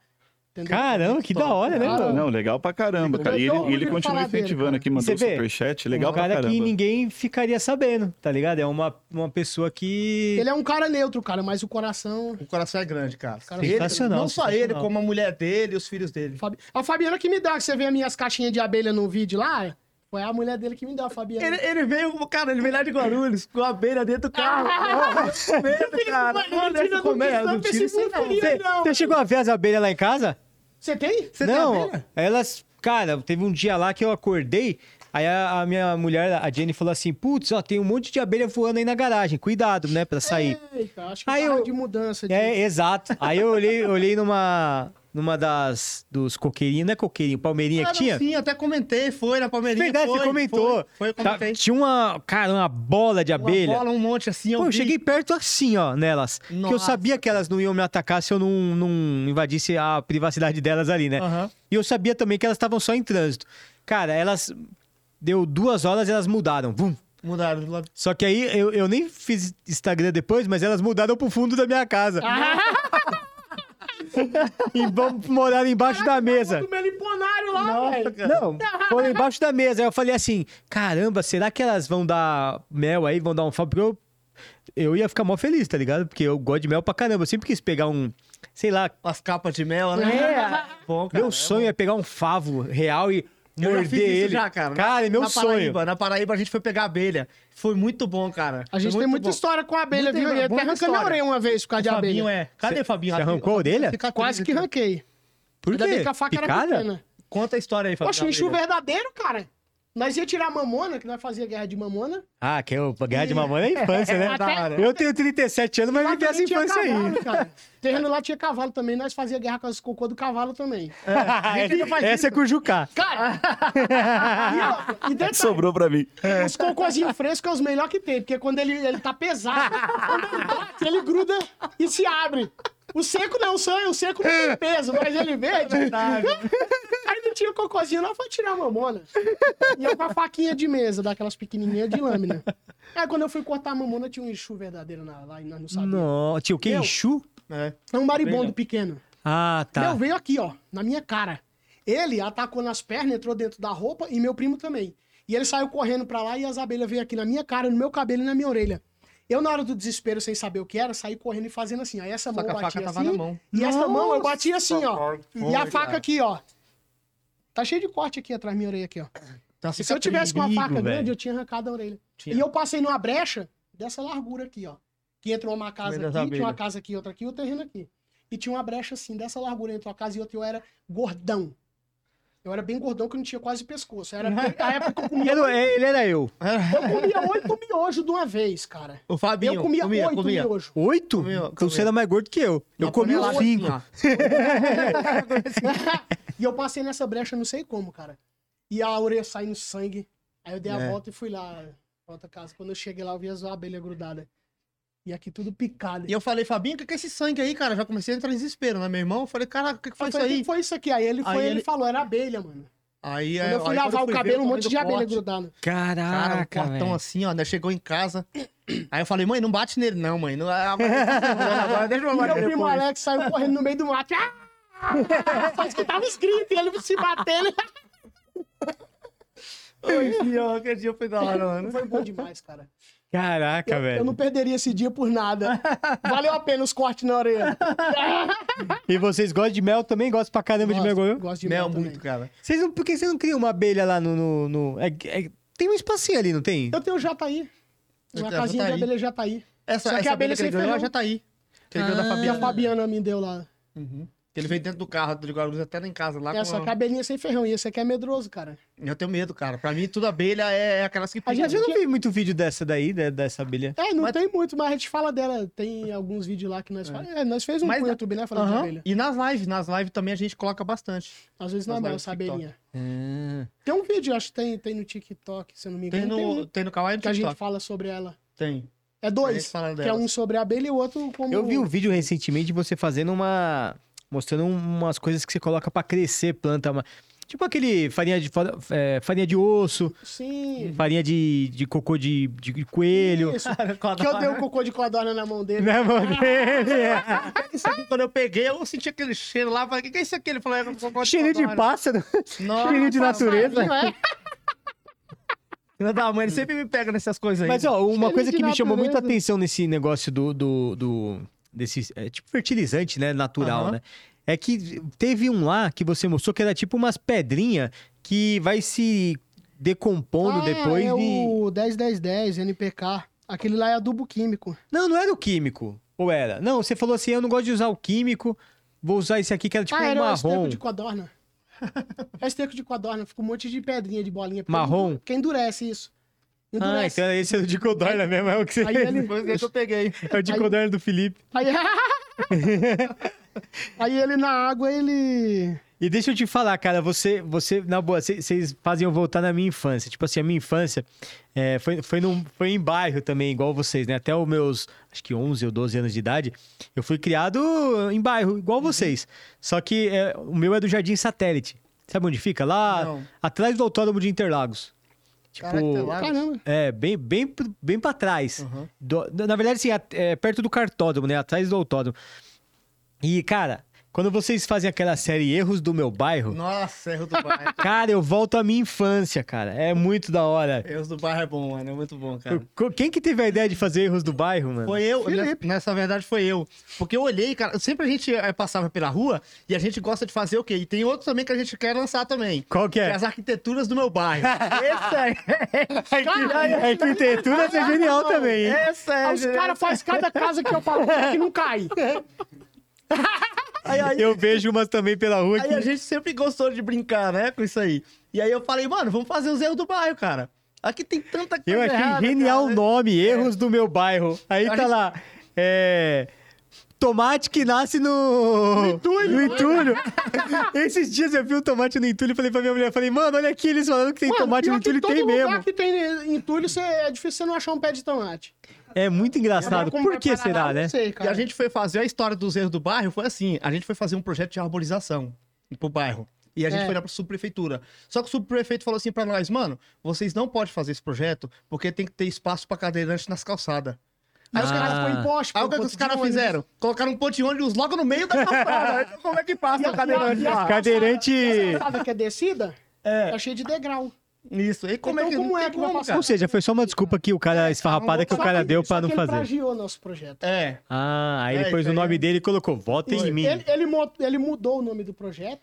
D: Entendeu?
A: Caramba, que da hora, né,
D: Cara,
A: mano?
B: Não, legal pra caramba, cara. E ele,
D: Ah. Eu tô
B: e ele
D: ouvindo
B: continua
D: falar dele,
B: incentivando
D: cara.
B: aqui, mandou
A: Você
B: o
A: vê,
B: superchat. Legal
A: um
B: pra
A: cara
B: caramba.
A: que ninguém ficaria sabendo, tá ligado? É uma, uma pessoa que.
D: Ele é um cara neutro, cara, mas o coração.
C: O coração é grande, cara.
D: Cara,
C: Ele-
A: sensacional,
C: não só
A: sensacional.
C: ele, como a mulher dele e os filhos dele.
D: Fabi... A Fabiana que me dá, que você vê as minhas caixinhas de abelha no vídeo lá. Foi a mulher dele que é me deu, a Fabiana.
C: Ele, ele veio, cara, ele veio lá de Guarulhos com a beira dentro do
D: Ah,
C: carro.
A: Ah,
C: Ó, medo, cara.
D: Não
C: Olha
D: tira
C: essa
D: do
C: comédia,
D: Gustavo
C: não tira
D: esse
C: isso aí, não.
D: mundo.
A: Você,
D: Não,
A: você chegou a ver as abelhas lá em casa?
D: Você tem? Você tem
A: não,
D: abelha?
A: elas. Cara, teve um dia lá que eu acordei, aí a, a minha mulher, a Jenny, falou assim: putz, ó, tem um monte de abelha voando aí na garagem, cuidado, né, pra sair.
C: É,
D: Eita, acho que
A: Aí
D: cara
A: eu-
D: de mudança de.
A: É, exato. Aí eu olhei, olhei numa. Numa das. Dos coqueirinhos, não é coqueirinho, palmeirinha
C: Ah,
A: que tinha?
C: não, Sim, até comentei, foi na Palmeirinha.
A: Verdade,
C: foi,
A: você comentou.
C: Foi, foi eu
A: Tá,
C: comentei.
A: tinha uma, cara, uma bola de abelha.
C: Uma bola, um monte assim, eu
A: Pô, eu
C: vi.
A: cheguei perto assim, ó, nelas. Que eu
C: Nossa.
A: sabia que elas não iam me atacar se eu não, não invadisse a privacidade delas ali, né?
C: Aham.
A: E eu sabia também que elas estavam só em trânsito. Cara, elas. Deu duas horas elas mudaram. Vum.
C: Mudaram do lado.
A: Só que aí eu, eu nem fiz Instagram depois, mas elas mudaram pro fundo da minha casa.
C: Ah.
A: e vão morar embaixo da mesa.
D: Do meliponário lá,
C: Nossa,
D: velho.
C: cara.
A: Não, foram embaixo da mesa. Aí eu falei assim: caramba, será que elas vão dar mel aí, vão dar um favo? Porque eu, eu ia ficar mó feliz, tá ligado? Porque eu gosto de mel pra caramba. Eu sempre quis pegar um, sei lá,
C: As capas de mel, né?
D: É.
C: Bom, cara,
A: meu
C: é
A: sonho é pegar um favo real e
C: Eu já
A: morder
C: fiz isso
A: ele.
C: já, cara.
A: Cara, é meu
C: na
A: sonho.
C: Paraíba, na Paraíba a gente foi pegar abelha. Foi muito bom, cara.
D: A gente
C: Foi
D: tem É muita
C: bom.
D: história com a abelha,
C: Muita-
D: viu? Eu até
C: muita
D: arrancando
C: história.
D: a orelha uma vez por causa de abelha.
C: Fabinho é.
D: né,
C: Cadê Fabinho?
A: Você arrancou a orelha?
D: é Quase que ranquei.
A: Por
D: Ainda bem
A: quê?
D: que a faca
A: Picada?
D: era pequena.
C: Conta a história aí, Fabinho.
D: Poxa, um enxu verdadeiro, cara. Nós ia tirar mamona, que nós fazia guerra de mamona.
A: Ah, que eu ganhar de mamãe na infância, né?
D: Até-
C: da hora.
A: Eu tenho 37 anos, mas
D: É. Lá
A: vivi essa
D: também tinha
A: infância aí.
D: cavalo, cara. Terreno lá tinha cavalo também, nós fazia guerra com os cocô do cavalo também.
A: essa é com o Jucá.
D: Cara! e, ó, e detalhe,
B: Sobrou pra mim.
D: os cocôzinhos frescos é os melhores que tem, porque quando ele, ele tá pesado, quando ele bate, ele gruda e se abre. O seco não, o sangue, o seco não tem peso, mas ele verde. Aí não tinha cocôzinho, não foi tirar a mamona. E eu com a faquinha de mesa, daquelas pequenininhas de lâmina. Aí quando eu fui cortar a mamona, tinha um enxu verdadeiro na, lá e nós não sabíamos.
A: Não, tio, que
D: Meu.
A: enxu?
C: É.
D: É um maribondo pequeno.
A: Ah, tá.
D: Meu, veio aqui, ó, na minha cara. Ele atacou nas pernas, entrou dentro da roupa e meu primo também. E ele saiu correndo pra lá e as abelhas veio aqui na minha cara, no meu cabelo e na minha orelha. Eu, na hora do desespero, sem saber o que era, saí correndo e fazendo assim, ó. E essa
C: Só
D: mão
C: que
D: eu
C: a
D: batia
C: faca
D: assim.
C: tava na mão.
D: E essa mão eu batia assim, ó.
C: Nossa,
D: E a
C: foi,
D: faca
C: cara.
D: aqui, ó. Tá cheio de corte aqui atrás da minha orelha aqui, ó.
C: Tá
D: Se eu tivesse com a
A: perigo,
D: faca né? grande,
A: velho.
D: eu tinha arrancado a orelha.
C: Tinha.
D: E eu passei numa brecha dessa largura aqui, ó. Que entrou uma casa
C: Meio
D: aqui,
C: das
D: tinha uma
C: abelhas.
D: casa aqui, outra aqui, e o terreno aqui. E tinha uma brecha assim, dessa largura entre uma casa e outra, e eu era gordão. Eu era bem gordão, que não tinha quase pescoço. Era a época que eu comia,
A: Ele era- é, ele era eu.
D: eu comia oito miojos de uma vez, cara.
C: O Fabinho.
D: Eu comia
C: comia,
D: oito
C: comia.
D: miojos.
A: Oito?
C: Comeu,
A: Então
C: comeu.
A: você era mais gordo que eu. Eu
C: Uma
A: comi uns
C: panelada
A: cinco.
C: assim, ó.
D: e eu passei nessa brecha, não sei como, cara. E a orelha saindo sangue. Aí eu dei a
C: É.
D: volta e fui lá pra outra casa. Quando eu cheguei lá, eu vi as abelhas grudadas. E aqui tudo picado.
C: E eu falei, Fabinho, o que que é esse sangue aí, cara? Eu já comecei a entrar em desespero, né, meu irmão? Eu falei, caraca, o que, que foi
D: Eu
C: isso
D: falei, "O que
C: aí?
D: foi isso aqui? Aí ele foi,
C: Aí
D: ele...
C: ele-
D: falou, era abelha, mano.
C: Aí,
D: Quando
C: é,
D: eu fui
C: aí,
D: lavar
C: quando
D: o
C: eu fui ver,
D: cabelo, um
C: eu
D: monte de
C: tomei do
D: abelha
C: corte.
D: grudada.
C: Cara, um
A: Caraca,
C: cortão
A: velho.
C: assim, ó, né? Chegou em casa. Aí eu falei, mãe, não bate nele, não, mãe. Não, ah, mas eu tô segurando agora, deixa eu
D: E
C: lavar
D: meu primo
C: depois.
D: Alex saiu correndo no meio do mato. Ah! Só escutava os gritos e ele se batendo.
C: Oi, filho, que dia foi da hora, mano.
D: Foi bom demais, cara.
C: assim.
A: Caraca,
D: Eu, eu
A: velho.
D: não perderia esse dia por nada. Valeu a pena os cortes na orelha.
A: E vocês gostam de mel? Também gosto pra caramba de mel,
D: Gosto-
A: igual eu?
D: Gosto de mel,
C: Mel muito,
D: também.
C: cara.
A: Vocês não, por que vocês não criam uma abelha lá no. no- no- é- é- tem um espacinho ali, não tem?
D: Eu tenho o Jataí.
C: Eu
D: Uma
C: tenho
D: casinha de
C: Jataí.
D: abelha é Jataí.
C: Essa,
D: Só que
C: essa abelha Ah,
D: a abelha
C: que ele
D: sem
C: ganhou
D: ferrão.
C: já tá aí. Que ele ganhou da
D: E a
C: Fabiana.
D: Fabiana me deu lá.
C: Uhum. Que ele veio dentro do carro, ligou a luz até lá em casa. Lá
D: Essa
C: Tá com...
D: que a abelhinha sem ferrão. E esse aqui é medroso, cara.
C: Eu tenho medo, cara. Pra mim, tudo abelha é aquelas que
D: A
A: Mas
D: gente
A: eu não vi muito vídeo dessa daí, né, dessa abelha.
D: É, não
C: Mas-
D: tem muito, mas a gente fala dela. Tem alguns vídeos lá que nós falamos. É, nós fez um
C: Mas-
D: pro YouTube, né? Falando de
C: Aham.
D: abelha.
C: E nas lives, nas lives também a gente coloca bastante.
D: Às vezes não é
C: Nas
D: mel,
C: lives
D: essa
C: do TikTok.
D: abelhinha. Tem um vídeo, acho que tem, tem no TikTok, se eu não me
C: Tem
D: engano. Tem
C: no,
D: um
C: tem no Kawaii e no
D: que a gente
C: TikTok.
D: fala sobre ela.
C: Tem.
D: É
C: A gente
D: dois.
C: falando
D: Que é
C: delas.
D: um sobre a abelha e o outro como.
A: Eu vi um vídeo recentemente de você fazendo uma. mostrando um, umas coisas que você coloca pra crescer planta. uma- Tipo aquele farinha de, fa- é, farinha de osso,
D: Sim.
A: farinha de, de cocô de, de coelho.
D: Isso. Que eu dei um cocô de codorna na mão dele.
A: Né, mano?
C: Isso aqui, quando eu peguei, eu senti aquele cheiro lá. Falei, o que, que é isso aqui? Ele falou, é um cocô
A: Cheirinho de
C: codorna."
A: pássaro.
C: Nossa,
A: cheirinho de natureza.
D: Não é?
C: Filha da mãe, ele sempre me pega nessas coisas aí.
A: Mas, ó, uma
D: Cheirinho
A: coisa
D: de
A: que me chamou muita
D: natureza.
A: atenção nesse negócio do. do, do desse, é, tipo fertilizante, né? Natural,
C: Aham.
A: né? É que teve um lá que você mostrou que era tipo umas pedrinhas que vai se decompondo
D: Ah,
A: depois
D: é
A: e.
D: o 10-10-10, NPK. Aquele lá é adubo químico.
A: Não, não era o químico. Ou era? Não, você falou assim: eu não gosto de usar o químico, vou usar esse aqui que era tipo
D: ah,
A: um
D: era o
A: marrom.
D: esterco de codorna. é esterco de codorna, fica um monte de pedrinha de bolinha. Porque
A: Marrom?
D: ele- Porque endurece isso.
A: Ah,
D: Endurece.
A: então esse é o de Codorna mesmo, é o que você.
D: Aí ele-
C: Depois que eu peguei.
A: É o de
D: aí-
A: Codorna do Felipe.
D: Aí... é- Aí ele na água, ele.
A: E deixa eu te falar, cara, você, você na boa, cê- vocês fazem eu voltar na minha infância. Tipo assim, a minha infância é, foi, foi, num, foi em bairro também, igual vocês, né? Até os meus, acho que 11 ou 12 anos de idade, eu fui criado em bairro,
C: Uhum.
A: igual vocês. Só que é, o meu é do Jardim Satélite. Sabe onde fica? Lá
C: Não.
A: atrás do Autódromo de Interlagos. Tipo,
C: Caraca, tá lá.
D: Caramba.
A: é, bem, bem, pro- bem pra trás.
C: Uhum.
A: Do- na verdade, assim, a- é, perto do cartódromo, né? Atrás do autódromo. E, cara, quando vocês fazem aquela série Erros do Meu Bairro,
C: Nossa, erro do bairro.
A: cara, eu volto à minha infância, cara. É muito da hora.
C: Erros do bairro é bom, mano. É muito bom, cara.
A: Co- Quem que teve a ideia de fazer Erros do Bairro, mano?
C: Foi eu,
D: Felipe.
C: ne- nessa verdade foi eu. Porque eu olhei, cara, sempre a gente eh, passava pela rua e a gente gosta de fazer o quê? E tem outro também que a gente quer lançar também.
A: Qual que
C: Que é
A: é?
C: as arquiteturas do meu bairro. Essa é.
A: A arquitetura é genial também, hein?
C: Essa é.
D: Aí os caras fazem cada casa que eu falo que não cai.
C: Aí, aí-
A: Eu vejo umas também pela rua
C: aí a
A: que...
C: gente sempre gostou de brincar, né, com isso aí. E aí eu falei, mano, vamos fazer os erros do bairro, cara. Aqui tem tanta coisa.
A: Eu achei
C: errada,
A: genial o
C: cara. né?
A: nome, Erros do Meu Bairro. Aí
C: A
A: tá
C: gente-
A: lá, é... Tomate que nasce no... No entulho. Esses dias eu vi um tomate no entulho e falei pra minha mulher, falei, mano, olha aqui, eles falando que tem tomate no
D: pior que
A: entulho,
D: todo
A: tem
D: lugar
A: mesmo.
D: que tem entulho, cê- é difícil você não achar um pé de tomate.
A: É muito engraçado.
D: Como
A: Por
D: vai
A: que
D: parar lá,
A: será,
D: eu
A: né?
D: Não sei,
C: E
D: cara.
C: a gente foi fazer a história dos erros do bairro, foi assim, a gente foi fazer um projeto de arborização pro bairro. E a gente
D: É.
C: foi na subprefeitura. Só que o subprefeito falou assim pra nós, mano, vocês não podem fazer esse projeto porque tem que ter espaço pra cadeirante nas calçadas.
D: Aí os
A: Ah.
D: caras põem poste.
C: Aí o que,
D: pô,
C: que os
D: de
C: caras
D: ônibus.
C: fizeram? Colocaram um ponte de ônibus logo no meio da calçada. Como é que passa o cadeirante
D: E a- e a-
C: lá?
A: Cadeirante.
D: Essa calçada que é descida,
C: É.
D: tá cheio de degrau.
C: Isso. E como
D: Então,
C: é que,
D: como
C: não
D: é
C: tem
D: que vai passar?
A: Ou seja, foi só uma desculpa que o cara, a esfarrapada que o
D: Só
A: cara deu
D: só
A: pra não
D: que ele
A: fazer.
D: plagiou nosso projeto.
C: É.
A: Ah, aí
C: É,
A: ele pôs
C: isso
A: o
C: aí
A: nome
C: é-
A: dele e colocou, votem em mim.
D: Ele, ele mo- ele mudou o nome do projeto,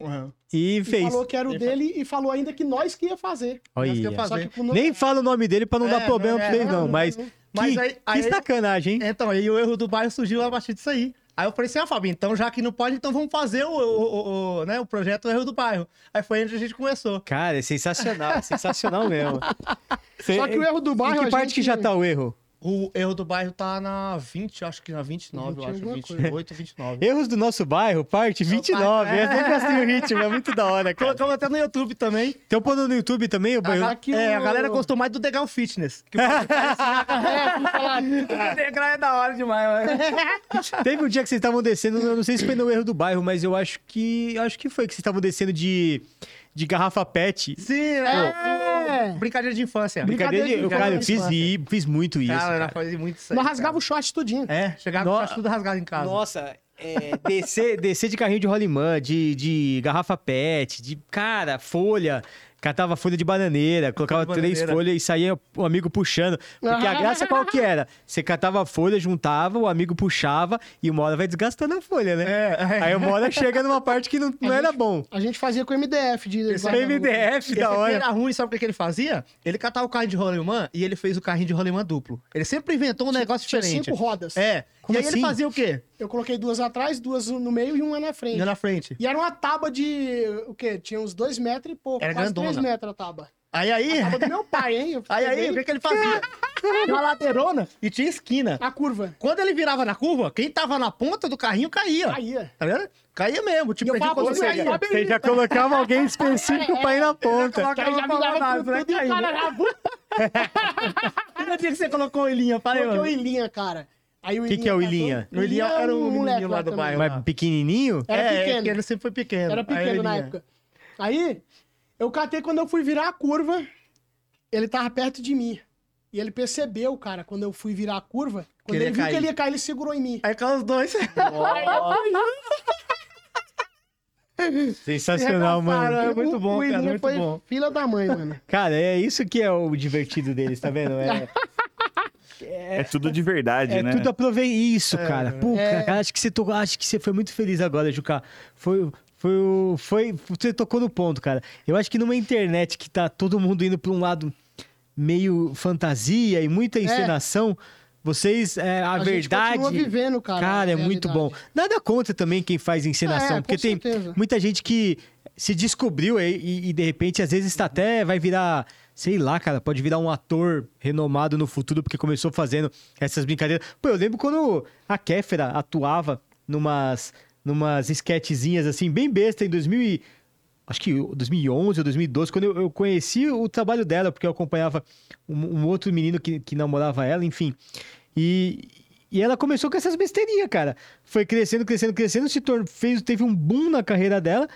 C: Uhum.
A: E
D: e
A: fez.
D: falou que era o
C: Ele
D: dele e falou ainda que nós que ia fazer.
C: Nós que
A: Olha.
C: eu faço.
D: Só
C: Fazer.
D: que com o nome-
A: Nem fala o nome dele pra não
C: É,
A: dar problema
C: não,
A: pra
C: é,
A: vocês,
C: não,
A: não.
D: não,
A: Mas,
D: não.
C: Mas
A: que,
C: aí-
A: que
C: aí-
A: sacanagem, hein?
C: Então, aí o erro do bairro surgiu a partir disso aí. Aí eu falei assim, ah, Fábio, então já que não pode, então vamos fazer o, o- o- o, né, o projeto Erro do Bairro. Aí foi onde a gente começou.
A: Cara, é sensacional, é sensacional mesmo.
D: Só que o erro do bairro,
A: Em que
D: a
A: parte
D: gente-
A: que já tá o erro?
C: O erro do bairro tá na 20, acho que na 29,
D: 20
C: eu acho.
D: alguma
C: 28, 29.
A: Erros do nosso bairro, parte 29.
C: pai,
D: é.
A: Eu sempre assim o ritmo, é muito da hora, cara.
C: Colocamos até no YouTube também.
A: Tem um pondo no YouTube também, o banho.
D: Aqui
C: é,
D: o-
C: a galera gostou mais do Degal Fitness. Que o
D: É,
C: Degal é da hora demais, mano.
D: tá.
A: Teve um dia que vocês estavam descendo, eu não sei se foi no erro do bairro, mas eu acho que. Acho que foi que vocês estavam descendo de, de garrafa pet.
C: Sim, né? Brincadeira de infância.
A: Brincadeira de. Eu, cara, eu fiz,
D: Brincadeira de
A: i- fiz muito isso.
C: Cara,
A: Cara,
C: ela fazia muito isso aí.
D: Nós rasgava o short tudinho.
C: cara. É, chegava com
A: No-
C: o cachorro tudo rasgado em casa.
A: Nossa, é, descer, descer de carrinho de rolimã, de, de garrafa pet, de. Cara, folha. Catava folha de bananeira, colocava
C: Folha de
A: três
C: bananeira.
A: folhas e saía o amigo puxando. Porque a graça qual que era? Você catava a folha, juntava, o amigo puxava e uma hora vai desgastando a folha, né?
C: É, é.
A: Aí uma hora chega numa parte que não, não era bom.
D: A gente fazia com MDF. De
A: Esse MDF da
C: Esse aqui
A: hora.
C: era ruim, sabe o que que ele fazia? Ele catava o carrinho de rolimã e ele fez o carrinho de rolimã duplo. Ele sempre inventou um negócio
D: Tinha
C: diferente.
D: cinco rodas.
C: É.
A: Como
C: e aí
A: assim?
C: ele fazia o quê?
D: Eu coloquei duas atrás, duas no meio e uma na frente.
C: Ia na frente.
D: E era uma tábua de. O quê? Tinha uns dois metros e pouco.
C: Era
D: quase
C: grandona.
D: três metros a tábua.
C: Aí aí.
D: A tábua do meu pai, hein? Eu
C: Aí aí, o que,
D: peguei
C: que ele fazia? Tinha uma ladeirona e tinha esquina.
D: A curva.
C: Quando ele virava na curva, quem tava na ponta do carrinho caía.
D: Caía.
C: Tá vendo? Caía mesmo. Tipo,
D: E eu
C: perdi
D: falava,
C: quando
D: "Você
C: caía.
D: caía, abre
A: Você já colocava alguém específico pra ir na ponta.
D: Que aí já
C: Acabou
D: virava
C: falando
D: com
C: nada,
D: tudo e o
C: vai
A: né?
D: cara já
C: Aí no dia que você colocou o Ilinha, falei,
D: Porque é o
C: mano.
D: Ilinha, cara. Aí o
A: Que que é o Ilinha?
D: O
C: O Ilinha era um menininho lá do
D: também.
C: bairro.
A: Mas pequenininho?
D: Era
C: é,
D: pequeno.
C: porque ele sempre foi pequeno.
D: Era
C: Aí
D: pequeno na
C: Ilinha.
D: época. Aí, eu catei quando eu fui virar a curva, ele tava perto de mim. E ele percebeu, cara, quando eu fui virar a curva, quando
C: ele
D: ele,
C: ia
D: viu
C: cair.
D: que ele ia cair, ele segurou em mim.
C: Aí caiu os dois.
A: Sensacional, mano.
C: Cara, é muito bom,
D: O
C: cara,
D: Ilinha
C: muito
D: né? foi
C: bom.
D: filha da mãe, mano.
A: Cara, é isso que é o divertido deles, tá vendo? É,
B: É tudo de verdade,
A: é
B: né?
A: tudo aprovei isso, cara. Pô,
D: É.
A: cara, acho que você tocou, acho que você foi muito feliz agora, Juca. Foi foi o foi você tocou no ponto, cara. Eu acho que numa internet que tá todo mundo indo pra um lado meio fantasia e muita encenação, vocês é, a,
D: É. gente
A: verdade
D: continua vivendo, cara,
A: Cara, é
D: a
A: muito bom.
D: realidade.
A: Nada contra também quem faz encenação,
D: É, com
A: porque tem
D: certeza.
A: muita gente que se descobriu e, e- e, de repente às vezes está até vai virar, sei lá, cara, pode virar um ator renomado no futuro porque começou fazendo essas brincadeiras. Pô, eu lembro quando a Kéfera atuava numas numas esquetezinhas assim bem besta em 2000 e- acho que 2011 ou 2012, quando eu, eu conheci o trabalho dela, porque eu acompanhava um, um outro menino que, que namorava ela, enfim. E, e ela começou com essas besteirinhas, cara. Foi crescendo, crescendo, crescendo, se tor- fez, teve um boom na carreira dela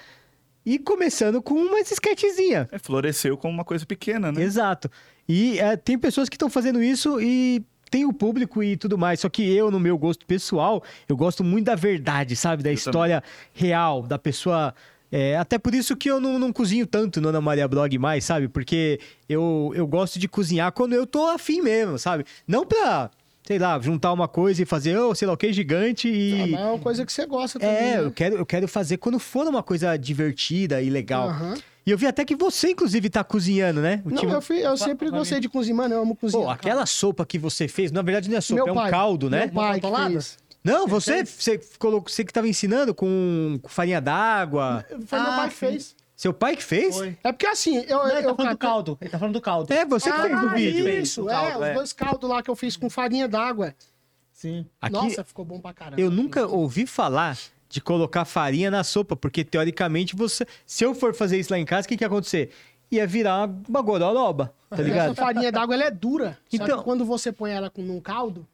A: e começando com umas esquetezinha.
B: É, floresceu como uma coisa pequena, né?
A: Exato. E é, tem pessoas que estão fazendo isso e tem o público e tudo mais. Só que eu, no meu gosto pessoal, eu gosto muito da verdade, sabe? Da história real, da pessoa. É, até por isso que eu não, não cozinho tanto no Ana Maria Blog mais, sabe? Porque eu, eu gosto de cozinhar quando eu tô afim mesmo, sabe? Não pra, sei lá, juntar uma coisa e fazer, oh, sei lá o que, gigante e.
D: Ah, mas é uma coisa que você gosta também.
A: É,
D: né?
A: eu quero, eu quero fazer quando for uma coisa divertida e legal.
D: Aham.
A: E eu vi até que você, inclusive, tá cozinhando, né? O
D: Não,
A: time-
D: eu, fui- eu sempre gostei de cozinhar, mano. Eu amo cozinhar.
A: Pô,
D: cara.
A: aquela sopa que você fez, na verdade não é sopa,
D: Meu
A: é um
D: pai,
A: caldo, né?
D: Meu pai, que
C: Bolada?
D: fez.
A: Não, você, você, colocou, você que tava ensinando com com farinha d'água.
D: Foi meu
C: Ah,
D: pai que
C: sim.
D: fez.
A: Seu pai que fez?
C: Foi.
D: É porque assim, eu.
C: Não,
D: eu,
C: ele tá falando do
D: catei-
C: caldo. Ele tá falando do caldo.
A: É, você que fez o
D: Ah,
A: vídeo.
D: Isso,
C: O
D: é,
C: caldo,
D: os
C: é.
D: dois caldos lá que eu fiz com farinha d'água.
C: Sim.
A: Aqui,
D: Nossa, ficou bom pra caramba.
A: eu nunca tá ouvi falar de colocar farinha na sopa, porque teoricamente você. Se eu for fazer isso lá em casa, o que, que ia acontecer? Ia virar uma gororoba, tá
D: Essa
A: ligado?
D: farinha d'água ela é dura. Então,
A: Então-
D: quando você põe ela com- num caldo,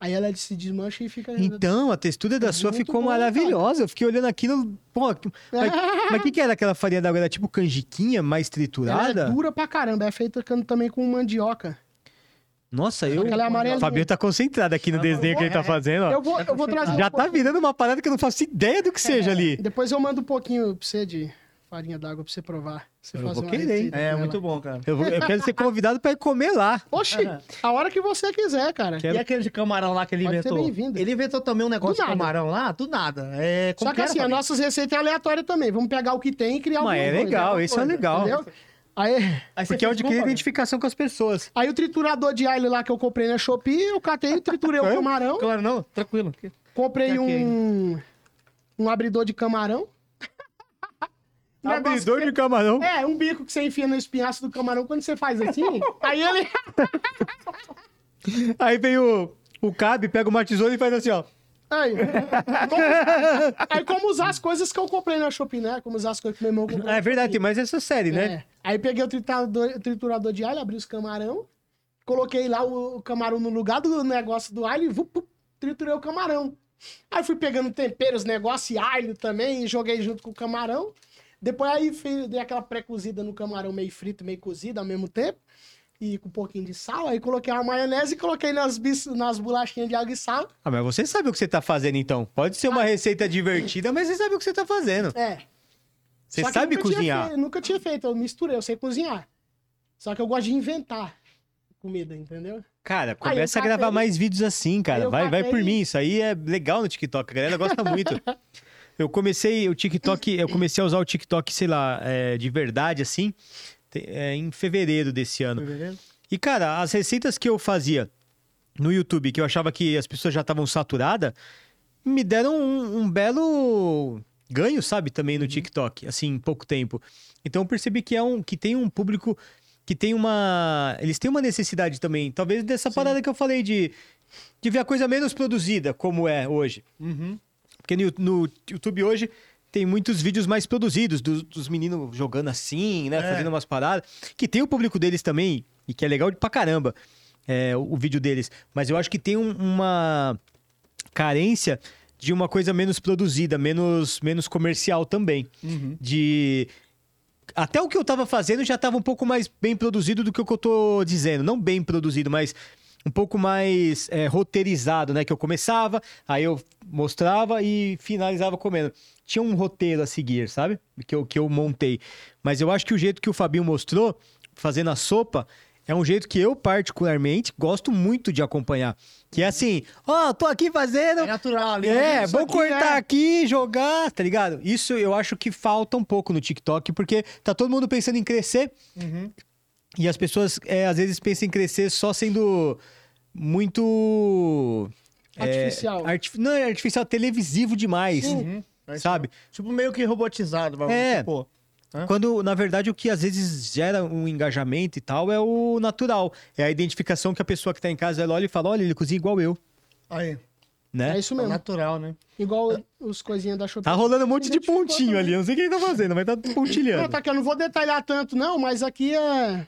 D: aí ela se desmancha e fica.
A: Então, a textura da sua
D: né? É muito
A: ficou
D: bom,
A: maravilhosa. Eu fiquei olhando aquilo. Pô, mas mas o que, que era aquela farinha d'água? Era tipo canjiquinha mais
D: ela
A: triturada?
D: é dura pra caramba. É feita can- também com mandioca.
A: Nossa, eu.
D: Aquela é amarelinha.
A: O Fabinho tá concentrado aqui no desenho que ele tá fazendo, ó.
D: Eu vou, eu vou trazer.
A: Já
D: um
A: tá
D: pouquinho.
A: virando uma parada que eu não faço ideia do que seja ali.
D: Depois eu mando um pouquinho pra você de farinha d'água pra você provar. Você
A: Eu
D: fazer
A: vou
D: uma
A: querer, hein?
D: receita
C: É,
D: com
C: muito
D: ela.
C: bom, cara.
A: Eu, vou- eu quero ser convidado pra ir comer lá.
D: Oxi, a hora que você quiser, cara.
A: Quero-
C: E aquele de camarão lá que ele
D: Pode ser
C: inventou?
D: bem-vindo.
C: Ele inventou também um negócio de
D: Do nada.
C: camarão lá, do nada. É, como
D: Só que
C: era,
D: assim, as
C: Fabinho?
D: nossas receitas é aleatória também. Vamos pegar o que tem e criar
A: Mas
D: alguma
A: é
D: coisa,
A: legal,
D: alguma
A: esse
D: coisa,
A: é legal.
D: Entendeu? Aí,
C: Aí você
A: Porque é
C: fez
A: onde
C: como,
A: cria
C: Fabinho?
A: identificação com as pessoas.
D: aí o triturador de alho lá que eu comprei na Shopee, eu catei e triturei o camarão.
C: Claro, não, tranquilo. Que-
D: Comprei
C: Tá aqui
D: um. Um abridor de camarão. Um negócio
A: Abridor de camarão.
D: que- É, um bico que você enfia no espinhaço do camarão. Quando você faz assim, aí ele.
A: Aí vem o, o Cabe, pega uma tesoura e faz assim, ó.
D: Aí, como- aí como usar as coisas que eu comprei na Shopee, né? Como usar as coisas que meu irmão comprou.
A: É verdade, tem mais essa série, né?
D: É. Aí peguei o triturador, triturador de alho, abri os camarão, coloquei lá o, o camarão no lugar do negócio do alho e vup, vup, triturei o camarão. Aí fui pegando temperos, negócio e alho também, e joguei junto com o camarão. Depois aí fiz, dei aquela pré-cozida no camarão, meio frito, meio cozido ao mesmo tempo. E com um pouquinho de sal. Aí coloquei a maionese e coloquei nas, bis- nas bolachinhas de água e sal.
A: Ah, mas você sabe o que você tá fazendo, então. Pode ser uma
D: Ah.
A: receita divertida, mas você sabe o que você tá fazendo.
D: É.
A: Você
D: Só que eu
A: sabe
D: nunca tinha
A: cozinhar.
D: fe- nunca tinha feito, eu misturei, eu sei cozinhar. Só que eu gosto de inventar comida, entendeu?
A: Cara,
D: eu
A: começa a gravar
D: catei-
A: mais vídeos assim, cara.
D: eu
A: Vai, vai por
D: catei-
A: mim. Isso aí é legal no TikTok. A galera gosta muito. Eu comecei o TikTok, eu comecei a usar o TikTok, sei lá, é, de verdade, assim, te- é, em fevereiro desse ano. E, cara, as receitas que eu fazia no YouTube, que eu achava que as pessoas já estavam saturadas, me deram um, um belo ganho, sabe, também no TikTok, assim, em pouco tempo. Então eu percebi que é um que tem um público que tem uma. Eles têm uma necessidade também, talvez dessa parada que eu falei de, de ver a coisa menos produzida, como é hoje.
C: Uhum.
A: Porque no, no YouTube hoje tem muitos vídeos mais produzidos, dos, dos meninos jogando assim, né? Fazendo umas paradas. Que tem o público deles também, e que é legal pra caramba é, o, o vídeo deles. Mas eu acho que tem um- uma carência de uma coisa menos produzida, menos, menos comercial também. De. Até o que eu tava fazendo já tava um pouco mais bem produzido do que o que eu tô dizendo. Não bem produzido, mas um pouco mais é, roteirizado, né? Que eu começava, aí eu mostrava e finalizava comendo. Tinha um roteiro a seguir, sabe? Que eu, que eu montei. Mas eu acho que o jeito que o Fabinho mostrou, fazendo a sopa, é um jeito que eu, particularmente, gosto muito de acompanhar. Que é assim, ó, tô aqui fazendo,
C: É natural, ali.
A: é,
C: Isso
A: vou
C: aqui,
A: cortar
C: né?
A: aqui, jogar, tá ligado? Isso eu acho que falta um pouco no TikTok, porque tá todo mundo pensando em crescer.
C: Uhum.
A: E as pessoas, é, às vezes, pensam em crescer só sendo muito. é,
D: Artificial.
A: artif- Não, é artificial televisivo demais. Uhum.
C: É isso
A: Sabe?
C: mesmo. Tipo, meio que robotizado, tipo, vamos
A: É.
C: supor. Hã?
A: Quando, na verdade, o que às vezes gera um engajamento e tal é o natural. É a identificação que a pessoa que tá em casa ela olha e fala: olha, ele cozinha igual eu,
C: Aí,
A: né?
D: É isso
C: é
D: mesmo.
C: natural, né?
D: Igual os coisinhas da Shopee.
A: Tá rolando um monte de
D: Identificou
A: pontinho
D: também.
A: ali. Eu não sei o que ele tá fazendo, mas tá
D: Não,
A: pontilhando.
D: tá aqui, eu não vou detalhar tanto, não, mas aqui é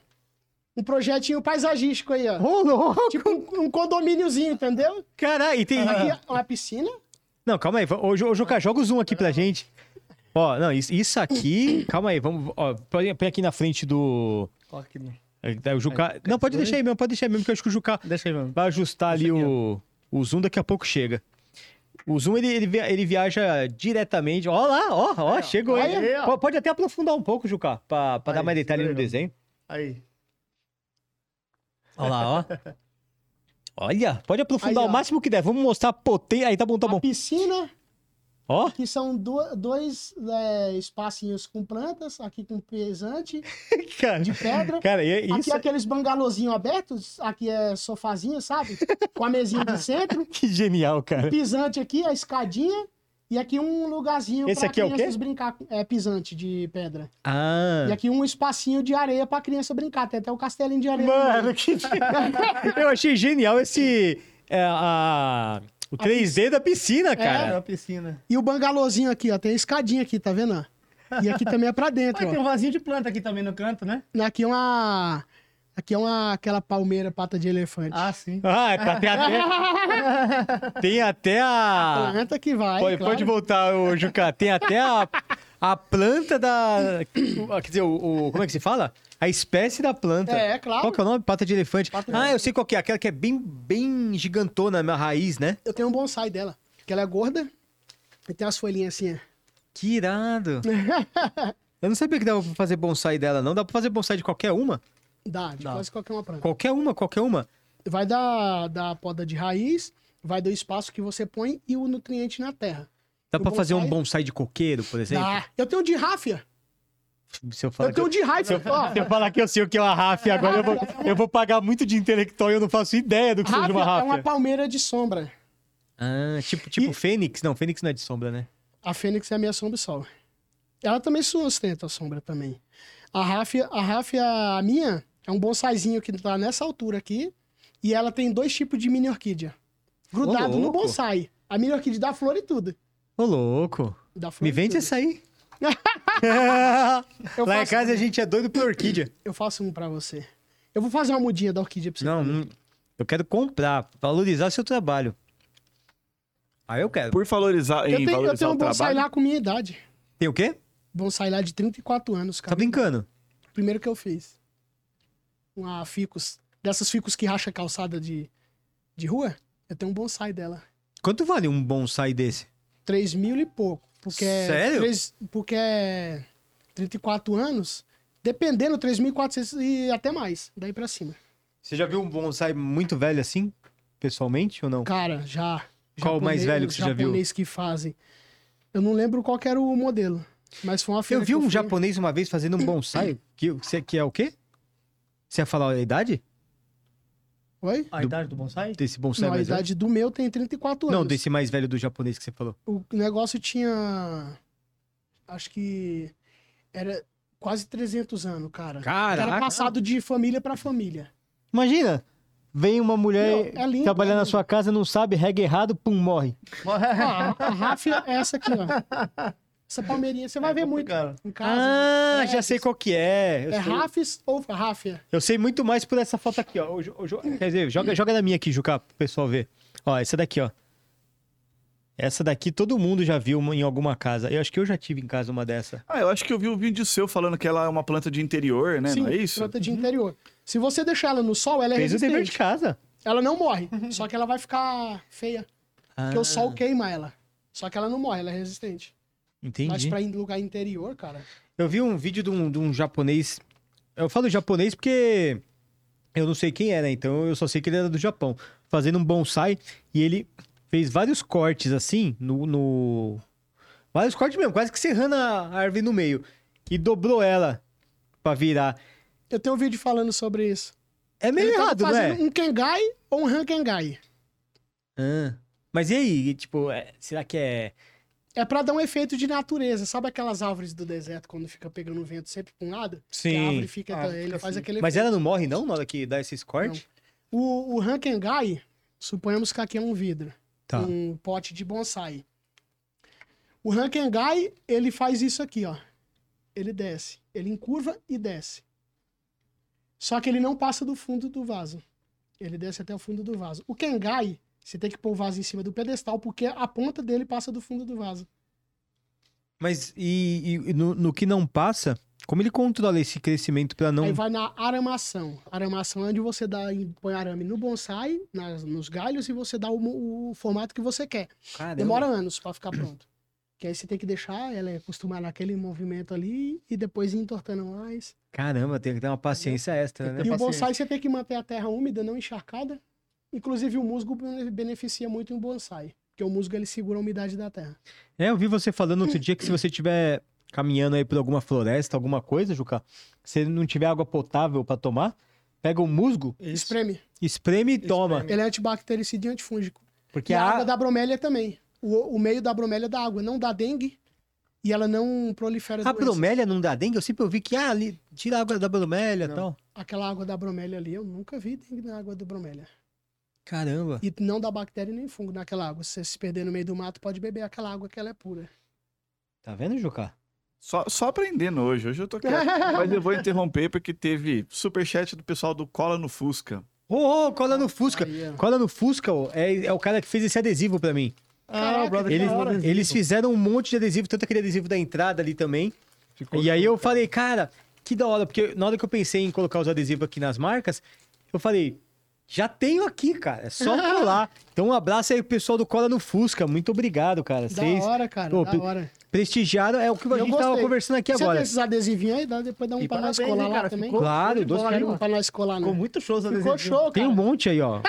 D: um projetinho paisagístico aí, ó.
A: Rolou!
D: Tipo um, um condomíniozinho, entendeu?
A: Caralho, e tem.
D: Aqui é uma piscina.
A: Não, calma aí. Ô, Jo- ô, Juca, joga o zoom aqui pra gente. Ó, não, isso, isso aqui. Calma aí, vamos. Ó, põe põe aqui na frente do.
C: Coloca aqui, né?
A: é, O Juca. Não, pode deixar aí mesmo, pode deixar aí mesmo, que eu acho que o Juca
C: Deixa aí, mano.
A: vai ajustar ali
C: Deixa aqui,
A: o. O zoom daqui a pouco chega. O zoom ele, ele, via- ele viaja diretamente. Ó lá, ó, ó,
C: Aí, ó.
A: chegou aí.
C: Aí, ó.
A: Po- Pode até aprofundar um pouco, Juca, pra, pra dar
C: Aí,
A: mais detalhe no
C: segura aí, ó.
A: desenho.
C: Aí.
A: Ó lá, ó. Olha, pode aprofundar
D: Aí,
A: o
D: ó.
A: máximo que der. Vamos mostrar a potência. Aí tá bom, tá
D: uma
A: bom.
D: piscina,
A: Ó.
D: que são do- dois é, espacinhos com plantas, aqui com pesante,
A: Cara,
D: de pedra.
A: cara e-
D: Aqui
A: isso.
D: é aqueles bangalôzinhos abertos, aqui é sofazinho, sabe? Com a mesinha de centro,
A: Que genial, cara.
D: pisante aqui, a escadinha, e aqui um lugarzinho
A: Esse
D: pra
A: aqui é o
D: crianças
A: quê?
D: brincar. com- É pisante de pedra.
A: Ah.
D: E aqui um espacinho de areia pra criança brincar. Tem até o castelinho de areia.
A: Mano, que. Eu achei genial esse. é, a... O 3D da piscina,
C: É
A: cara.
C: uma piscina.
D: E o bangalôzinho aqui, ó. Tem a escadinha aqui, tá vendo? ó? E aqui também é pra dentro,
C: Aí
D: ó.
C: tem um vasinho de planta aqui também no canto, né?
D: Aqui é uma. Aqui é uma aquela palmeira pata de elefante.
C: Ah, sim.
A: Ah, tá- tem até. Tem até a.
D: Planta que vai.
A: pode,
D: tá claro.
A: pode voltar, ô, Juca. Tem até a, a planta da. o- Quer dizer, o, o- Como é que se fala? A espécie da planta.
D: É, é claro.
A: Qual que é o nome? Pata de elefante.
D: Pata de
A: ah, eu sei qual que é. Aquela que é bem, bem gigantona na raiz, né?
D: Eu tenho um bonsai dela. Que ela é gorda e tem as folhinhas assim. ó.
A: Que irado. Eu não sabia que dava pra fazer bonsai dela, não. Dá pra fazer bonsai de qualquer uma?
D: Dá, de
C: Dá.
D: quase qualquer uma planta.
A: Qualquer uma, qualquer uma.
D: Vai da, da poda de raiz, vai do espaço que você põe e o nutriente na terra.
A: Dá
D: O
A: pra fazer um
D: bonsai?
A: bonsai de coqueiro, por exemplo?
D: Dá. Eu tenho de ráfia.
A: Se eu falar,
D: Eu tenho
A: que,
D: de ráfia. ó.
A: eu... se eu falar que eu sei o que é uma ráfia, agora eu vou, eu vou pagar muito de intelectual e eu não faço ideia do que seja uma
D: Ráfia é
A: ráfia.
D: uma palmeira de sombra.
A: Ah, tipo, tipo fênix? Não, fênix não é de sombra, né?
D: A fênix é a minha sombra e sol. Ela também sustenta a sombra também. A ráfia, a ráfia minha é um bonsaizinho que tá nessa altura aqui. E ela tem dois tipos de mini orquídea. Grudado no
B: louco.
D: bonsai. A mini orquídea dá flor e tudo.
A: Ô, louco.
D: Dá flor
A: Me
D: e
A: vende
D: tudo.
A: essa aí.
D: Eu
A: Lá em
D: faço-
A: casa a gente é doido por orquídea.
D: Eu faço um pra você. Eu vou fazer uma mudinha da orquídea pra você.
A: Não, hum, eu quero comprar, valorizar seu trabalho. Aí eu quero.
B: Por valorizar, em
D: eu, tenho, eu
B: valorizar
D: tenho um
B: o
D: bonsai
B: trabalho.
D: lá com minha idade.
A: Tem o quê?
D: Bonsai lá de 34 anos,
A: Tá
D: cara.
A: brincando?
D: Primeiro que eu fiz. Uma ficus. Dessas ficus que racha calçada de, de rua. Eu tenho um bonsai dela.
A: Quanto vale um bonsai desse?
D: 3 mil e pouco. Porque é
A: Sério?
D: três- porque é 34 anos, dependendo, 3.400 e até mais. Daí pra cima.
A: Você já viu um bonsai muito velho assim? Pessoalmente ou não?
D: Cara, já.
A: Qual o mais velho que você já viu?
D: japonês que fazem. Eu não lembro qual que era o modelo. Mas foi uma feira
A: Eu
D: que
A: vi um
D: fui.
A: japonês uma vez fazendo um bonsai. Que, que é- que é o quê? Você ia falar a idade?
D: Oi?
E: A
A: Do-
E: idade do bonsai?
A: Desse bonsai
D: Não, a
A: é mais velho?
D: idade do meu tem 34 anos.
A: Não, desse mais velho do japonês que você falou.
D: O negócio tinha. Acho que. Era quase 300 anos, cara. Era passado de família pra família.
A: Imagina! Vem uma mulher
D: Meu, é lindo,
A: trabalhar
D: é
A: na
D: lindo.
A: sua casa, não sabe, rega errado, pum, morre.
D: Ah, a Ráfia é essa aqui, ó. Essa palmeirinha, você vai ver muito
E: complicado.
D: em casa.
A: É Ah,
D: é,
A: já sei
D: isso.
A: qual que é. Eu,
D: é
A: sei,
D: Rafis ou Ráfia?
A: eu sei muito mais por essa foto aqui, ó. O Jo- o Jo- quer dizer, joga, joga na minha aqui, Juca, pro pessoal ver. Ó, essa daqui, ó. Essa daqui todo mundo já viu uma- em alguma casa. Eu acho que eu já tive em casa uma dessa.
B: Ah, eu acho que eu vi um vídeo seu falando que ela é uma planta de interior, né?
D: Sim,
B: não é isso?
D: planta
A: Uhum.
D: de interior. Se você deixar ela no sol, ela é
A: Fez o dever de
D: resistente.
A: casa.
D: Ela não morre,
A: Uhum.
D: só que ela vai ficar feia. Porque
A: Ah,
D: o sol queima ela. Só que ela não morre, ela é resistente. Mas
A: Entendi.
D: pra in- lugar interior, cara.
A: Eu vi um vídeo de um, de um japonês. Eu falo japonês porque eu não sei quem era, então eu só sei que ele era do Japão. Fazendo um bonsai e ele fez vários cortes assim, no. no- Vários cortes mesmo, quase que serrando a árvore no meio. E dobrou ela pra virar.
D: Eu tenho um vídeo falando sobre isso.
A: É meio
D: Ele tava
E: né?
A: errado, não é?
D: fazendo Um Kengai ou um Rankengai.
A: Ah. Mas e aí? Tipo, é- será que é.
D: É pra dar um efeito de natureza. Sabe aquelas árvores do deserto quando fica pegando vento sempre pra um lado? Que a árvore fica,
E: Ah,
D: ele
E: fica
D: faz
E: assim. é-
D: aquele
A: Mas
D: efeito.
A: ela não morre, não, na hora que dá esses cortes?
D: O, o Rankengai, suponhamos que aqui é um vidro.
A: Tá.
D: Um pote de bonsai. O Rankengai, ele faz isso aqui, ó. Ele desce. Ele encurva e desce. Só que ele não passa do fundo do vaso. Ele desce até o fundo do vaso. O Kengai, você tem que pôr o vaso em cima do pedestal, porque a ponta dele passa do fundo do vaso.
A: Mas e, e no, no que não passa, como ele controla esse crescimento pra não.
D: Aí vai na aramação. Aramação é onde você dá, põe arame no bonsai, nas- nos galhos, e você dá o mo- o formato que você quer.
A: Caramba.
D: Demora anos pra ficar pronto. Que aí você tem que deixar ela acostumar naquele movimento ali e depois ir entortando mais.
A: Caramba, tem que ter uma paciência extra, né?
E: Tem
D: e o
E: paciência.
D: bonsai você tem que manter a terra úmida, não encharcada. Inclusive o musgo bene- beneficia muito em bonsai, porque o musgo ele segura a umidade da terra.
A: É, eu vi você falando outro dia que se você estiver caminhando aí por alguma floresta, alguma coisa, Juca, se não tiver água potável pra tomar, pega o musgo,
E: Isso.
D: Espreme.
A: espreme e toma.
E: Espreme.
D: Ele é antibactericida e antifúngico.
A: Porque
D: e a
A: a
D: água da bromélia também. O, o meio da bromélia é da água, não dá dengue e ela não prolifera
A: a
D: doenças.
A: bromélia não dá dengue? Eu sempre ouvi que, ah, ali, tira a água da bromélia e
E: Não.
A: tal.
D: Aquela água da bromélia ali, eu nunca vi dengue na água da bromélia.
A: Caramba.
D: E não dá bactéria nem fungo naquela água. Se você se perder no meio do mato, pode beber aquela água que ela é pura.
A: Tá vendo, Juca?
B: Só, só aprendendo hoje. Hoje eu tô quieto. Mas eu vou interromper porque teve superchat do pessoal do Cola no Fusca.
A: Ô, ô, cola no Fusca.
D: Aí, ó.
A: Cola no Fusca, ô, é, é o cara que fez esse adesivo pra mim.
E: Ah, o brother
D: Que
A: Eles,
D: da hora.
A: eles fizeram um monte de adesivo, tanto aquele adesivo da entrada ali também.
E: Ficou
A: e aí eu falei, cara, que da hora, porque na hora que eu pensei em colocar os adesivos aqui nas marcas, eu falei, já tenho aqui, cara, é só colar. então um abraço aí pro pessoal do Cola no Fusca, muito obrigado, cara.
D: Da
A: Vocês
D: hora, cara.
A: Pô,
D: da
A: pe-
D: hora.
A: prestigiaram, é o que a
D: Eu
A: gente tava
D: gostei.
A: conversando aqui
D: você
A: agora.
D: tem esses adesivinhos aí, dá, depois dá um
E: E
D: pra nós
E: parabéns,
D: colar
E: hein,
D: lá
E: cara,
D: também.
E: ficou-
A: Claro,
E: show de
A: dois
E: bola,
D: Quero
E: hein,
D: um
E: mano?
D: pra nós colar, né?
E: Ficou muito show os
D: Ficou
E: adesivos.
D: show, cara.
A: Tem um monte aí, ó.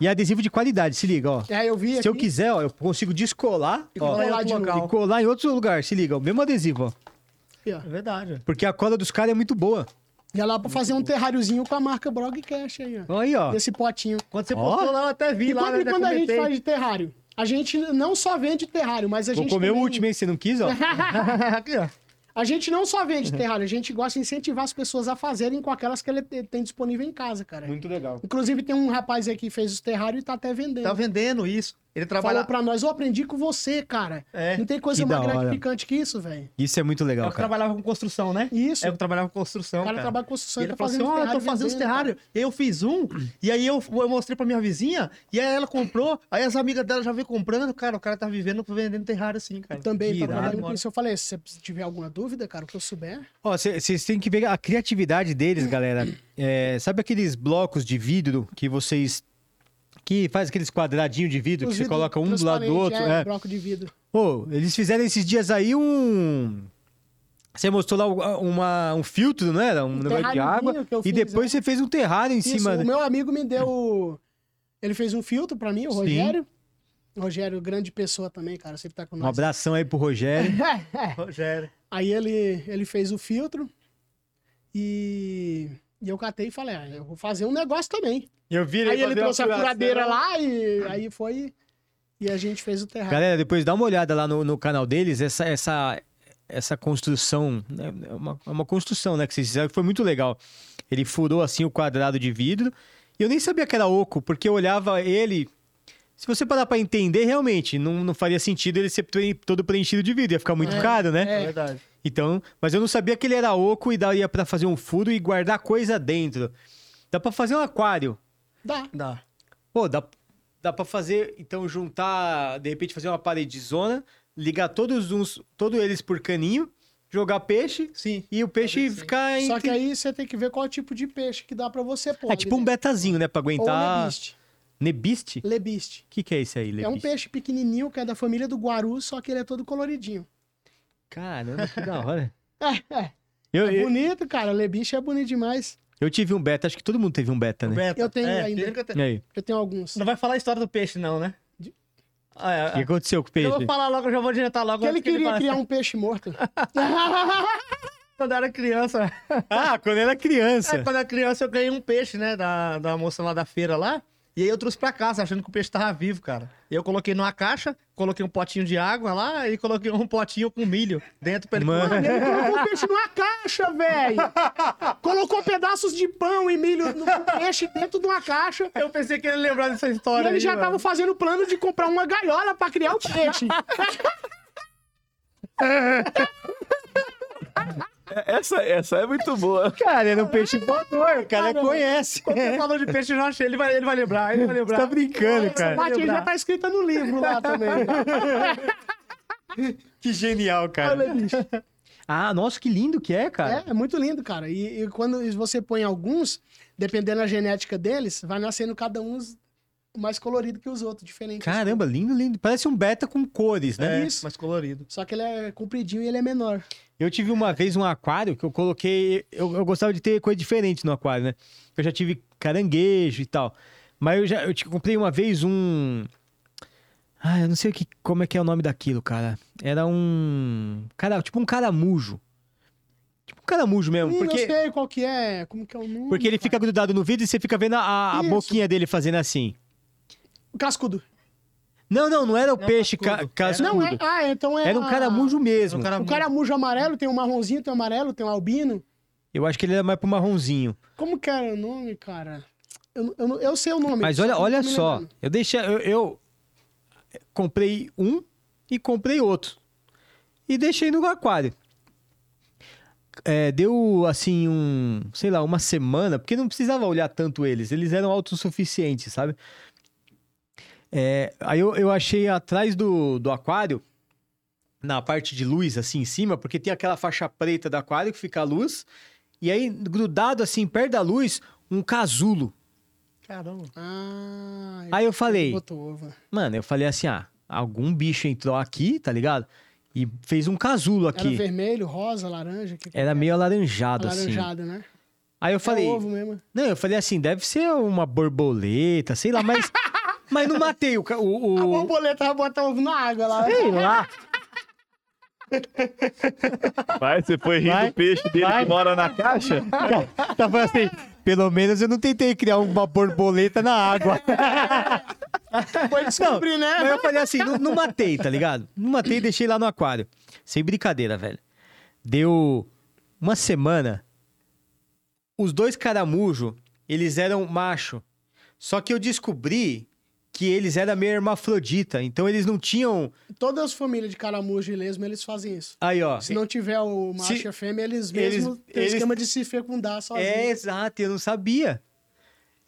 A: e adesivo de qualidade, se liga, ó.
D: É, eu vi
A: Se
D: aqui.
A: eu quiser, ó, eu consigo descolar
E: E
A: ó,
E: colar em
D: lá
E: outro
D: de novo.
E: local.
A: e colar em outro lugar, se liga, o mesmo adesivo, ó.
D: aqui, ó.
E: É verdade.
A: Porque a cola dos caras é muito boa.
D: E é lá pra fazer um terráriozinho com a marca Brogcast aí, ó.
A: Ó Então, Aí, ó.
D: Desse potinho.
E: Quando você
A: Ó.
E: postou lá, eu até vi
D: E
E: lá.
D: quando,
E: né,
D: e quando a gente
E: comentei.
D: faz de terrário? A gente não só vende terrário, mas a
A: Vou
D: gente
A: comer o então.
D: também- É
A: último, hein? Você não quis, ó.
E: Aqui, ó.
D: A gente não só vende
C: Uhum.
D: terrário, a gente gosta de incentivar as pessoas a fazerem com aquelas que ele te- tem disponível em casa, cara.
A: Muito legal.
D: Inclusive, tem um rapaz aí que fez os terrários e tá até vendendo.
C: Tá vendendo isso. Ele trabalha.
D: Falou pra nós, eu aprendi com você, cara.
C: É.
D: Não tem coisa
A: Que
D: mais
A: da hora.
D: gratificante que isso, velho.
A: Isso é muito
C: É
A: legal,
C: o que
A: cara.
C: trabalhava com construção, né?
D: Isso.
C: É o que trabalhava com construção.
D: o cara,
C: cara.
D: trabalha com
C: E
D: construção e
C: ele
D: tá
C: falou assim:
D: fazendo
C: Ó, eu tô
D: terrário
C: fazendo os
D: vendendo,
C: terrários. Eu fiz um, e aí eu, eu mostrei pra minha vizinha, e aí ela comprou, aí as amigas dela já veio comprando. Cara, o cara tá vivendo vendendo terrário assim, cara.
D: cara. Também,
A: Que
D: tá
A: irado.
D: trabalhando com isso. Eu falei, se você tiver alguma dúvida, cara, o que eu souber.
A: Ó, vocês têm que ver a criatividade deles,
D: Hum.
A: galera. É, sabe aqueles blocos de vidro que vocês. que faz aqueles quadradinhos de vidro
D: Os
A: que você
D: vidro
A: coloca um do lado do outro?
D: transparente, É,
A: É.
D: bloco de vidro.
A: Ô, eles fizeram esses dias aí um. Você mostrou lá uma, um filtro, não era? Um, negócio de
D: terráriozinho
A: água.
D: que eu
A: e
D: fiz,
A: depois
D: é.
A: você fez um terrário em
D: Isso,
A: cima.
D: o meu amigo me deu. Ele fez um filtro pra mim, o
A: Sim.
D: Rogério. Rogério, grande pessoa também, cara. Sempre tá com
A: Um
D: nós.
A: abração aí pro Rogério.
C: Rogério.
D: Aí ele, ele fez o filtro e, e eu catei e falei, ah, eu vou fazer um negócio também.
A: Eu vi
D: Aí ele trouxe a furadeira lá e aí foi e a gente fez o terrário.
A: Galera, depois dá uma olhada lá no, no canal deles, essa, essa, essa construção, né? é uma, é uma construção, né, que vocês fizeram, que foi muito legal. Ele furou, assim, o quadrado de vidro, e eu nem sabia que era oco, porque eu olhava ele... Se você parar pra entender, realmente, não, não faria sentido ele ser pre- todo preenchido de vidro, ia ficar muito caro, né?
C: É verdade.
A: Então, mas eu não sabia que ele era oco e daria pra fazer um furo e guardar coisa dentro. Dá pra fazer um aquário.
D: Dá.
C: Dá.
A: Pô, dá, dá pra fazer, então, juntar, de repente, fazer uma paredezona, ligar todos uns, todos eles por caninho, jogar peixe
C: Sim.
A: e o peixe
C: Talvez sim.
A: ficar em.
D: Só que aí você tem que ver qual tipo de peixe que dá pra você pôr.
A: é tipo um
D: ali
A: betazinho, né? Pra
D: dentro. Ou
A: aguentar.
D: lebiste.
A: Nebiste? O
D: Lebiste.
A: que, que é esse aí,
D: É
A: Lebiste?
D: um peixe pequenininho que é da família do guaru, só que ele é todo coloridinho.
A: Caramba, que da hora.
D: É, é.
A: Eu,
D: É
A: eu,
D: bonito, cara. Lebiche é bonito demais.
A: eu tive um beta, acho que todo mundo teve um beta, né?
C: Beto,
D: Eu tenho
C: é,
D: ainda.
C: tem que eu tenho.
A: E aí?
D: Eu tenho alguns.
C: Não vai falar a história do peixe, não, né? Ah,
A: O que
C: é, é.
A: aconteceu com o peixe?
C: Eu vou falar logo, eu já vou adiantar logo.
D: Porque ele
C: antes que
D: queria
C: fale. assim,
D: criar um peixe morto.
C: Quando eu era criança.
A: Ah, quando era criança.
C: É, quando eu era criança, eu ganhei um peixe, né? Da, da moça lá da feira lá. E aí eu trouxe pra casa, achando que o peixe tava vivo, cara. E eu coloquei numa caixa, coloquei um potinho de água lá e coloquei um potinho com milho dentro pra ele
A: Mano.
C: comer.
D: Ele colocou o peixe numa caixa, velho! Colocou pedaços de pão e milho no peixe dentro de uma caixa.
C: Eu pensei que ele lembrava dessa
D: E
C: história.
D: ele
C: aí,
D: já
C: mano.
D: tava fazendo plano de comprar uma gaiola pra criar o peixe.
B: Essa, essa é muito boa.
A: Cara, era um peixe voador, o cara
D: Caramba.
A: conhece.
C: Você falou de peixe, eu já achei. Ele vai, ele vai lembrar, ele vai
A: Você
C: lembrar.
A: tá brincando,
D: Essa
A: cara.
D: parte aí já tá escrita no livro lá também.
A: Que genial, cara. Ah, nossa, que lindo que é, cara.
D: É, é muito lindo, cara. E, e quando você põe alguns, dependendo da genética deles, vai nascendo cada um mais colorido que os outros, diferente.
A: Caramba, lindo, lindo. Parece um beta com cores, né?
C: É,
D: Isso.
C: mas colorido.
D: Só que ele é compridinho e ele é menor.
A: Eu tive uma vez um aquário que eu coloquei. Eu, eu gostava de ter coisa diferente no aquário, né? Eu já tive caranguejo e tal. Mas eu já eu te- comprei uma vez um. Ah, eu não sei o que, como é que é o nome daquilo, cara. Era um. Cara, tipo um caramujo. Tipo um caramujo mesmo.
D: Hum,
A: porque,
D: Eu sei qual que é, como que é o nome.
A: porque ele
D: cara?
A: fica grudado no vidro e você fica vendo a- a- a
D: Isso.
A: boquinha dele fazendo assim.
D: Cascudo.
A: Não, não, não era o
C: Não,
A: peixe ca
C: cascudo. Era-
A: cascudo.
D: Não, é, ah, então é.
A: Era um
D: a-
A: caramujo mesmo.
C: Um cara
D: O caramujo amarelo tem um marronzinho, tem um amarelo, tem um albino.
A: Eu acho que ele era mais pro marronzinho.
D: Como que era o nome, cara? Eu, eu, não- eu sei o nome.
A: Mas
D: só que
A: olha,
D: eu não
A: olha
D: tô me
A: só.
D: lembrando.
A: Eu deixei. Eu, eu comprei um e comprei outro. E deixei no aquário. É, deu assim um, sei lá, uma semana, porque não precisava olhar tanto eles, eles eram autossuficientes, sabe? É, aí eu, eu achei atrás do, do aquário, na parte de luz, assim em cima, porque tem aquela faixa preta do aquário que fica a luz, e aí grudado assim, perto da luz, um casulo.
C: Caramba.
D: Ah,
A: Aí eu falei,
D: botou ovo.
A: Mano, eu falei assim, ah, algum bicho entrou aqui, tá ligado? E fez um casulo
D: Era
A: aqui.
D: vermelho, rosa, laranja. Que
A: Era meio alaranjado, É assim.
D: alaranjado, né?
A: Aí eu falei,
D: É ovo mesmo.
A: não, eu falei assim, deve ser uma borboleta, sei lá, mas mas não matei o ca- o,
D: A
A: o...
D: borboleta vai botar ovo na água lá.
A: sei lá.
B: Vai, você foi rindo
A: Vai,
B: do peixe dele
A: vai.
B: que mora na caixa?
A: Tá falando assim, pelo menos eu não tentei criar uma borboleta na água. é?
D: Foi descobrir, né?
A: Mas eu falei assim, não, não matei, tá ligado? Não matei, deixei lá no aquário. Sem brincadeira, velho. Deu uma semana. Os dois caramujo, eles eram macho. Só que eu descobri que eles eram meio hermafrodita. Então eles não tinham.
D: Todas as famílias de caramujo e lesma, eles fazem isso.
A: Aí, ó.
D: Se não tiver o macho
A: Se-
D: e a fêmea, eles
A: eles-
D: mesmo têm o
A: eles-
D: esquema de se fecundar sozinhos.
A: É, exato, eu não sabia.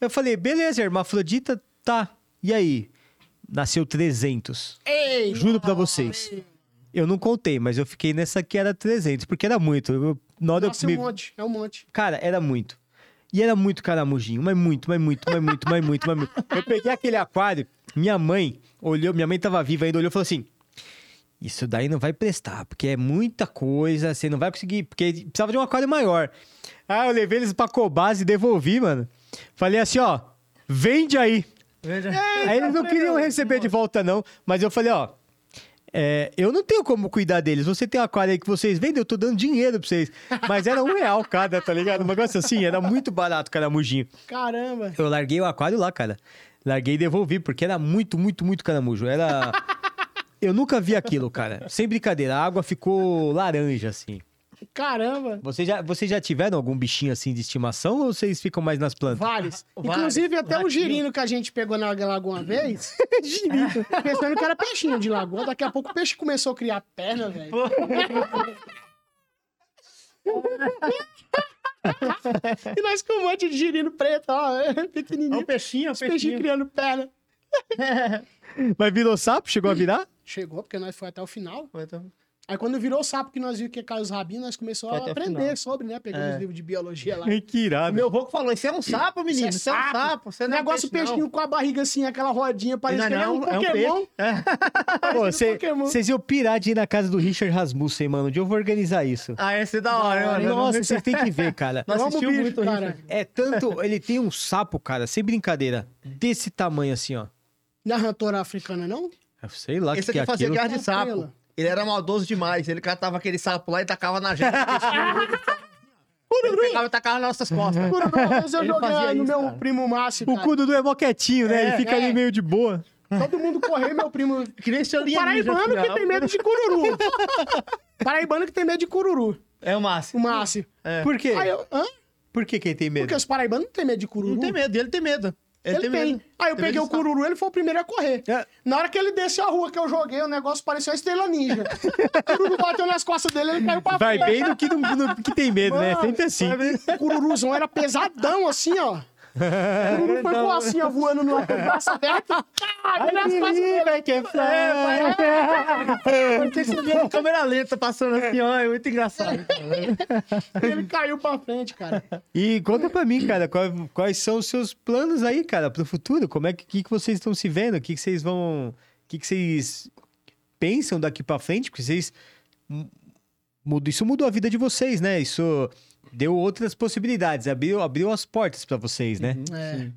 A: Eu falei, beleza, hermafrodita, tá. E aí? Nasceu 300.
D: Ei,
A: Juro pra vocês. Eu não contei, mas eu fiquei nessa que era 300, porque era muito. Eu, na hora eu
D: Nossa, é
A: me-
D: um monte, é um monte.
A: Cara, era muito. E era muito caramujinho, mas muito, mas muito, mas muito, mas muito, mas muito. Eu peguei aquele aquário, minha mãe olhou, minha mãe tava viva ainda, olhou e falou assim: Isso daí não vai prestar, porque é muita coisa, você não vai conseguir, porque precisava de um aquário maior. Ah, eu levei eles pra Cobase e devolvi, mano. Falei assim: ó, vende aí. Aí eles não queriam receber de volta, não. Mas eu falei, ó. é, eu não tenho como cuidar deles. Você tem um aquário aí que vocês vendem, eu tô dando dinheiro pra vocês. Mas era um real cada, tá ligado? Um negócio assim, era muito barato, caramujinho.
D: Caramba.
A: Eu larguei o aquário lá, cara. Larguei e devolvi, porque era muito, muito, muito caramujo. Era. Eu nunca vi aquilo, cara. Sem brincadeira, a água ficou laranja, assim.
D: Caramba.
A: Vocês já, vocês já tiveram algum bichinho assim de estimação ou vocês ficam mais nas plantas?
D: Vários.
C: Vários.
D: Inclusive, até o
C: Ratinho.
D: girino que a gente pegou na lagoa uma vez, girino, pensando que era peixinho de lagoa, daqui a pouco o peixe começou a criar perna, velho. E nós com um monte de girino preto, ó,
C: É um
D: pequenininho,
C: peixinho, é um
D: os peixinhos
C: peixinho.
D: criando perna.
A: Mas virou sapo? Chegou a virar?
D: Chegou, porque nós foi até o final.
C: Foi, então.
D: Aí quando virou o sapo que nós vimos que caiu os rabinhos, nós começamos
C: Foi
D: a
C: até o
D: aprender
C: final.
D: sobre, né? Pegando
C: É.
D: os livros de biologia lá.
A: Que irado.
C: Meu avô que falou, isso é um sapo, menino. Isso
D: Isso é
C: é um
D: sapo.
C: sapo. Você
D: O
C: não é
D: negócio, o
C: peixe, não."
D: peixinho com a barriga assim, aquela rodinha, parece
C: Não,
D: que ele é um
C: não, é um
D: Pokémon.
C: peixe. É.
A: Pô,
D: Parecido
A: cê-
D: Pokémon.
A: vocês iam pirar de ir na casa do Richard Rasmussen, mano. Um dia eu vou organizar isso.
C: Ah, esse é da hora, mano. Eu não
A: Nossa,
C: vi-
A: vocês têm que ver, cara.
C: Não
D: Eu amo
C: assistiu
D: bicho,
C: muito,
D: cara.
C: Richard.
A: É tanto. Ele tem um sapo, cara, sem brincadeira, desse tamanho assim, ó.
D: Não é rantora africana, não?
A: Eu sei lá o que,
C: Esse
A: que é
C: aqui fazia
A: aquilo.
C: guerra de sapo.
D: Tranquilo.
C: Ele era maldoso demais. Ele catava aquele sapo lá e tacava na gente. ele pegava e tacava nas nossas costas.
D: Por uma vez eu
C: É. Ele
D: joguei
C: fazia
D: no
C: isso,
D: meu
C: cara.
D: primo Márcio,
A: O
D: cara.
A: cu do Du é mó quietinho, né? ele
D: É,
A: fica
D: é.
A: ali meio de boa.
D: Todo mundo correu, meu primo.
C: Que nem esse alienígena,
D: Paraibano que
C: filha.
D: tem medo de cururu. Paraibano que tem medo de cururu,
C: É o Márcio.
D: o Márcio.
A: Por quê?
D: Aí eu, hã?
A: Por que quem tem medo?
D: Porque os paraibanos não tem medo de cururu.
C: Não tem medo, ele tem medo. Ele,
D: Ele, tem.
C: medo.
D: Aí eu
C: Tem medo
D: peguei
C: de
D: o cururu, ele foi o primeiro a correr.
A: É.
D: Na hora que ele desceu a rua que eu joguei, o negócio parecia uma estrela ninja. o cururu bateu nas costas dele, ele caiu pra
A: Vai
D: frente.
A: bem do que, no, no- que tem medo, né?
D: Mano,
A: Sempre assim.
D: O cururuzão era pesadão, assim, ó. O cururu foi com assim, ó, voando no braço aberto. Ah, ele nas costas dele.
A: É, vai-
C: sapo. Câmera lenta passando assim, ó. É muito engraçado.
D: Ele caiu pra frente, cara.
A: E conta pra mim, cara, quais, quais são os seus planos aí, cara, pro futuro? Como é que, que, que vocês estão se vendo? O que, que vocês vão. O que, que vocês pensam daqui pra frente? Porque vocês. mu- muda- Isso mudou a vida de vocês, né? Isso deu outras possibilidades, abriu, abriu as portas pra vocês, né?
D: É.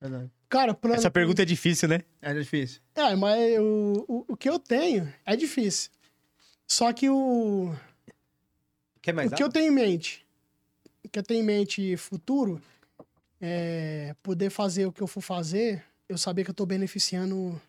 C: Verdade.
D: Cara, plano...
A: Essa pergunta é difícil, né?
C: É difícil.
D: É, mas o, o, o que eu tenho é difícil. Só que o...
A: Quer mais?
D: o que eu tenho em mente, o que eu tenho em mente futuro, é poder fazer o que eu for fazer, eu saber que eu tô beneficiando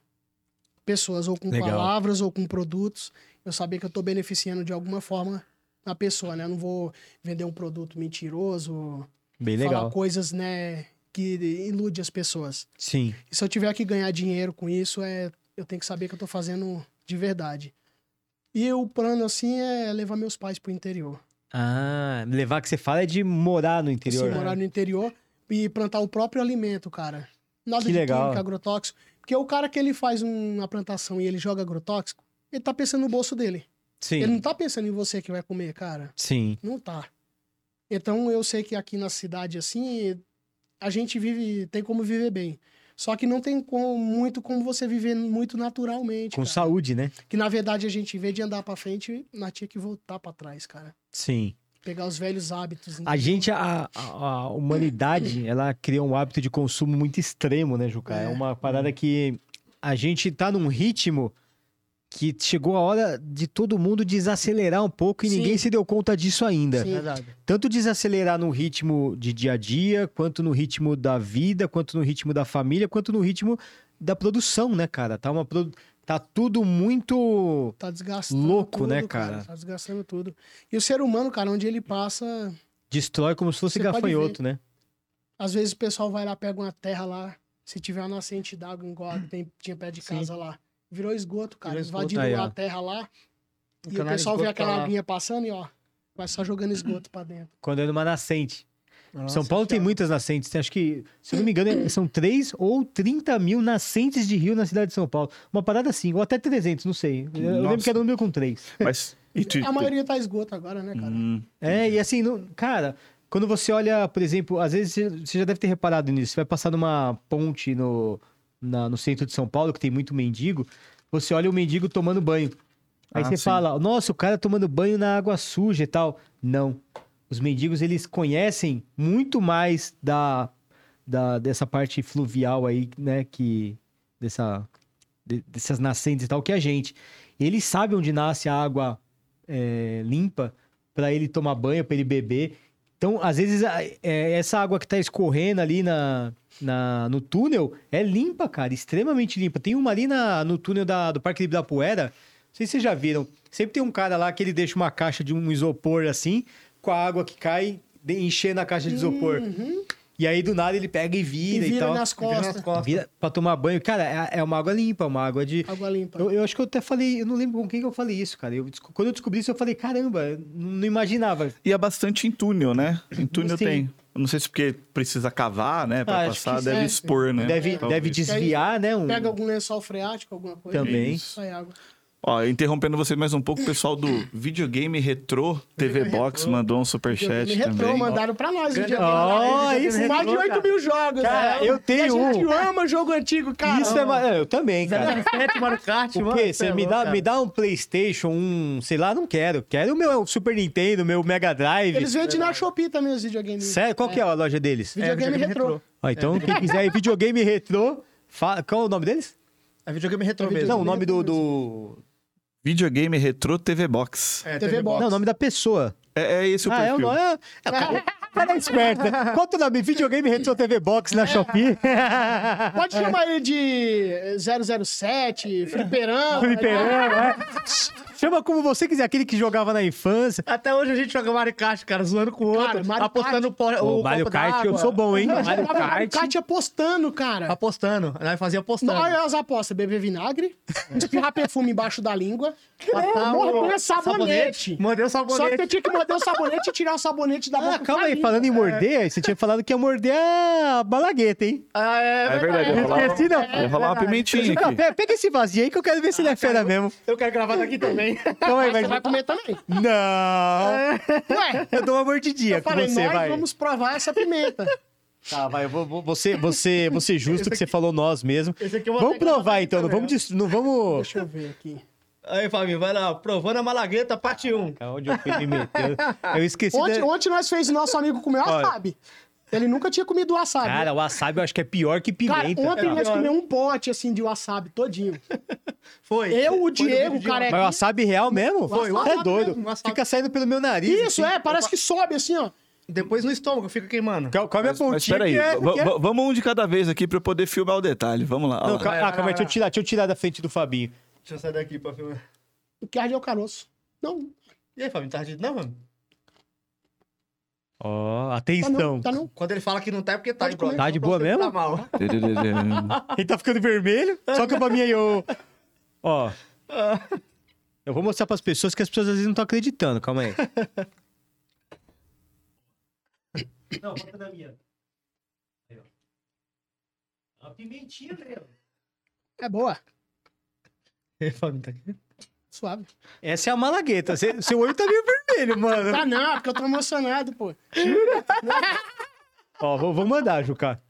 D: pessoas, ou com
A: Legal.
D: palavras, ou com produtos, eu saber que eu tô beneficiando de alguma forma a pessoa, né? Eu não vou vender um produto mentiroso,
A: Bem
D: falar
A: legal.
D: coisas, né, que ilude as pessoas.
A: Sim.
D: E se eu tiver que ganhar dinheiro com isso, é, eu tenho que saber que eu tô fazendo de verdade. E o plano, assim, é levar meus pais pro interior.
A: Ah, levar que você fala é de morar no interior.
D: Sim,
A: né?
D: morar no interior e plantar o próprio alimento, cara. Nada
A: Que
D: de
A: legal.
D: química, agrotóxico. Porque o cara que ele faz um- uma plantação e ele joga agrotóxico, ele tá pensando no bolso dele.
A: Sim.
D: Ele não tá pensando em você que vai comer, cara.
A: Sim.
D: Não tá. Então eu sei que aqui na cidade, assim, a gente vive, tem como viver bem. Só que não tem como- muito como você viver muito naturalmente.
A: Com
D: cara.
A: saúde, né?
D: Que na verdade a gente, em vez de andar pra frente, nós tinha que voltar pra trás, cara.
A: Sim.
D: Pegar os velhos hábitos.
A: A gente, a, a- a humanidade, ela criou um hábito de consumo muito extremo, né, Juca? É.
D: É.
A: uma parada que a gente tá num ritmo que chegou a hora de todo mundo desacelerar um pouco e
D: Sim.
A: ninguém se deu conta disso ainda.
D: Sim.
C: Verdade.
A: Tanto desacelerar no ritmo de dia a dia, quanto no ritmo da vida, quanto no ritmo da família, quanto no ritmo da produção, né, cara? Tá uma produ- Tá tudo muito.
D: Tá desgastando.
A: Louco,
D: tudo,
A: né, cara?
D: Tá desgastando tudo. E o ser humano, cara, onde ele passa.
A: Destrói como se fosse
D: Você pode
A: gafanhoto, né?
D: Às vezes o pessoal vai lá, pega uma terra lá. Se tiver uma nascente d'água, igual a que tem, tinha perto de
C: Sim.
D: casa lá. Virou esgoto, cara.
C: Virou esgoto.
D: Invadiram
A: Aí, ó.
D: a terra lá. E o
C: Canário
D: pessoal
C: esgoto
D: vê
C: tá
D: aquela
C: lá.
D: aguinha passando e, ó, vai só jogando esgoto pra dentro.
A: Quando é numa nascente.
C: Nossa,
A: São Paulo tem
D: Thiago.
A: muitas nascentes. Acho que, se eu não me engano, é- são 3 ou 30 mil nascentes de rio na cidade de São Paulo. Uma parada assim, ou até 300, não sei. Eu- Eu lembro
B: Nossa.
A: que era um número com 3.
B: Mas. E tu-
A: tipo-
D: A maioria tá esgoto agora, né, cara?
B: Hum,
A: É, e assim, não- cara, quando você olha, por exemplo, às vezes você- você já deve ter reparado nisso. Você vai passar numa ponte no, na- no centro de São Paulo, que tem muito mendigo. Você olha o mendigo tomando banho. Aí
B: Ah,
A: você
B: sim.
A: fala, nossa, o cara tomando banho na água suja e tal. Não. Os mendigos, eles conhecem muito mais da, da dessa parte fluvial aí, né? Que. Dessa, de- dessas nascentes e tal, que a gente. Ele sabe onde nasce a água é, limpa para ele tomar banho, para ele beber. Então, às vezes, a- é, essa água que tá escorrendo ali na, na- no túnel é limpa, cara, extremamente limpa. Tem uma ali na, no túnel da- do Parque da Poeira, não sei se vocês já viram. Sempre tem um cara lá que ele deixa uma caixa de um isopor assim, com a água que cai, de- enchendo a caixa de isopor.
D: Uhum.
A: E aí, do nada, ele pega e
D: E
A: vira e,
D: vira
A: tal.
D: nas costas.
A: Vira pra tomar banho. Cara, é, é uma água limpa, uma água de.
D: Água limpa.
A: Eu, eu acho que eu até falei, eu não lembro com quem que eu falei isso, cara. Eu desco- quando eu descobri isso, eu falei, caramba, eu não não imaginava.
B: E é bastante em túnel, né? Em túnel
A: Sim.
B: tem. Não sei se porque precisa cavar, né? Pra
A: Ah, acho
B: passar,
D: que
B: deve
D: sim.
B: expor, né?
A: deve,
B: Talvez.
A: deve desviar, né? Um...
D: Pega algum lençol freático, alguma coisa.
A: Também.
D: Isso aí, água.
B: Ó, interrompendo vocês mais um pouco, o pessoal do Videogame Retrô TV
D: Videogame
B: Box
D: Retrô.
B: mandou um superchat
D: Me retrô,
B: também.
D: mandaram pra nós.
A: Grande-
D: videogame.
A: Ó, Ah, é isso,
D: mais de
A: retrô,
D: 8 mil jogos.
A: Cara,
D: né?
A: eu tenho
D: E A gente
A: um.
D: ama jogo antigo, cara.
A: Isso é. ma- é, Eu também, cara.
C: 07 Mario Kart,
A: O
C: mano.
A: quê? Você
C: é
A: me
C: louco,
A: dá,
C: cara.
A: me dá um PlayStation, um. Sei lá, não quero. Quero o meu Super Nintendo, meu Mega Drive.
D: Eles vendem na Shopee também os videogames.
A: Sério? Qual que é a loja deles?
C: É,
D: Videogame retrô.
A: Ó, então, quem quiser aí, videogame retrô. fa- Qual é o nome deles?
C: É videogame retrô mesmo.
A: Não, o nome do. do...
B: Videogame Retrô TV Box.
C: É,
D: TV Box.
A: Não, o nome da pessoa.
B: É, é esse o
A: ah, é o
B: perfil.
A: nome. É, é, cara, cara é esperta. Qual o teu nome? Videogame retrô TV Box
D: É.
A: na Shopee.
D: Pode chamar ele de eh, 007, Fliperama. né?
A: Fliperama, é. Chama como você quiser, aquele que jogava na infância.
C: Até hoje a gente joga Mario Kart, cara, zoando com o outro,
D: Cara, Mario
C: apostando o,
A: Ô,
C: o
A: Mario
C: copo
A: Kart, eu
C: d'água.
A: sou bom, hein?
D: Nós
A: Mario
D: jogava Mario
A: Kart.
D: Kart apostando, cara.
C: Apostando. Aí fazia apostando.
D: Não, Olha as apostas, beber vinagre, espirrar perfume embaixo da língua,
C: Matar o-
D: morder sabonete.
C: Mordeu o
D: Só que eu
C: sabonete.
D: tinha que morder o sabonete e tirar o sabonete da boca.
A: Ah, calma
D: pra
A: aí,
D: mim.
A: falando em morder, você tinha falado que ia morder a balagueta, hein?
C: Ah,
B: É verdade, eu ia rolar,
A: Esqueci, não.
B: eu ia rolar uma
C: verdade.
B: pimentinha
A: É Não,
B: aqui.
A: pe- pega esse vasinho aí que eu quero ver se ele é fera mesmo.
C: Eu quero gravar daqui também.
A: Calma aí,
D: Mas
A: vai.
D: Ah, tá, Você vai comer também.
A: Não!
D: Ué,
A: Eu dou uma mordidinha
D: eu
A: com
D: falei,
A: você,
D: nós
A: vai.
D: vamos provar essa pimenta.
A: Tá, vai, eu vou, vou- você, você, você justo que você falou nós mesmo.
C: Esse aqui eu vou
A: Vamos
C: ter que
A: provar
C: anotar
A: então, não
C: também,
A: vamos, des- não vamos.
D: Deixa eu ver aqui.
C: Aí, Fabinho, vai lá. Provando a malagueta, parte 1.
A: Cara, É Onde eu fui me meter? Eu esqueci.
D: Ontem,
A: da-
D: ontem nós fez o nosso amigo comer wasabi. Ele nunca tinha comido wasabi.
A: Cara, o wasabi eu acho que é pior que
D: Cara,
A: pimenta.
D: ontem nós
C: É.
D: comemos um pote assim de wasabi todinho.
C: Foi.
D: Eu, o
C: Foi no
D: Diego,
C: vídeo de
D: careca.
A: Mas wasabi real mesmo?
C: Foi,
A: é
C: wasabi
A: doido.
C: mesmo, wasabi.
A: Fica saindo pelo meu nariz.
D: Isso,
A: assim.
D: é, parece que sobe assim, ó.
C: ontem. Depois no estômago, fica queimando.
A: Cal- Come a
B: Mas, mas
A: pontinha.
B: peraí,
A: que é-
B: va-
A: que é-
B: va- vamos um de cada vez aqui pra eu poder filmar o detalhe. Vamos lá. ó
A: Não,
B: lá.
A: cal-
C: Vai,
A: ah,
C: vai,
A: calma aí,
C: vai,
A: deixa eu
C: vai.
A: tirar, deixa eu tirar da frente do Fabinho.
C: Deixa eu sair daqui pra filmar.
D: O Card é o caroço. Não,
C: E aí, Fabinho, tá ardido? Não, mano.
A: Ó,
D: tá não,
A: atenção.
D: tá não.
C: Quando ele fala que não tá, é porque tá,
D: Pode
C: hein, brother?
A: comer. Tá de
C: Então,
A: boa
C: você que
A: mesmo?
C: Tá mal.
A: Ele tá ficando vermelho. Soca pra mim aí, ô. Ó. Eu vou mostrar pras pessoas que as pessoas às vezes não estão acreditando, calma aí. Não, bota na minha. Aí,
C: É
A: ó. Uma pimentinha mesmo.
D: É boa,
C: E aí, Fabinho, tá aqui?
D: suave.
A: Essa é a malagueta. Seu seu olho tá meio vermelho, mano.
D: Tá não, é porque eu tô emocionado, pô.
A: Ó, vou, vou mandar, Juca.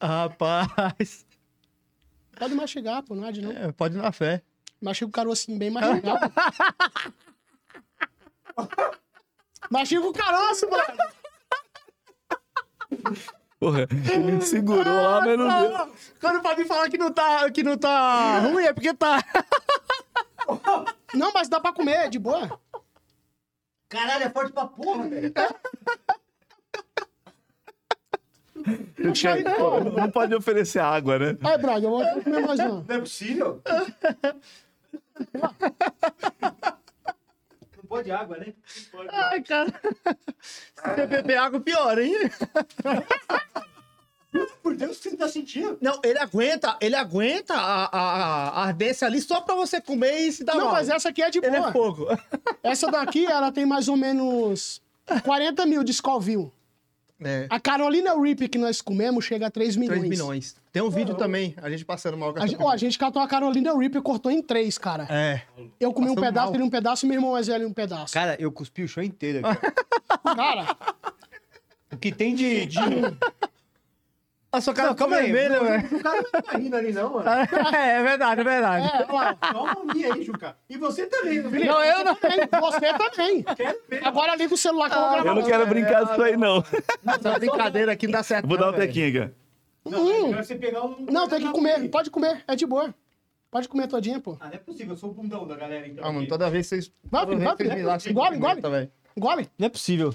C: Rapaz.
D: Pode mastigar, pô, não é de não.
C: É, pode ir na fé.
D: Mastiga o carocinho bem mastigado. Mastiga o caroço, mano.
B: Porra, ele segurou lá, mas não deu.
C: Quando o Fabinho fala que não tá, que não tá ruim, é porque tá.
D: Não, mas dá pra comer, é de boa.
C: Caralho, é forte pra porra, velho.
B: Não, tinha- pô, não pode oferecer água, né?
D: Ai, Braga, eu vou comer mais uma.
A: Não é possível? Não pode água, né?
C: Ai, cara. Se você beber água, é pior, hein?
A: Por Deus, você não tá sentindo.
C: Não, ele aguenta, ele aguenta a, a, a ardência ali só pra você comer e se dar
D: Não,
C: mal.
D: mas essa aqui é de
C: Ele é
D: boa.
C: fogo.
D: Essa daqui, ela tem mais ou menos 40 mil de Scoville.
C: É.
D: A Carolina Reap que nós comemos chega a 3 milhões.
C: 3 milhões. Tem um vídeo também, a gente passando mal. com
D: A,
C: essa
D: gen- ó, a gente catou a Carolina Reap e cortou em três, cara.
C: É.
D: Eu comi um
C: Passamos
D: pedaço,
C: mal.
D: ele um pedaço e meu irmão mais velho um pedaço.
A: Cara, eu cuspi o show inteiro aqui.
D: Cara,
A: O que tem de. de...
C: A sua cara
A: Não,
C: ficou
A: calma aí.
C: vermelha,
A: Não,
C: velho.
A: O cara não tá rindo ali, não, mano.
C: É, é verdade, é verdade.
D: é, ó lá.
A: Toma um dia aí, Juca. E você também, não
D: Não, eu não. Você também. Agora liga o celular que eu vou gravar.
B: Eu não
A: é,
B: quero brincar disso aí, não.
C: Essa brincadeira aqui não dá certo.
B: Vou dar
C: não,
B: uma
C: velho.
B: tequinha aqui.
D: Hum,
A: você pegar um.
D: Não, tem que comer. Pode comer, é de boa. Pode comer todinha, pô.
A: Ah, não é possível, eu sou o bundão da galera, então.
C: Ah, mano, toda vez vocês.
D: Vai,
C: toda
D: filho,
C: vez
D: vai,
C: vocês me lascam
D: filho. Engole,
C: de
D: engole.
C: pimenta, velho.
D: Gole.
A: Não é possível.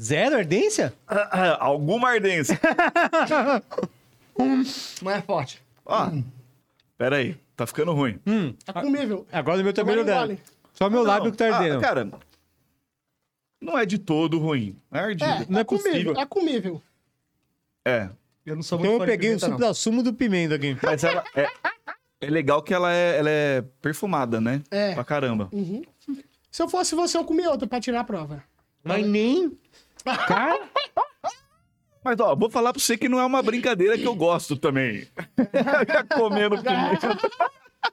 A: Zero ardência?
B: Ah, ah, Alguma ardência.
C: Não é forte.
B: Ó, pera aí. Tá ficando ruim.
D: É comível.
A: Agora o
C: tá
A: meu Ah. também não
D: Agora
A: dá.
D: engole.
A: Só meu Hum, lábio que tá
B: Ah,
A: ardendo.
B: cara, não é de todo ruim. É
D: É,
B: ardido.
A: Não é
D: é comível.
A: possível.
D: É comível.
B: É.
C: Eu não sou muito
A: então eu
C: fã de
A: peguei o
C: pimenta,
A: suco
C: não.
A: da sumo do pimenta aqui.
B: Mas ela é, é legal que ela é, ela é perfumada, né?
D: É.
B: Pra caramba.
D: Se eu fosse você, eu comia outra pra tirar a prova.
A: Mas nem. Cara.
B: Mas, ó, vou falar pra você que não é uma brincadeira que eu gosto também. Comendo pimenta.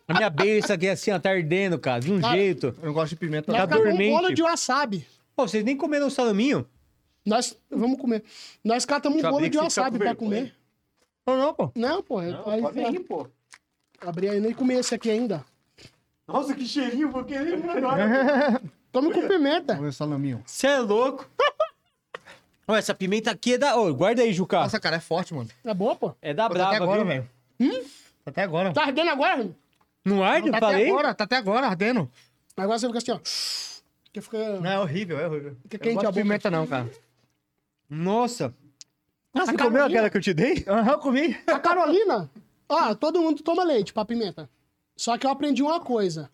A: A minha beiça aqui assim, ó, tá ardendo, cara, de um
D: Cara,
A: jeito.
C: Eu não gosto de pimenta.
D: Nós
A: Tá
C: não.
D: acabou um
A: dormente.
D: bolo de wasabi.
A: Pô, vocês nem comeram o salaminho?
D: Nós vamos comer. Nós catamos
A: Deixa
D: um
A: eu
D: bolo
A: abrir
D: de
A: aqui, você tá
D: wasabi
A: com
D: pra
A: vergonha?
D: comer.
A: Não, não, pô.
D: Não, pô. é eu- aí,
A: pô.
D: Abri ainda e comi esse aqui ainda.
A: Nossa, que cheirinho, vou querer um agora.
D: Tome com pimenta.
C: Olha o salaminho.
A: Você é louco. Ó, essa pimenta aqui é da. Ô, guarda aí, Juca.
C: Nossa, cara, é forte, mano.
D: É boa, pô.
A: É da
C: Pô, tá até
A: Brava,
C: agora,
A: viu?
C: velho. Tá até agora.
D: Tá ardendo agora? irmão?
A: Não arde?
C: Não, tá até
A: Falei?
C: agora, tá até agora ardendo.
D: Mas Agora você fica assim, ó. Que fica...
C: Não, é horrível, é horrível.
D: Fica
C: Eu
D: quente
C: não gosto
D: a
C: de
D: boca.
C: pimenta, não, cara.
A: Nossa.
D: Nossa,
A: Você comeu
D: a Carolina-
A: aquela que eu te dei?
C: Aham, eu comi.
D: A Carolina... Ó, todo mundo toma leite pra pimenta. Só que eu aprendi uma coisa.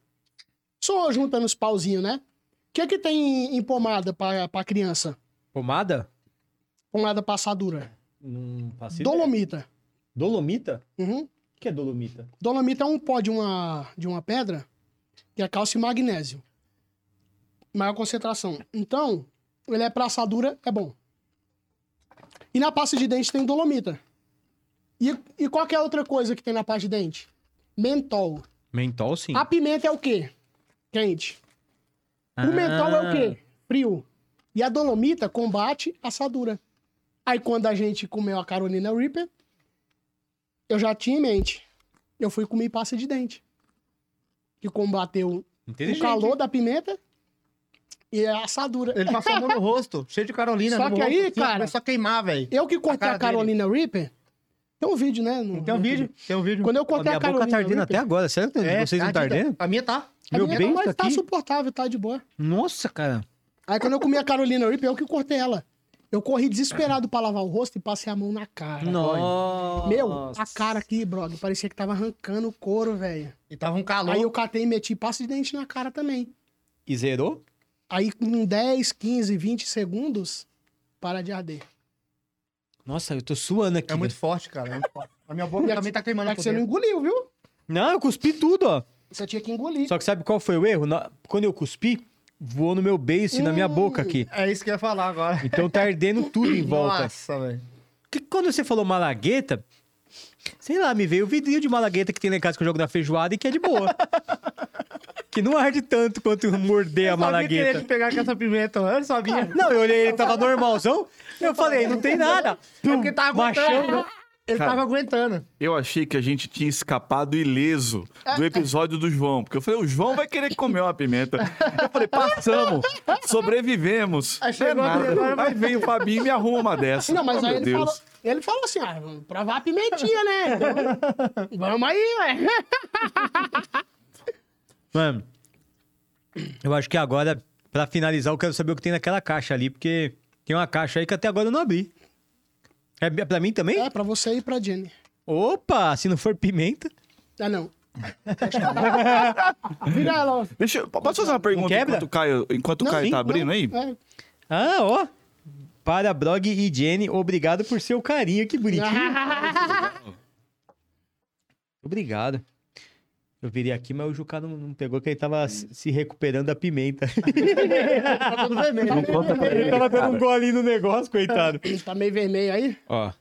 D: Só juntando os pauzinhos, né? O que que tem em pomada pra, pra criança?
A: Pomada?
D: Pomada passadura.
A: Não passei.
D: Dolomita.
A: Dolomita?
D: Uhum.
A: O que é dolomita?
D: Dolomita é um pó de uma, de uma pedra que é cálcio e magnésio. Maior concentração. Então, ele é pra assadura, é bom. E na pasta de dente tem dolomita. E, e qual que é a outra coisa que tem na pasta de dente? Mentol.
A: Mentol, sim.
D: A pimenta é o quê? Quente.
C: Ah.
A: Ah,
D: O mentol é o quê? Frio. E a dolomita combate a assadura. Aí quando a gente comeu a Carolina Reaper, eu já tinha em mente. Eu fui comer pasta de dente. Que combateu o
A: Inteligente.
D: calor da pimenta e a assadura.
C: Ele passou a mão no rosto, cheio de Carolina.
D: Só
C: no
D: que
C: rosto,
D: aí,
C: assim,
D: cara-
C: Começou a queimar, velho.
D: Eu que cortei
C: cara
D: a, Carolina Reaper, tem um vídeo, né? no-
C: Tem um
D: no
C: vídeo,
D: YouTube.
C: tem um vídeo.
D: Quando eu
A: A
D: cortei
A: minha
D: a,
A: boca
D: Carolina
A: tá ardendo
D: Reaper,
A: até agora. Será que
C: É,
A: vocês não
C: tá
A: tá ardendo?
C: A minha tá.
D: a
A: Meu
D: minha
A: bem,
D: tá,
A: isso
D: mas tá
A: aqui?
D: suportável, tá de boa.
A: Nossa, cara.
D: Aí quando eu comi a Carolina Reaper, eu que cortei ela. Eu corri desesperado pra lavar o rosto e passei a mão na cara.
A: Nossa.
D: Meu, a cara aqui, brother, parecia que tava arrancando o couro, velho.
C: E tava um calor.
D: Aí eu catei e meti pasta de dente na cara também.
A: E zerou?
D: Aí com 10, 15, 20 segundos, para de arder.
A: Nossa, eu tô suando aqui.
C: É muito forte, cara. é muito forte. A minha boca também tá queimando.
D: É que
C: por
D: você não
C: dentro.
D: engoliu, viu?
A: Não, eu cuspi tudo, ó.
D: Você tinha que engolir.
A: Só que sabe qual foi o erro? Na- Quando eu cuspi, voou no meu beiço e na minha boca aqui.
C: É isso que eu ia falar agora.
A: Então tá ardendo tudo em volta.
C: Nossa, velho.
A: Porque quando você falou malagueta, sei lá, me veio o vidrinho de malagueta que tem lá em casa que eu jogo na feijoada e que é de boa. que não arde tanto quanto morder a
C: Eu sabia
A: malagueta.
C: que pegar com essa pimenta, eu sabia.
A: Não, eu olhei, ele tava normalzão. Eu falei, não tem nada.
C: É porque tava aguentando.
A: Machando.
C: Ele
B: Cara.
C: tava aguentando.
B: Eu achei que a gente tinha escapado ileso do episódio do João, porque eu falei, o João vai querer comer uma pimenta. Eu falei, passamos, sobrevivemos.
D: Ah,
B: Não é
C: Aí chegou a primeira-
B: nada. Aí veio o Fabinho e me arruma uma dessa.
D: Não, mas
B: Oh,
D: aí
B: meu
D: ele
B: Deus.
D: falou, ele falou assim, ah, vamos provar a pimentinha, né? Então, Vamos aí, ué.
A: Mano, eu acho que agora, pra finalizar, eu quero saber o que tem naquela caixa ali, porque tem uma caixa aí que até agora eu não abri. É pra mim também?
D: É, pra você e pra Jenny.
A: Opa, se não for pimenta.
D: Ah, não. Vira ela.
B: Deixa eu, posso fazer uma pergunta
A: quebra?
B: enquanto o Caio, enquanto o
D: Não,
B: Caio
A: sim,
B: tá abrindo aí?
D: É.
A: Ah, ó. Para Brog e Jenny, obrigado por seu carinho. Que bonitinho. Obrigado. Eu virei aqui, mas o Juca não, não pegou, que ele tava se se recuperando da pimenta.
D: Tá tudo vermelho.
E: Não
D: Tá
E: conta pra
D: meio vermelho.
E: ele.
A: tava
E: cara.
A: dando um golinho no negócio, coitado.
D: Tá meio vermelho aí?
A: Ó.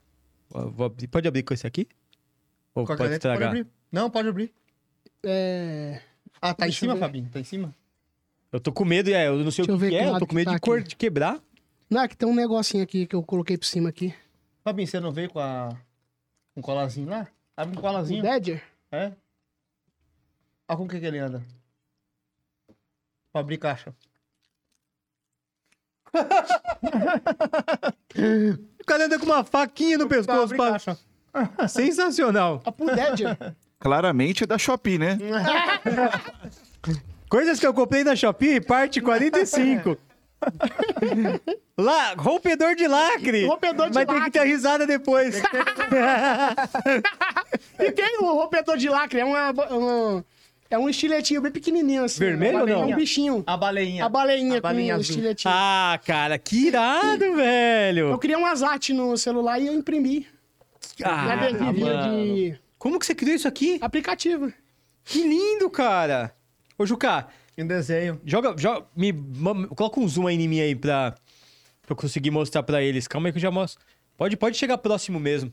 A: ó, vou abrir- Pode abrir com esse aqui? Ou
C: Com a
A: pode
C: caneta, pode
A: estragar?
C: abrir. Não, pode abrir.
D: É.
C: Ah, tá
D: Deixa
C: em cima,
D: eu ver.
C: Fabinho? Tá em cima?
A: Eu tô com medo, é, eu não sei
D: Deixa
A: o
D: eu
A: que,
D: ver
A: que
D: que
A: é, eu
D: lado
A: tô
D: que
A: com medo
D: tá
A: de,
D: aqui.
A: cor- de quebrar.
D: Não, que tem um negocinho aqui que eu coloquei por cima aqui.
C: Fabinho, você não veio com a... um colazinho lá? Abre um
D: O
C: colazinho.
D: Badger?
C: É? Olha com o que, que ele anda. Pra abrir caixa.
A: O cara anda com uma faquinha no
C: Pra
A: pescoço.
C: abrir
A: Pra...
C: caixa.
A: Sensacional.
D: A pro Ah, Badger.
B: Claramente é da Shopee, né?
A: Coisas que eu comprei na Shopee, parte 45. Lá, rompedor de lacre.
D: Rompedor de
A: Vai ter que ter a risada depois.
D: E tem o rompedor de lacre, é uma, uma- é um estiletinho bem pequenininho assim.
A: Vermelho ou não?
D: É um bichinho.
C: A baleinha.
D: A baleinha,
C: A baleinha
D: com o
C: azul.
D: estiletinho.
A: ah, cara, que irado, velho.
D: Eu criei umas artes no celular e eu imprimi.
A: Ah,
D: na delivery
A: mano.
D: de
A: Como que você criou isso aqui?
D: aplicativo.
A: Que lindo, cara. Ô, Juca,
C: Em desenho.
A: joga, joga me, ma- coloca um zoom aí em mim aí pra, pra eu conseguir mostrar pra eles. Calma aí que eu já mostro. Pode, pode chegar próximo mesmo.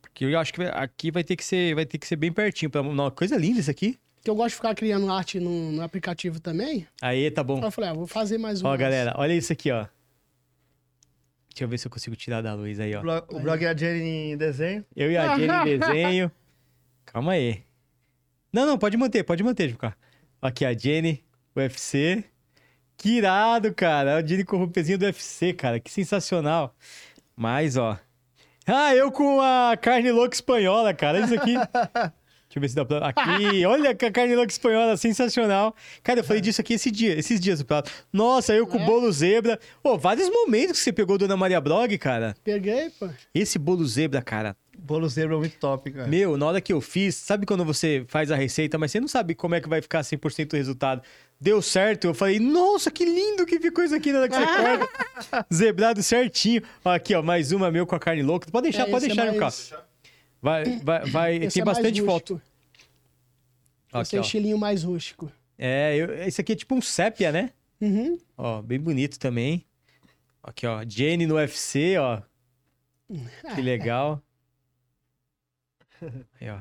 A: Porque eu acho que vai- aqui vai ter que ser, vai ter que ser bem pertinho. Pra... Não, coisa linda isso aqui.
D: Que eu gosto de ficar criando arte no, no aplicativo também.
A: Aí, tá bom.
D: Aí eu falei, ah, vou fazer mais um.
A: Ó, galera, olha isso aqui, ó. Deixa eu ver se eu consigo tirar da luz aí, ó.
C: O blog- O blog é a Jenny em desenho.
A: Eu e a Jenny em desenho. Calma aí. Não, não, pode manter, pode manter, Juca. Aqui a Jenny, UFC. Que irado, cara. A Jenny com o roupezinho do UFC, cara. Que sensacional. Mas, ó. Ah, eu com a carne louca espanhola, cara. Isso aqui. Deixa eu ver se dá pra... Aqui, olha que a carne louca espanhola, sensacional. Cara, eu falei disso aqui esse dia, esses dias. eu falava, Nossa, eu com o bolo zebra. Pô, vários momentos que você pegou Dona Maria Brog, cara.
D: Peguei, pô.
A: Esse bolo zebra, cara,
C: Bolo zebra é muito top, cara.
A: meu, na hora que eu fiz, sabe quando você faz a receita, mas você não sabe como é que vai ficar 100% o resultado. Deu certo, eu falei, nossa, que lindo que ficou isso aqui na hora que você corta. Zebrado certinho. Ó, Aqui, ó, mais uma meu com a carne louca. Pode deixar,
D: É,
A: pode
D: esse é
A: deixar, Lucas.
D: mais-
A: Vai, vai, vai.
D: Esse
A: tem
D: é mais
A: bastante foto.
D: rústico. Esse
A: Aqui,
D: é
A: ó.
D: o estilinho mais rústico.
A: É, eu- esse aqui é tipo um sépia, né?
D: Uhum.
A: Ó, bem bonito também. Aqui, ó, Jenny no UFC, ó. Que legal. Aí, ó.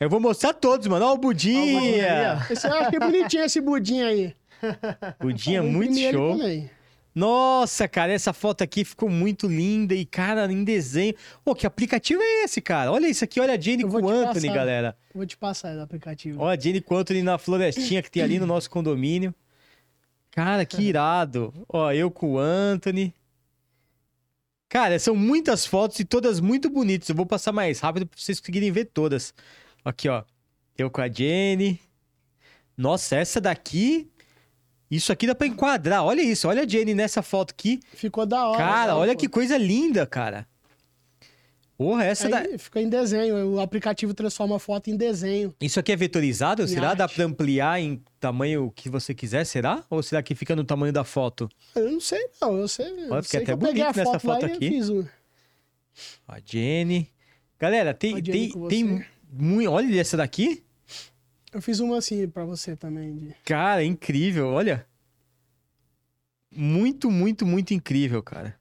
A: Eu vou mostrar todos, mano. Ó, o
C: Ó, o Budinha
A: Budinha.
C: ali, ó.
D: Esse eu achei bonitinho esse budinho aí.
A: Budinha,
D: Eu
A: muito
D: imprimi ele
A: show.
D: também.
A: Nossa, cara, essa foto aqui ficou muito linda. E, cara, em desenho. Ô, que aplicativo é esse, cara? Olha isso aqui, olha a Jenny
D: Eu
A: com
D: vou
A: o
D: te
A: Anthony,
D: passar.
A: galera.
D: Vou te passar o aplicativo.
A: Olha a Jenny com o Anthony na florestinha que tem ali no nosso condomínio. Cara, que irado. Ó, eu com o Anthony. Cara, são muitas fotos e todas muito bonitas. Eu vou passar mais rápido pra vocês conseguirem ver todas. Aqui, ó. Eu com a Jenny. Nossa, essa daqui. Isso aqui dá pra enquadrar. Olha isso, olha a Jenny nessa foto aqui.
D: Ficou da hora.
A: Cara,
D: né,
A: olha
D: pô?
A: que coisa linda, cara. Porra, essa da...
D: Aí Fica em desenho. O aplicativo transforma a foto em desenho.
A: Isso aqui é vetorizado?
D: Em
A: será? Dá
D: arte.
A: pra ampliar em tamanho que você quiser, será? Ou será que fica no tamanho da foto?
D: Eu não sei, não. Eu sei. eu
A: Olha, fiquei
D: sei
A: até
D: que eu peguei
A: bonito
D: a
A: nessa
D: lá
A: foto
D: e eu
A: aqui.
D: fiz um, o-
A: A Jenny. Galera, tem.
D: A Jenny
A: tem,
D: com
A: tem
D: você.
A: muito... Olha essa daqui.
D: Eu fiz uma assim pra você também. de-
A: Cara, é incrível, olha. Muito, muito, muito incrível, cara.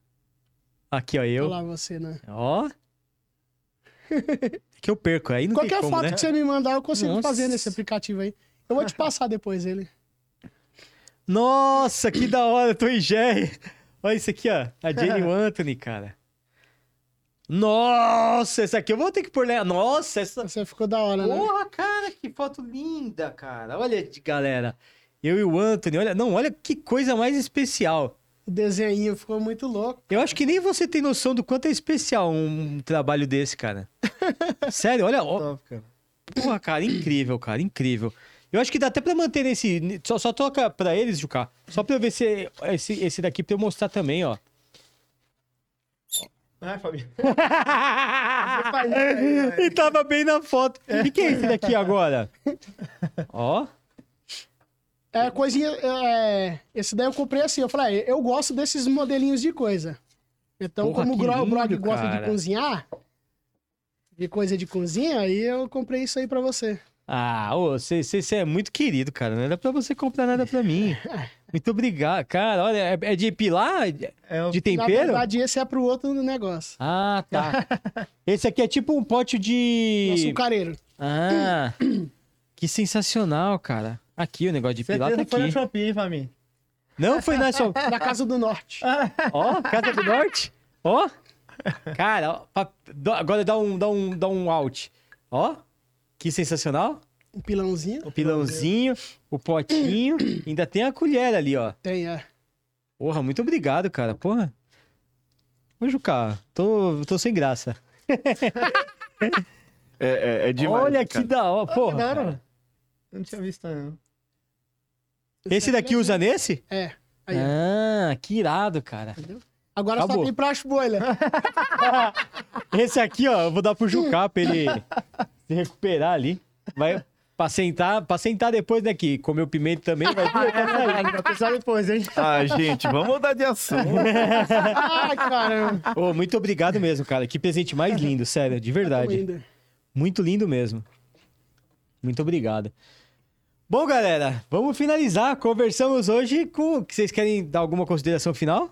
A: Aqui, ó, eu.
D: Olha lá você, né?
A: Ó. que eu perco, aí não
D: Qualquer
A: tem como,
D: foto
A: né?
D: que você me mandar, eu consigo
A: Nossa.
D: fazer nesse aplicativo aí. Eu vou te passar depois ele.
A: Nossa, que da hora, eu tô em Jerry. Olha isso aqui, ó. A Jenny e o Anthony, cara. Nossa, essa aqui eu vou ter que pôr. né? Nossa, essa.
D: Você ficou da hora, né?
A: Porra, cara, que foto linda, cara. Olha, galera. Eu e o Anthony, olha. Não, olha que coisa mais especial.
D: O desenho ficou muito louco.
A: Eu acho que nem você tem noção do quanto é especial um trabalho desse, cara. Sério, olha, ó,
C: Top, cara.
A: Porra, cara, incrível, cara, incrível. Eu acho que dá até pra manter nesse. Só, só toca pra eles, Juca. Só pra eu ver se esse, esse daqui pra eu mostrar também, ó.
C: Ah, Fabinho.
A: e tava bem na foto. E que é esse daqui agora? Ó.
D: É, coisinha. é, esse daí eu comprei assim. Eu falei, ah, eu gosto desses modelinhos de coisa. Então,
A: Porra,
D: como o
A: que
D: Gro- o
A: lindo,
D: Grog gosta
A: cara.
D: de cozinhar, de coisa de cozinha, aí eu comprei isso aí pra você.
A: Ah, ô, você é muito querido, cara. Não era pra você comprar nada pra mim. Muito obrigado. Cara, olha, é, é de pilar?
C: É o-
A: De
D: Na
A: tempero?
D: verdade, esse é pro outro negócio.
A: Ah, tá. Esse aqui é tipo um pote de.
D: Açucareiro.
A: Ah, que sensacional, cara. Aqui, o negócio de pilar
C: Certeza
A: tá
C: foi no
A: aqui.
C: Shopping, hein, Fabinho?
A: Não foi na sua.
D: Da Casa do Norte.
A: Ó, Casa do Norte. Ó. Cara, ó, pa- dó- agora dá um, dá um, dá um out. Ó. Que sensacional.
D: Um pilãozinho.
A: O pilãozinho, o potinho, ainda tem a colher ali, ó.
D: Tem, é.
A: Porra, muito obrigado, cara. Porra. Ô, Juca, tô, tô sem graça.
B: É, é, é demais.
A: Olha que
B: cara.
A: da hora, porra.
C: Claro. Não tinha visto, não.
A: Esse daqui usa nesse?
D: É. Aí, ó.
A: Ah, que irado, cara.
D: Agora
A: acabou.
D: só tem pra bolha.
A: Esse aqui, ó, eu vou dar pro Juca pra ele se recuperar ali. Vai pra sentar, pra sentar depois, né? Que comeu pimenta também, vai é, né?
C: Vai um pensar depois, hein?
B: Ah, gente, vamos mudar de assunto.
D: Ai, caramba.
A: Ô, muito obrigado mesmo, cara. Que presente mais lindo, sério, de verdade.
D: Ainda.
A: Muito lindo mesmo. Muito obrigado. Bom, galera, vamos finalizar. Conversamos hoje com. Vocês querem dar alguma consideração final?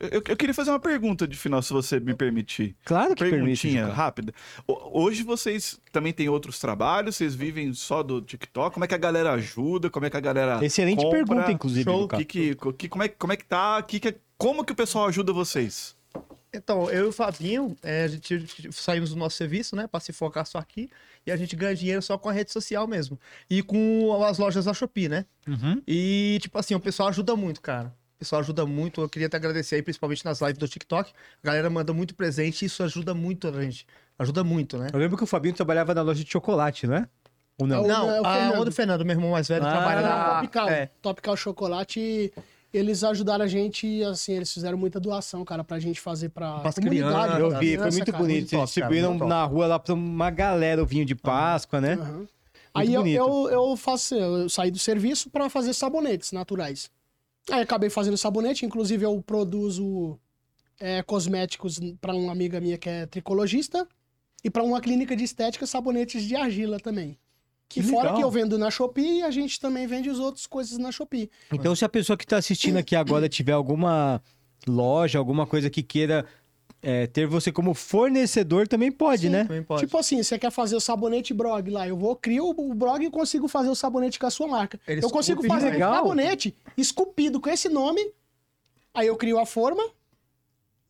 B: Eu, eu queria fazer uma pergunta de final, se você me permitir.
A: Claro que permite.
B: Perguntinha
A: Juca.
B: rápida. O- Hoje vocês também têm outros trabalhos? Vocês vivem só do TikTok? Como é que a galera ajuda? Como é que a galera.
A: Excelente
B: compra?
A: pergunta, inclusive,
C: Show,
A: Juca.
B: Que, que, que, como, é, como é que tá? Que, que, como que o pessoal ajuda vocês?
C: Então, eu e o Fabinho, é, a gente saímos do nosso serviço, né? Pra se focar só aqui. E a gente ganha dinheiro só com a rede social mesmo. E com as lojas da Shopee, né?
A: Uhum.
C: E, tipo assim, o pessoal ajuda muito, cara. O pessoal ajuda muito. Eu queria até agradecer aí, principalmente nas lives do TikTok. A galera manda muito presente e isso ajuda muito a gente. Ajuda muito, né?
A: Eu lembro que o Fabinho trabalhava na loja de chocolate, não é? Ou não?
D: É o-
C: Não,
D: é o
C: a
D: Fernando.
C: o do Fernando, meu irmão mais velho,
A: Ah,
C: trabalha na...
D: Tropical.
C: É,
D: Tropical Chocolate. Eles ajudaram a gente, assim, eles fizeram muita doação, cara, pra gente fazer pra
C: Pras
D: comunidade.
C: crianças,
A: Eu
D: pra
A: vi, foi
D: criança,
A: muito
D: cara,
A: bonito.
C: top,
A: Eles
C: cara,
A: distribuíram
C: muito top.
A: na rua lá pra uma galera o vinho de Páscoa, né?
D: Aham. Aí eu,
A: bonito.
D: eu, eu faço, eu saí do serviço pra fazer sabonetes naturais. Aí acabei fazendo sabonete, inclusive eu produzo é, cosméticos pra uma amiga minha que é tricologista e pra uma clínica de estética sabonetes de argila também.
A: Que
D: e fora
A: legal.
D: que eu vendo na Shopee, a gente também vende as outras coisas na Shopee.
A: Então, se a pessoa que está assistindo aqui agora tiver alguma loja, alguma coisa que queira é, ter você como fornecedor, também pode,
D: Sim.
A: né?
C: também pode.
D: Tipo assim, você quer fazer o sabonete Brog lá, eu vou crio o brog e consigo fazer o sabonete com a sua marca.
C: Ele
D: eu consigo
C: esculpe
D: fazer
A: legal.
D: um sabonete esculpido com esse nome, aí eu crio a forma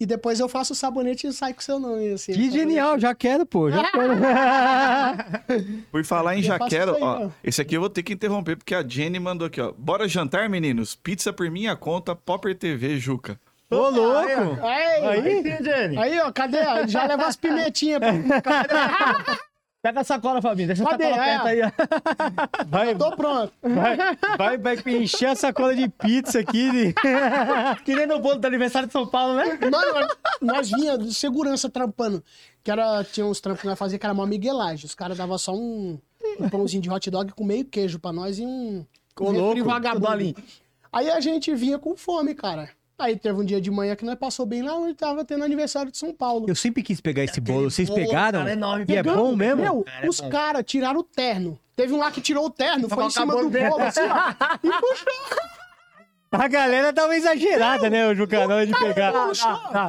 D: e depois eu faço o sabonete e sai com seu nome assim.
A: Que
D: Sabonete.
A: genial, já quero, pô.
C: Ah!
A: Já quero.
B: Por falar em
D: Eu
B: já
D: faço
B: quero,
D: isso aí,
B: ó,
D: ó.
B: esse aqui eu vou ter que interromper porque a Jenny mandou aqui, ó. Bora jantar, meninos. Pizza por minha conta, Popper TV, Juca.
A: Ô, louco!
D: ah, é. Aí,
C: Aí, sim, Jenny.
D: aí, ó, cadê? Ele já leva as pimentinhas. pô.
C: Pega a sacola, Fabinho. Deixa a
D: Cadê?
C: sacola aberta aí. ó.
A: Vai,
D: Tô pronto.
A: vai, vai, vai encher a sacola de pizza aqui. de-
C: Que nem no bolo do aniversário de São Paulo, né?
D: Nós, nós vinha de segurança trampando. Que era, tinha uns trampos que nós fazia que era mó miguelagem. Os caras davam só um, um pãozinho de hot dog com meio queijo pra nós e um,
A: Ô,
D: um refri
A: louco.
D: vagabundo.
C: Tudo ali.
D: Aí a gente vinha com fome, cara. Aí teve um dia de manhã que nós passou bem lá onde tava tendo aniversário de São Paulo.
A: Eu sempre quis pegar esse bolo. Vocês
C: bolo,
A: pegaram?
C: cara, é enorme.
A: E é
C: Pegamos,
A: bom mesmo?
D: Meu,
C: Cara, é
D: os
C: bom.
D: caras tiraram o terno. Teve um lá que tirou o terno,
C: Só
D: foi em cima
C: acabou
D: do
C: dentro.
D: bolo, assim, ó. E puxou.
A: A galera dá uma exagerada, né, o Juca, na hora de pegar. Tá,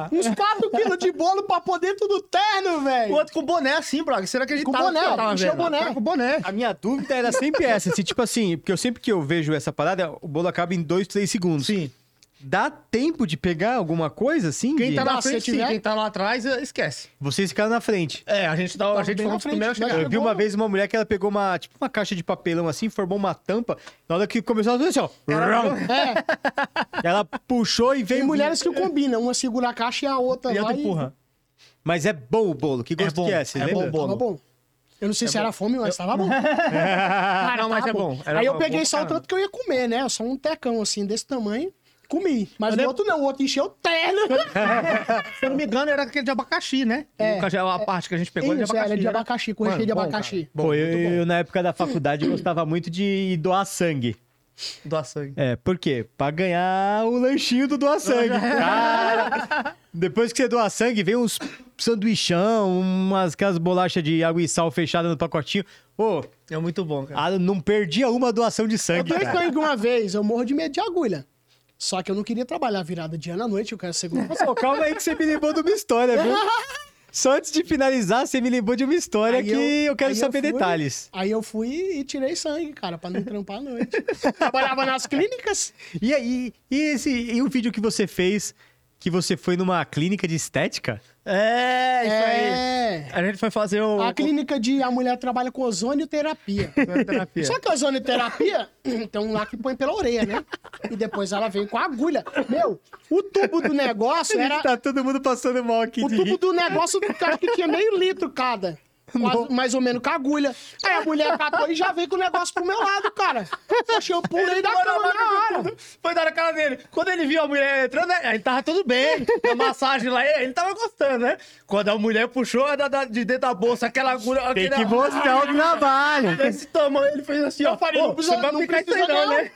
D: puxou uns 4 quilos de bolo pra pôr dentro do terno,
C: O
D: velho.
C: outro com boné assim, brother. Será que a gente
D: Com
C: tava-
D: boné,
C: tava
D: encheu
C: vendo?
D: o boné.
C: Tá Com boné.
A: A minha dúvida era sempre essa, se tipo assim, porque eu sempre que eu vejo essa parada, o bolo acaba em 2, 3 segundos.
C: Sim.
A: Dá tempo de pegar alguma coisa assim?
C: Quem
A: de-
C: tá
D: Dá,
C: na
D: se
C: frente, sim.
D: tiver.
C: Quem tá lá atrás, eh, esquece.
A: Vocês ficaram na frente.
C: É, a gente, dá, a
D: Tava
C: gente
D: bem
C: foi
D: na
C: um dos
D: frente,
C: primeiros a
D: né?
C: chegar.
A: Eu vi uma vez uma mulher que ela pegou uma, tipo, uma caixa de papelão assim, formou uma tampa. Na hora que começou, ela fez assim, ó. Rum!
D: É,
A: Ela puxou e
D: tem
A: veio um mulher.
D: mulheres que combinam. Uma segura a caixa e a outra
C: É. E
D: vai.
C: outra empurra.
A: Mas é bom o bolo. Que gosto
C: bom,
A: que é, você
C: é
A: lembra?
C: bom É o bolo.
D: Tava bom. Eu não sei se era fome, mas tava bom.
C: Ah, não, mas
D: Tava
C: é bom. Era
A: Tá
D: Aí eu
C: bom,
D: peguei
C: bom
D: só o
C: pra
D: tanto que eu ia comer, né? Só um tecão assim, desse tamanho. Comi. Mas
C: Eu
D: o
C: lembro-
D: outro não, o outro encheu o terno.
C: Se eu não me engano, era aquele de abacaxi, né?
D: É.
C: O cajá- a parte que a gente pegou é de
D: Isso,
C: abacaxi.
D: era de
C: né?
D: abacaxi, com recheio de
C: Mano, bom,
D: abacaxi.
A: Pô, eu, eu, na época da faculdade gostava muito de doar sangue.
C: Doar sangue.
A: É, por quê? Pra ganhar o lanchinho do doar sangue. Cara, depois que você doa sangue, vem uns sanduichão, umas aquelas bolachas de água e sal fechada no pacotinho. Pô,
C: É muito bom, cara.
A: ah, não perdia uma doação de
D: Eu
A: sangue.
D: doei
A: cara.
D: sangue uma vez, eu morro de medo de agulha. Só que eu não queria trabalhar virada de ano à noite, eu quero segunda.
A: Pô, calma aí que você me lembrou de uma história, viu? Só antes de finalizar, você me lembrou de uma história
D: Aí
A: que eu, quero
D: aí
A: saber
D: fui-
A: detalhes.
D: Aí eu fui e tirei sangue, cara, pra não trampar à noite. Trabalhava nas clínicas.
A: E aí, e, esse, e o vídeo que você fez, que você foi numa clínica de estética?
C: É, Ah, isso
D: É.
C: aí. A gente foi fazer o...
D: A clínica de a mulher trabalha com ozonioterapia.
C: terapia.
D: Só que a ozonioterapia tem um lá que põe pela orelha, né? E depois ela vem com a agulha. Meu, o tubo do negócio era.
A: Tá todo mundo passando mal aqui
D: O
A: de
D: tubo
A: rir.
D: do negócio do cara que tinha meio litro cada. Quase- mais ou menos com a agulha. Aí a mulher catou e já veio com o negócio pro meu lado, cara. Poxa, eu pulei da
C: Foi
D: cama
C: na
D: na
C: hora,
D: hora.
C: Foi dar a cara dele. Quando ele viu a mulher entrando, né, ele tava tudo bem. A massagem lá, ele tava gostando, né? Quando a mulher puxou da- da- de dentro da bolsa aquela agulha.
A: Tem
C: aquele-
A: que mostrar o trabalho.
C: Desse tamanho, ele fez assim, ó.
D: Eu falei,
C: "Ô,
D: não precisa,
C: você vai
D: não
C: ficar isso
D: precisa
C: aí não,
D: não.
C: né?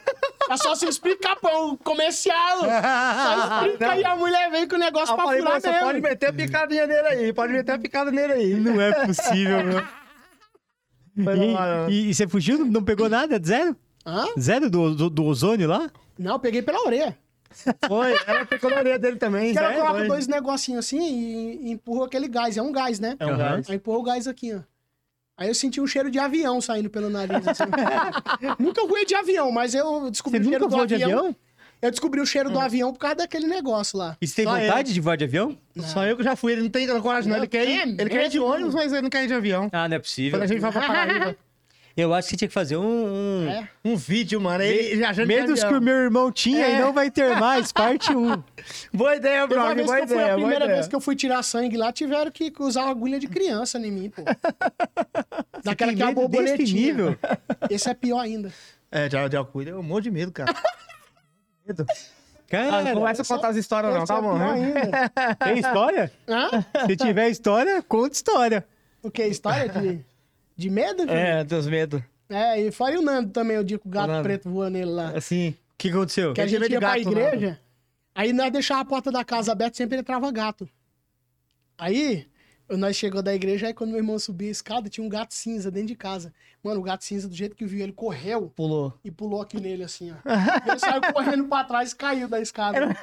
D: É só se explicar, pão comercial. Só explica e a mulher vem com o negócio
C: Eu
D: pra
C: falei,
D: furar
C: "Mas você
D: mesmo.
C: pode meter a picadinha nele aí, pode meter a picada nele aí.
A: Não é possível, meu.
C: Foi na hora,
A: E, e- e você fugiu? Não- Não pegou nada? Zero?
D: Hã?
A: Zero do, do, do ozônio lá?
D: Não, eu peguei pela orelha.
C: Foi, ela pegou na orelha dele também.
D: Porque ela
C: né?
D: coloca
C: Foi.
D: dois negocinhos assim e, e empurra aquele gás. É um gás, né?
C: É um gás.
D: Aí empurra o gás aqui, ó. Aí eu senti um cheiro de avião saindo pelo nariz. assim. nunca voei de avião, mas eu descobri
A: Você
D: o cheiro
A: nunca
D: do
A: voou de
D: avião.
A: avião?
D: Eu descobri o cheiro do avião por causa daquele negócio lá.
A: E você tem
C: Só
A: vontade de voar de avião?
C: Só eu que já fui, ele não tem coragem não, ele
D: Não,
C: quer ir,
D: é
C: ele quer ir de
D: mesmo?
C: ônibus, mas ele não quer ir de avião.
A: Ah, não é possível.
C: Quando a gente vai pra Paraíba,
A: Eu acho que tinha que fazer um. um-
D: É.
C: um vídeo, mano, ele viajando de
A: Medos que
C: é avião.
A: o meu irmão tinha e
C: É.
A: não vai ter mais, parte 1.
C: Boa ideia,
D: Teve uma
C: Brog,
D: vez
C: boa
D: que eu fui,
C: ideia,
D: a
C: boa
D: primeira
C: ideia.
D: vez que eu fui tirar sangue lá, tiveram que usar agulha de criança em mim, pô. Daquela
A: tem
D: que é a
A: medo desse
D: borboletinha.
A: nível?
D: Esse é pior ainda.
C: É, de, de alcunha, eu morro de medo, cara. medo. Ah, não
A: Cara,
C: começa a contar as histórias não,
D: Esse
C: tá
D: é
C: bom,
D: pior
C: né?
D: ainda.
A: tem história?
D: Hã?
A: Se tiver história, conta história.
D: O que? História de, de medo? filho?
C: É, Deus medo.
D: É, e foi o Nando também, o dia que o gato
C: O Nando.
D: preto voou nele lá.
C: Assim,
A: O que é aconteceu?
D: Que a
C: ele
D: gente
C: veio de
D: ia pra
C: gato, né,
D: igreja, aí nós deixava a porta da casa aberta, sempre entrava gato. Aí, nós chegamos da igreja, aí quando meu irmão subia a escada, tinha um gato cinza dentro de casa. Mano, o gato cinza, do jeito que viu, ele correu
C: pulou.
D: e pulou aqui nele, assim, ó. Ele saiu correndo pra trás e caiu da escada.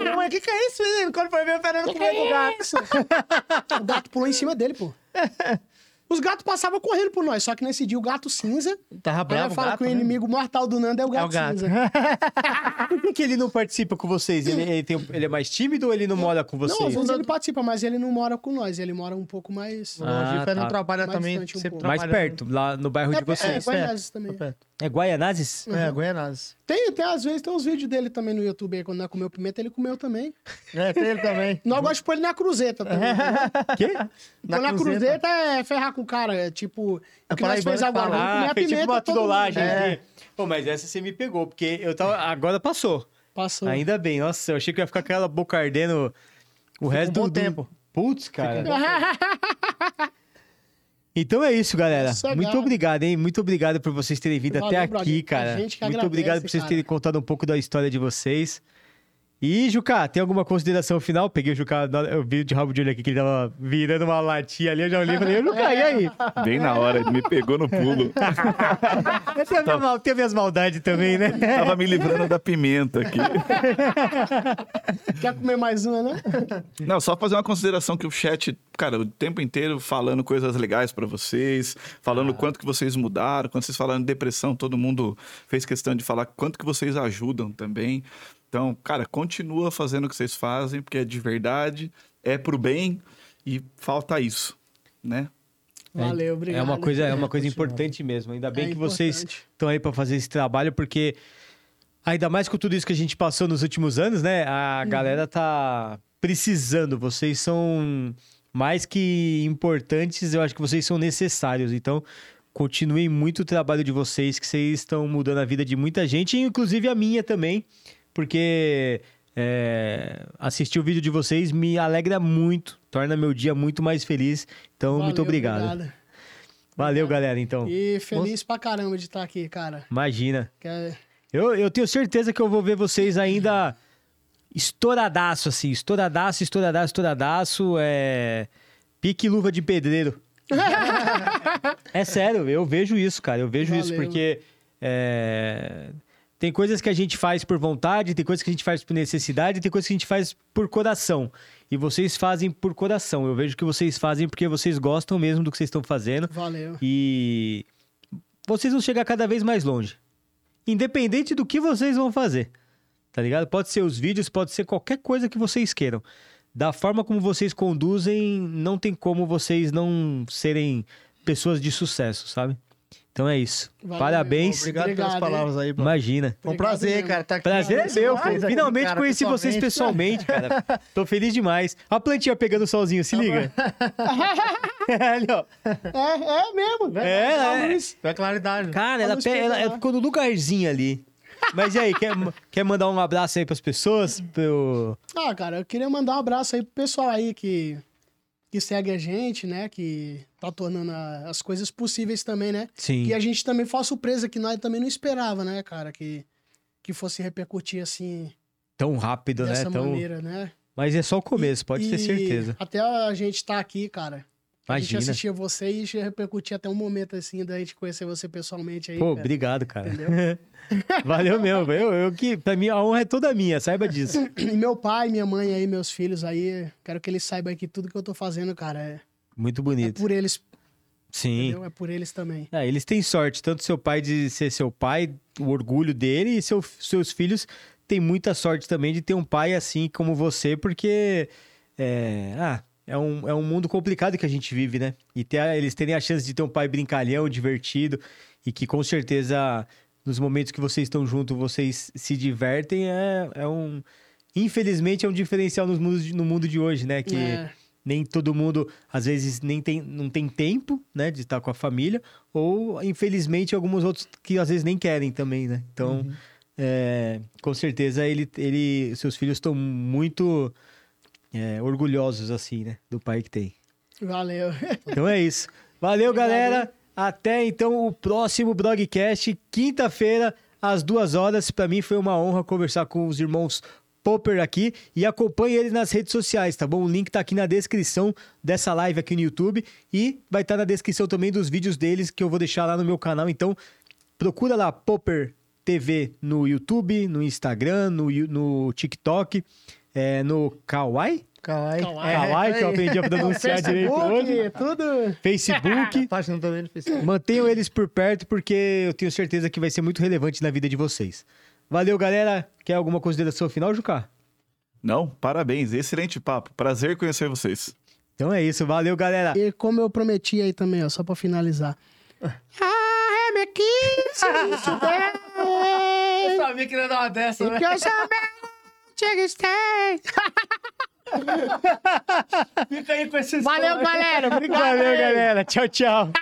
C: Minha mãe, o que que é isso, menino? Quando foi ver o Fernando comendo o gato.
D: Isso. O gato pulou em cima dele, pô. Os gatos passavam correndo por nós, só que nesse dia o gato cinza.
C: Tava
D: Aí
C: bravo
D: nós
C: o
D: fala
C: gato,
D: que o
C: né?
D: inimigo mortal do Nando é o
C: É o
D: gato,
C: gato.
D: cinza.
A: Por que, que ele não participa com vocês? Ele, ele tem- ele é mais tímido ou ele não mora com
D: Não, às
A: vocês?
D: vezes ele participa, mas ele não mora com nós, ele mora um pouco mais.
A: Ah,
C: Longe, o
A: tá.
C: Fernando trabalha
D: Mais
C: também,
D: distante um
C: sempre
D: pouco.
A: mais
C: trabalha.
A: perto, lá no bairro de
D: é,
A: vocês.
D: Guaianazes também.
C: tá perto.
A: É Guaianazes?
C: É, Goianazes.
D: Tem, tem, às vezes, tem uns vídeos dele também no YouTube aí, quando nós comeu pimenta, ele comeu também.
C: É, tem ele também.
D: Nós gostamos de pôr ele na cruzeta também. né?
A: Quê?
D: Pôr na cruzeta é ferrar com o cara, é tipo, o que
C: paraibano
D: nós fez
C: que
D: agora,
C: fala.
D: vamos
A: Ah,
D: comer
A: foi
D: a
A: tipo
D: pimenta,
A: uma né?
D: todo
A: tudolagem.
D: mundo. É.
A: aqui. Pô, mas essa você me pegou, porque eu tava. Agora passou.
D: Passou.
A: Ainda bem, nossa, eu achei que eu ia ficar com aquela boca ardendo o resto
C: bom
A: do do-
C: tempo.
A: Putz, cara. Então é isso, galera.
D: Isso é
A: Muito
D: gado.
A: obrigado, hein? Muito obrigado por vocês terem vindo
D: Valeu,
A: até aqui,
D: Braguinha.
A: cara.
D: A gente que
A: Muito
D: agradece,
A: obrigado por vocês
D: cara.
A: terem contado um pouco da história de vocês. E, Juca, tem alguma consideração final? Peguei o Juca, na hora- eu vi de rabo de olho aqui que ele tava virando uma latinha ali, eu já olhei e falei, Juca, e aí?
B: Bem na hora, ele me pegou no pulo.
A: Eu tenho, a minha mal- tenho minhas maldades também, né?
B: Tava me livrando da pimenta aqui.
D: Quer comer mais uma, né?
B: Não, só fazer uma consideração que o chat, cara, o tempo inteiro falando coisas legais pra vocês, falando quanto que vocês mudaram, quando vocês falaram de depressão, todo mundo fez questão de falar quanto que vocês ajudam também. Então, cara, continua fazendo o que vocês fazem, porque é de verdade, é pro bem e falta isso, né?
D: Valeu, obrigado.
A: É uma coisa, é uma coisa importante mesmo. Ainda bem
D: É
A: que vocês
D: importante.
A: estão aí para fazer esse trabalho, porque ainda mais com tudo isso que a gente passou nos últimos anos, né? A
D: Uhum.
A: galera tá precisando. Vocês são mais que importantes, eu acho que vocês são necessários. Então, Continuem muito o trabalho de vocês, que vocês estão mudando a vida de muita gente, inclusive a minha também, porque é, assistir o vídeo de vocês me alegra muito, torna meu dia muito mais feliz. Então, muito
D: Valeu,
A: obrigado.
D: obrigado.
A: Valeu, galera. Então,
D: E feliz pra caramba de estar aqui, cara.
A: imagina.
D: Que é-
A: Eu, eu tenho certeza que eu vou ver vocês ainda estouradaço, assim. Estouradaço, estouradaço, estouradaço. É... Pique luva de pedreiro. é sério, eu vejo isso, cara. Eu vejo isso
D: Valeu.
A: porque... é, Tem coisas que a gente faz por vontade, tem coisas que a gente faz por necessidade, tem coisas que a gente faz por coração. E vocês fazem por coração. Eu vejo que vocês fazem porque vocês gostam mesmo do que vocês estão fazendo.
D: Valeu.
A: E vocês vão chegar cada vez mais longe. Independente do que vocês vão fazer. Tá ligado? Pode ser os vídeos, pode ser qualquer coisa que vocês queiram. Da forma como vocês conduzem, não tem como vocês não serem pessoas de sucesso, sabe? Então é isso.
D: Valeu,
A: Parabéns.
C: Obrigado,
D: Obrigado,
C: pelas
D: hein?
C: palavras aí, Bruno.
A: Imagina.
C: Foi um
D: Obrigado
C: prazer,
D: mesmo.
C: cara. Tá aqui,
A: Prazer é
C: com
A: meu,
C: vocês
A: pô.
C: aqui,
A: Finalmente
C: cara,
A: conheci vocês pessoalmente, cara. Tô feliz demais. Olha a plantinha pegando solzinho, se liga. Ali, ó.
D: É, é mesmo, velho.
A: É,
D: Dá
A: é.
D: luz.
C: Foi a claridade.
A: Cara, ela,
D: Vamos
A: pe- ela-
D: pegar.
A: ela ficou no lugarzinho ali. Mas e aí, quer, quer mandar um abraço aí pras pessoas? Pro...
D: Ah, cara, eu queria mandar um abraço aí pro pessoal aí que, que segue a gente, né? Que tá tornando a- as coisas possíveis também, né?
A: Sim.
D: E a gente também foi uma surpresa que nós também não esperava, né, cara? Que, que fosse repercutir assim,
A: Tão rápido, né?
D: dessa
A: Tão...
D: maneira, né?
A: Mas é só o começo, pode ter
D: E
A: certeza.
D: Até a gente tá aqui, cara. A gente
A: Imagina.
D: assistia você e já repercutia até um momento assim da gente conhecer você pessoalmente aí.
A: Pô,
D: cara.
A: obrigado, cara. Valeu mesmo. Eu, eu que, pra mim, a honra é toda minha, saiba disso.
D: E meu pai, minha mãe aí, meus filhos aí, quero que eles saibam que tudo que eu tô fazendo, cara, é,
A: Muito
D: é
A: bonito.
D: por eles,
A: Sim.
D: entendeu? É por eles também.
A: Ah, eles têm sorte, tanto seu pai de ser seu pai, o orgulho dele, e seu- seus filhos têm muita sorte também de ter um pai assim como você, porque é, ah, é, um, é um mundo complicado que a gente vive, né? E ter a- eles terem a chance de ter um pai brincalhão, divertido, e que com certeza nos momentos que vocês estão juntos vocês se divertem, é, é um. Infelizmente é um diferencial nos mundos de- no mundo de hoje, né? Que
D: É,
A: nem todo mundo, às vezes, nem tem, não tem tempo, né, de estar com a família, ou, infelizmente, alguns outros que às vezes nem querem também, né? Então, é, com certeza, ele, ele, seus filhos estão muito é, orgulhosos, assim, né, do pai que tem.
D: valeu.
A: Então é isso. Valeu, galera. Até então o próximo broadcast, quinta-feira, às duas horas. Pra mim foi uma honra conversar com os irmãos Popper aqui e acompanhe eles nas redes sociais, tá bom? O link tá aqui na descrição dessa live aqui no YouTube e vai estar na descrição também dos vídeos deles que eu vou deixar lá no meu canal. Então procura lá Popper TV no YouTube, no Instagram, no, Yu- no TikTok, é, no Kawaii.
C: Kawaii.
D: Kawaii.
A: Kawaii, que eu
C: é.
A: Tá então, aprendi a pronunciar direito hoje.
D: Facebook, é tudo.
A: Facebook.
C: Página também no Facebook.
A: Mantenham eles por perto, porque eu tenho certeza que vai ser muito relevante na vida de vocês. Valeu, galera. Quer alguma consideração final, Juca?
B: Não, parabéns, excelente papo. Prazer conhecer vocês.
A: Então é isso. Valeu, galera.
D: E como eu prometi aí também, ó, só pra finalizar. Ah, é me quis, isso bem.
C: Eu sabia que ele ia dar uma dessa, né?
D: Porque eu somente gostei.
C: Fica aí com esses
D: Valeu, galera. Obrigado.
A: Valeu,
D: aí.
A: galera. Tchau, tchau.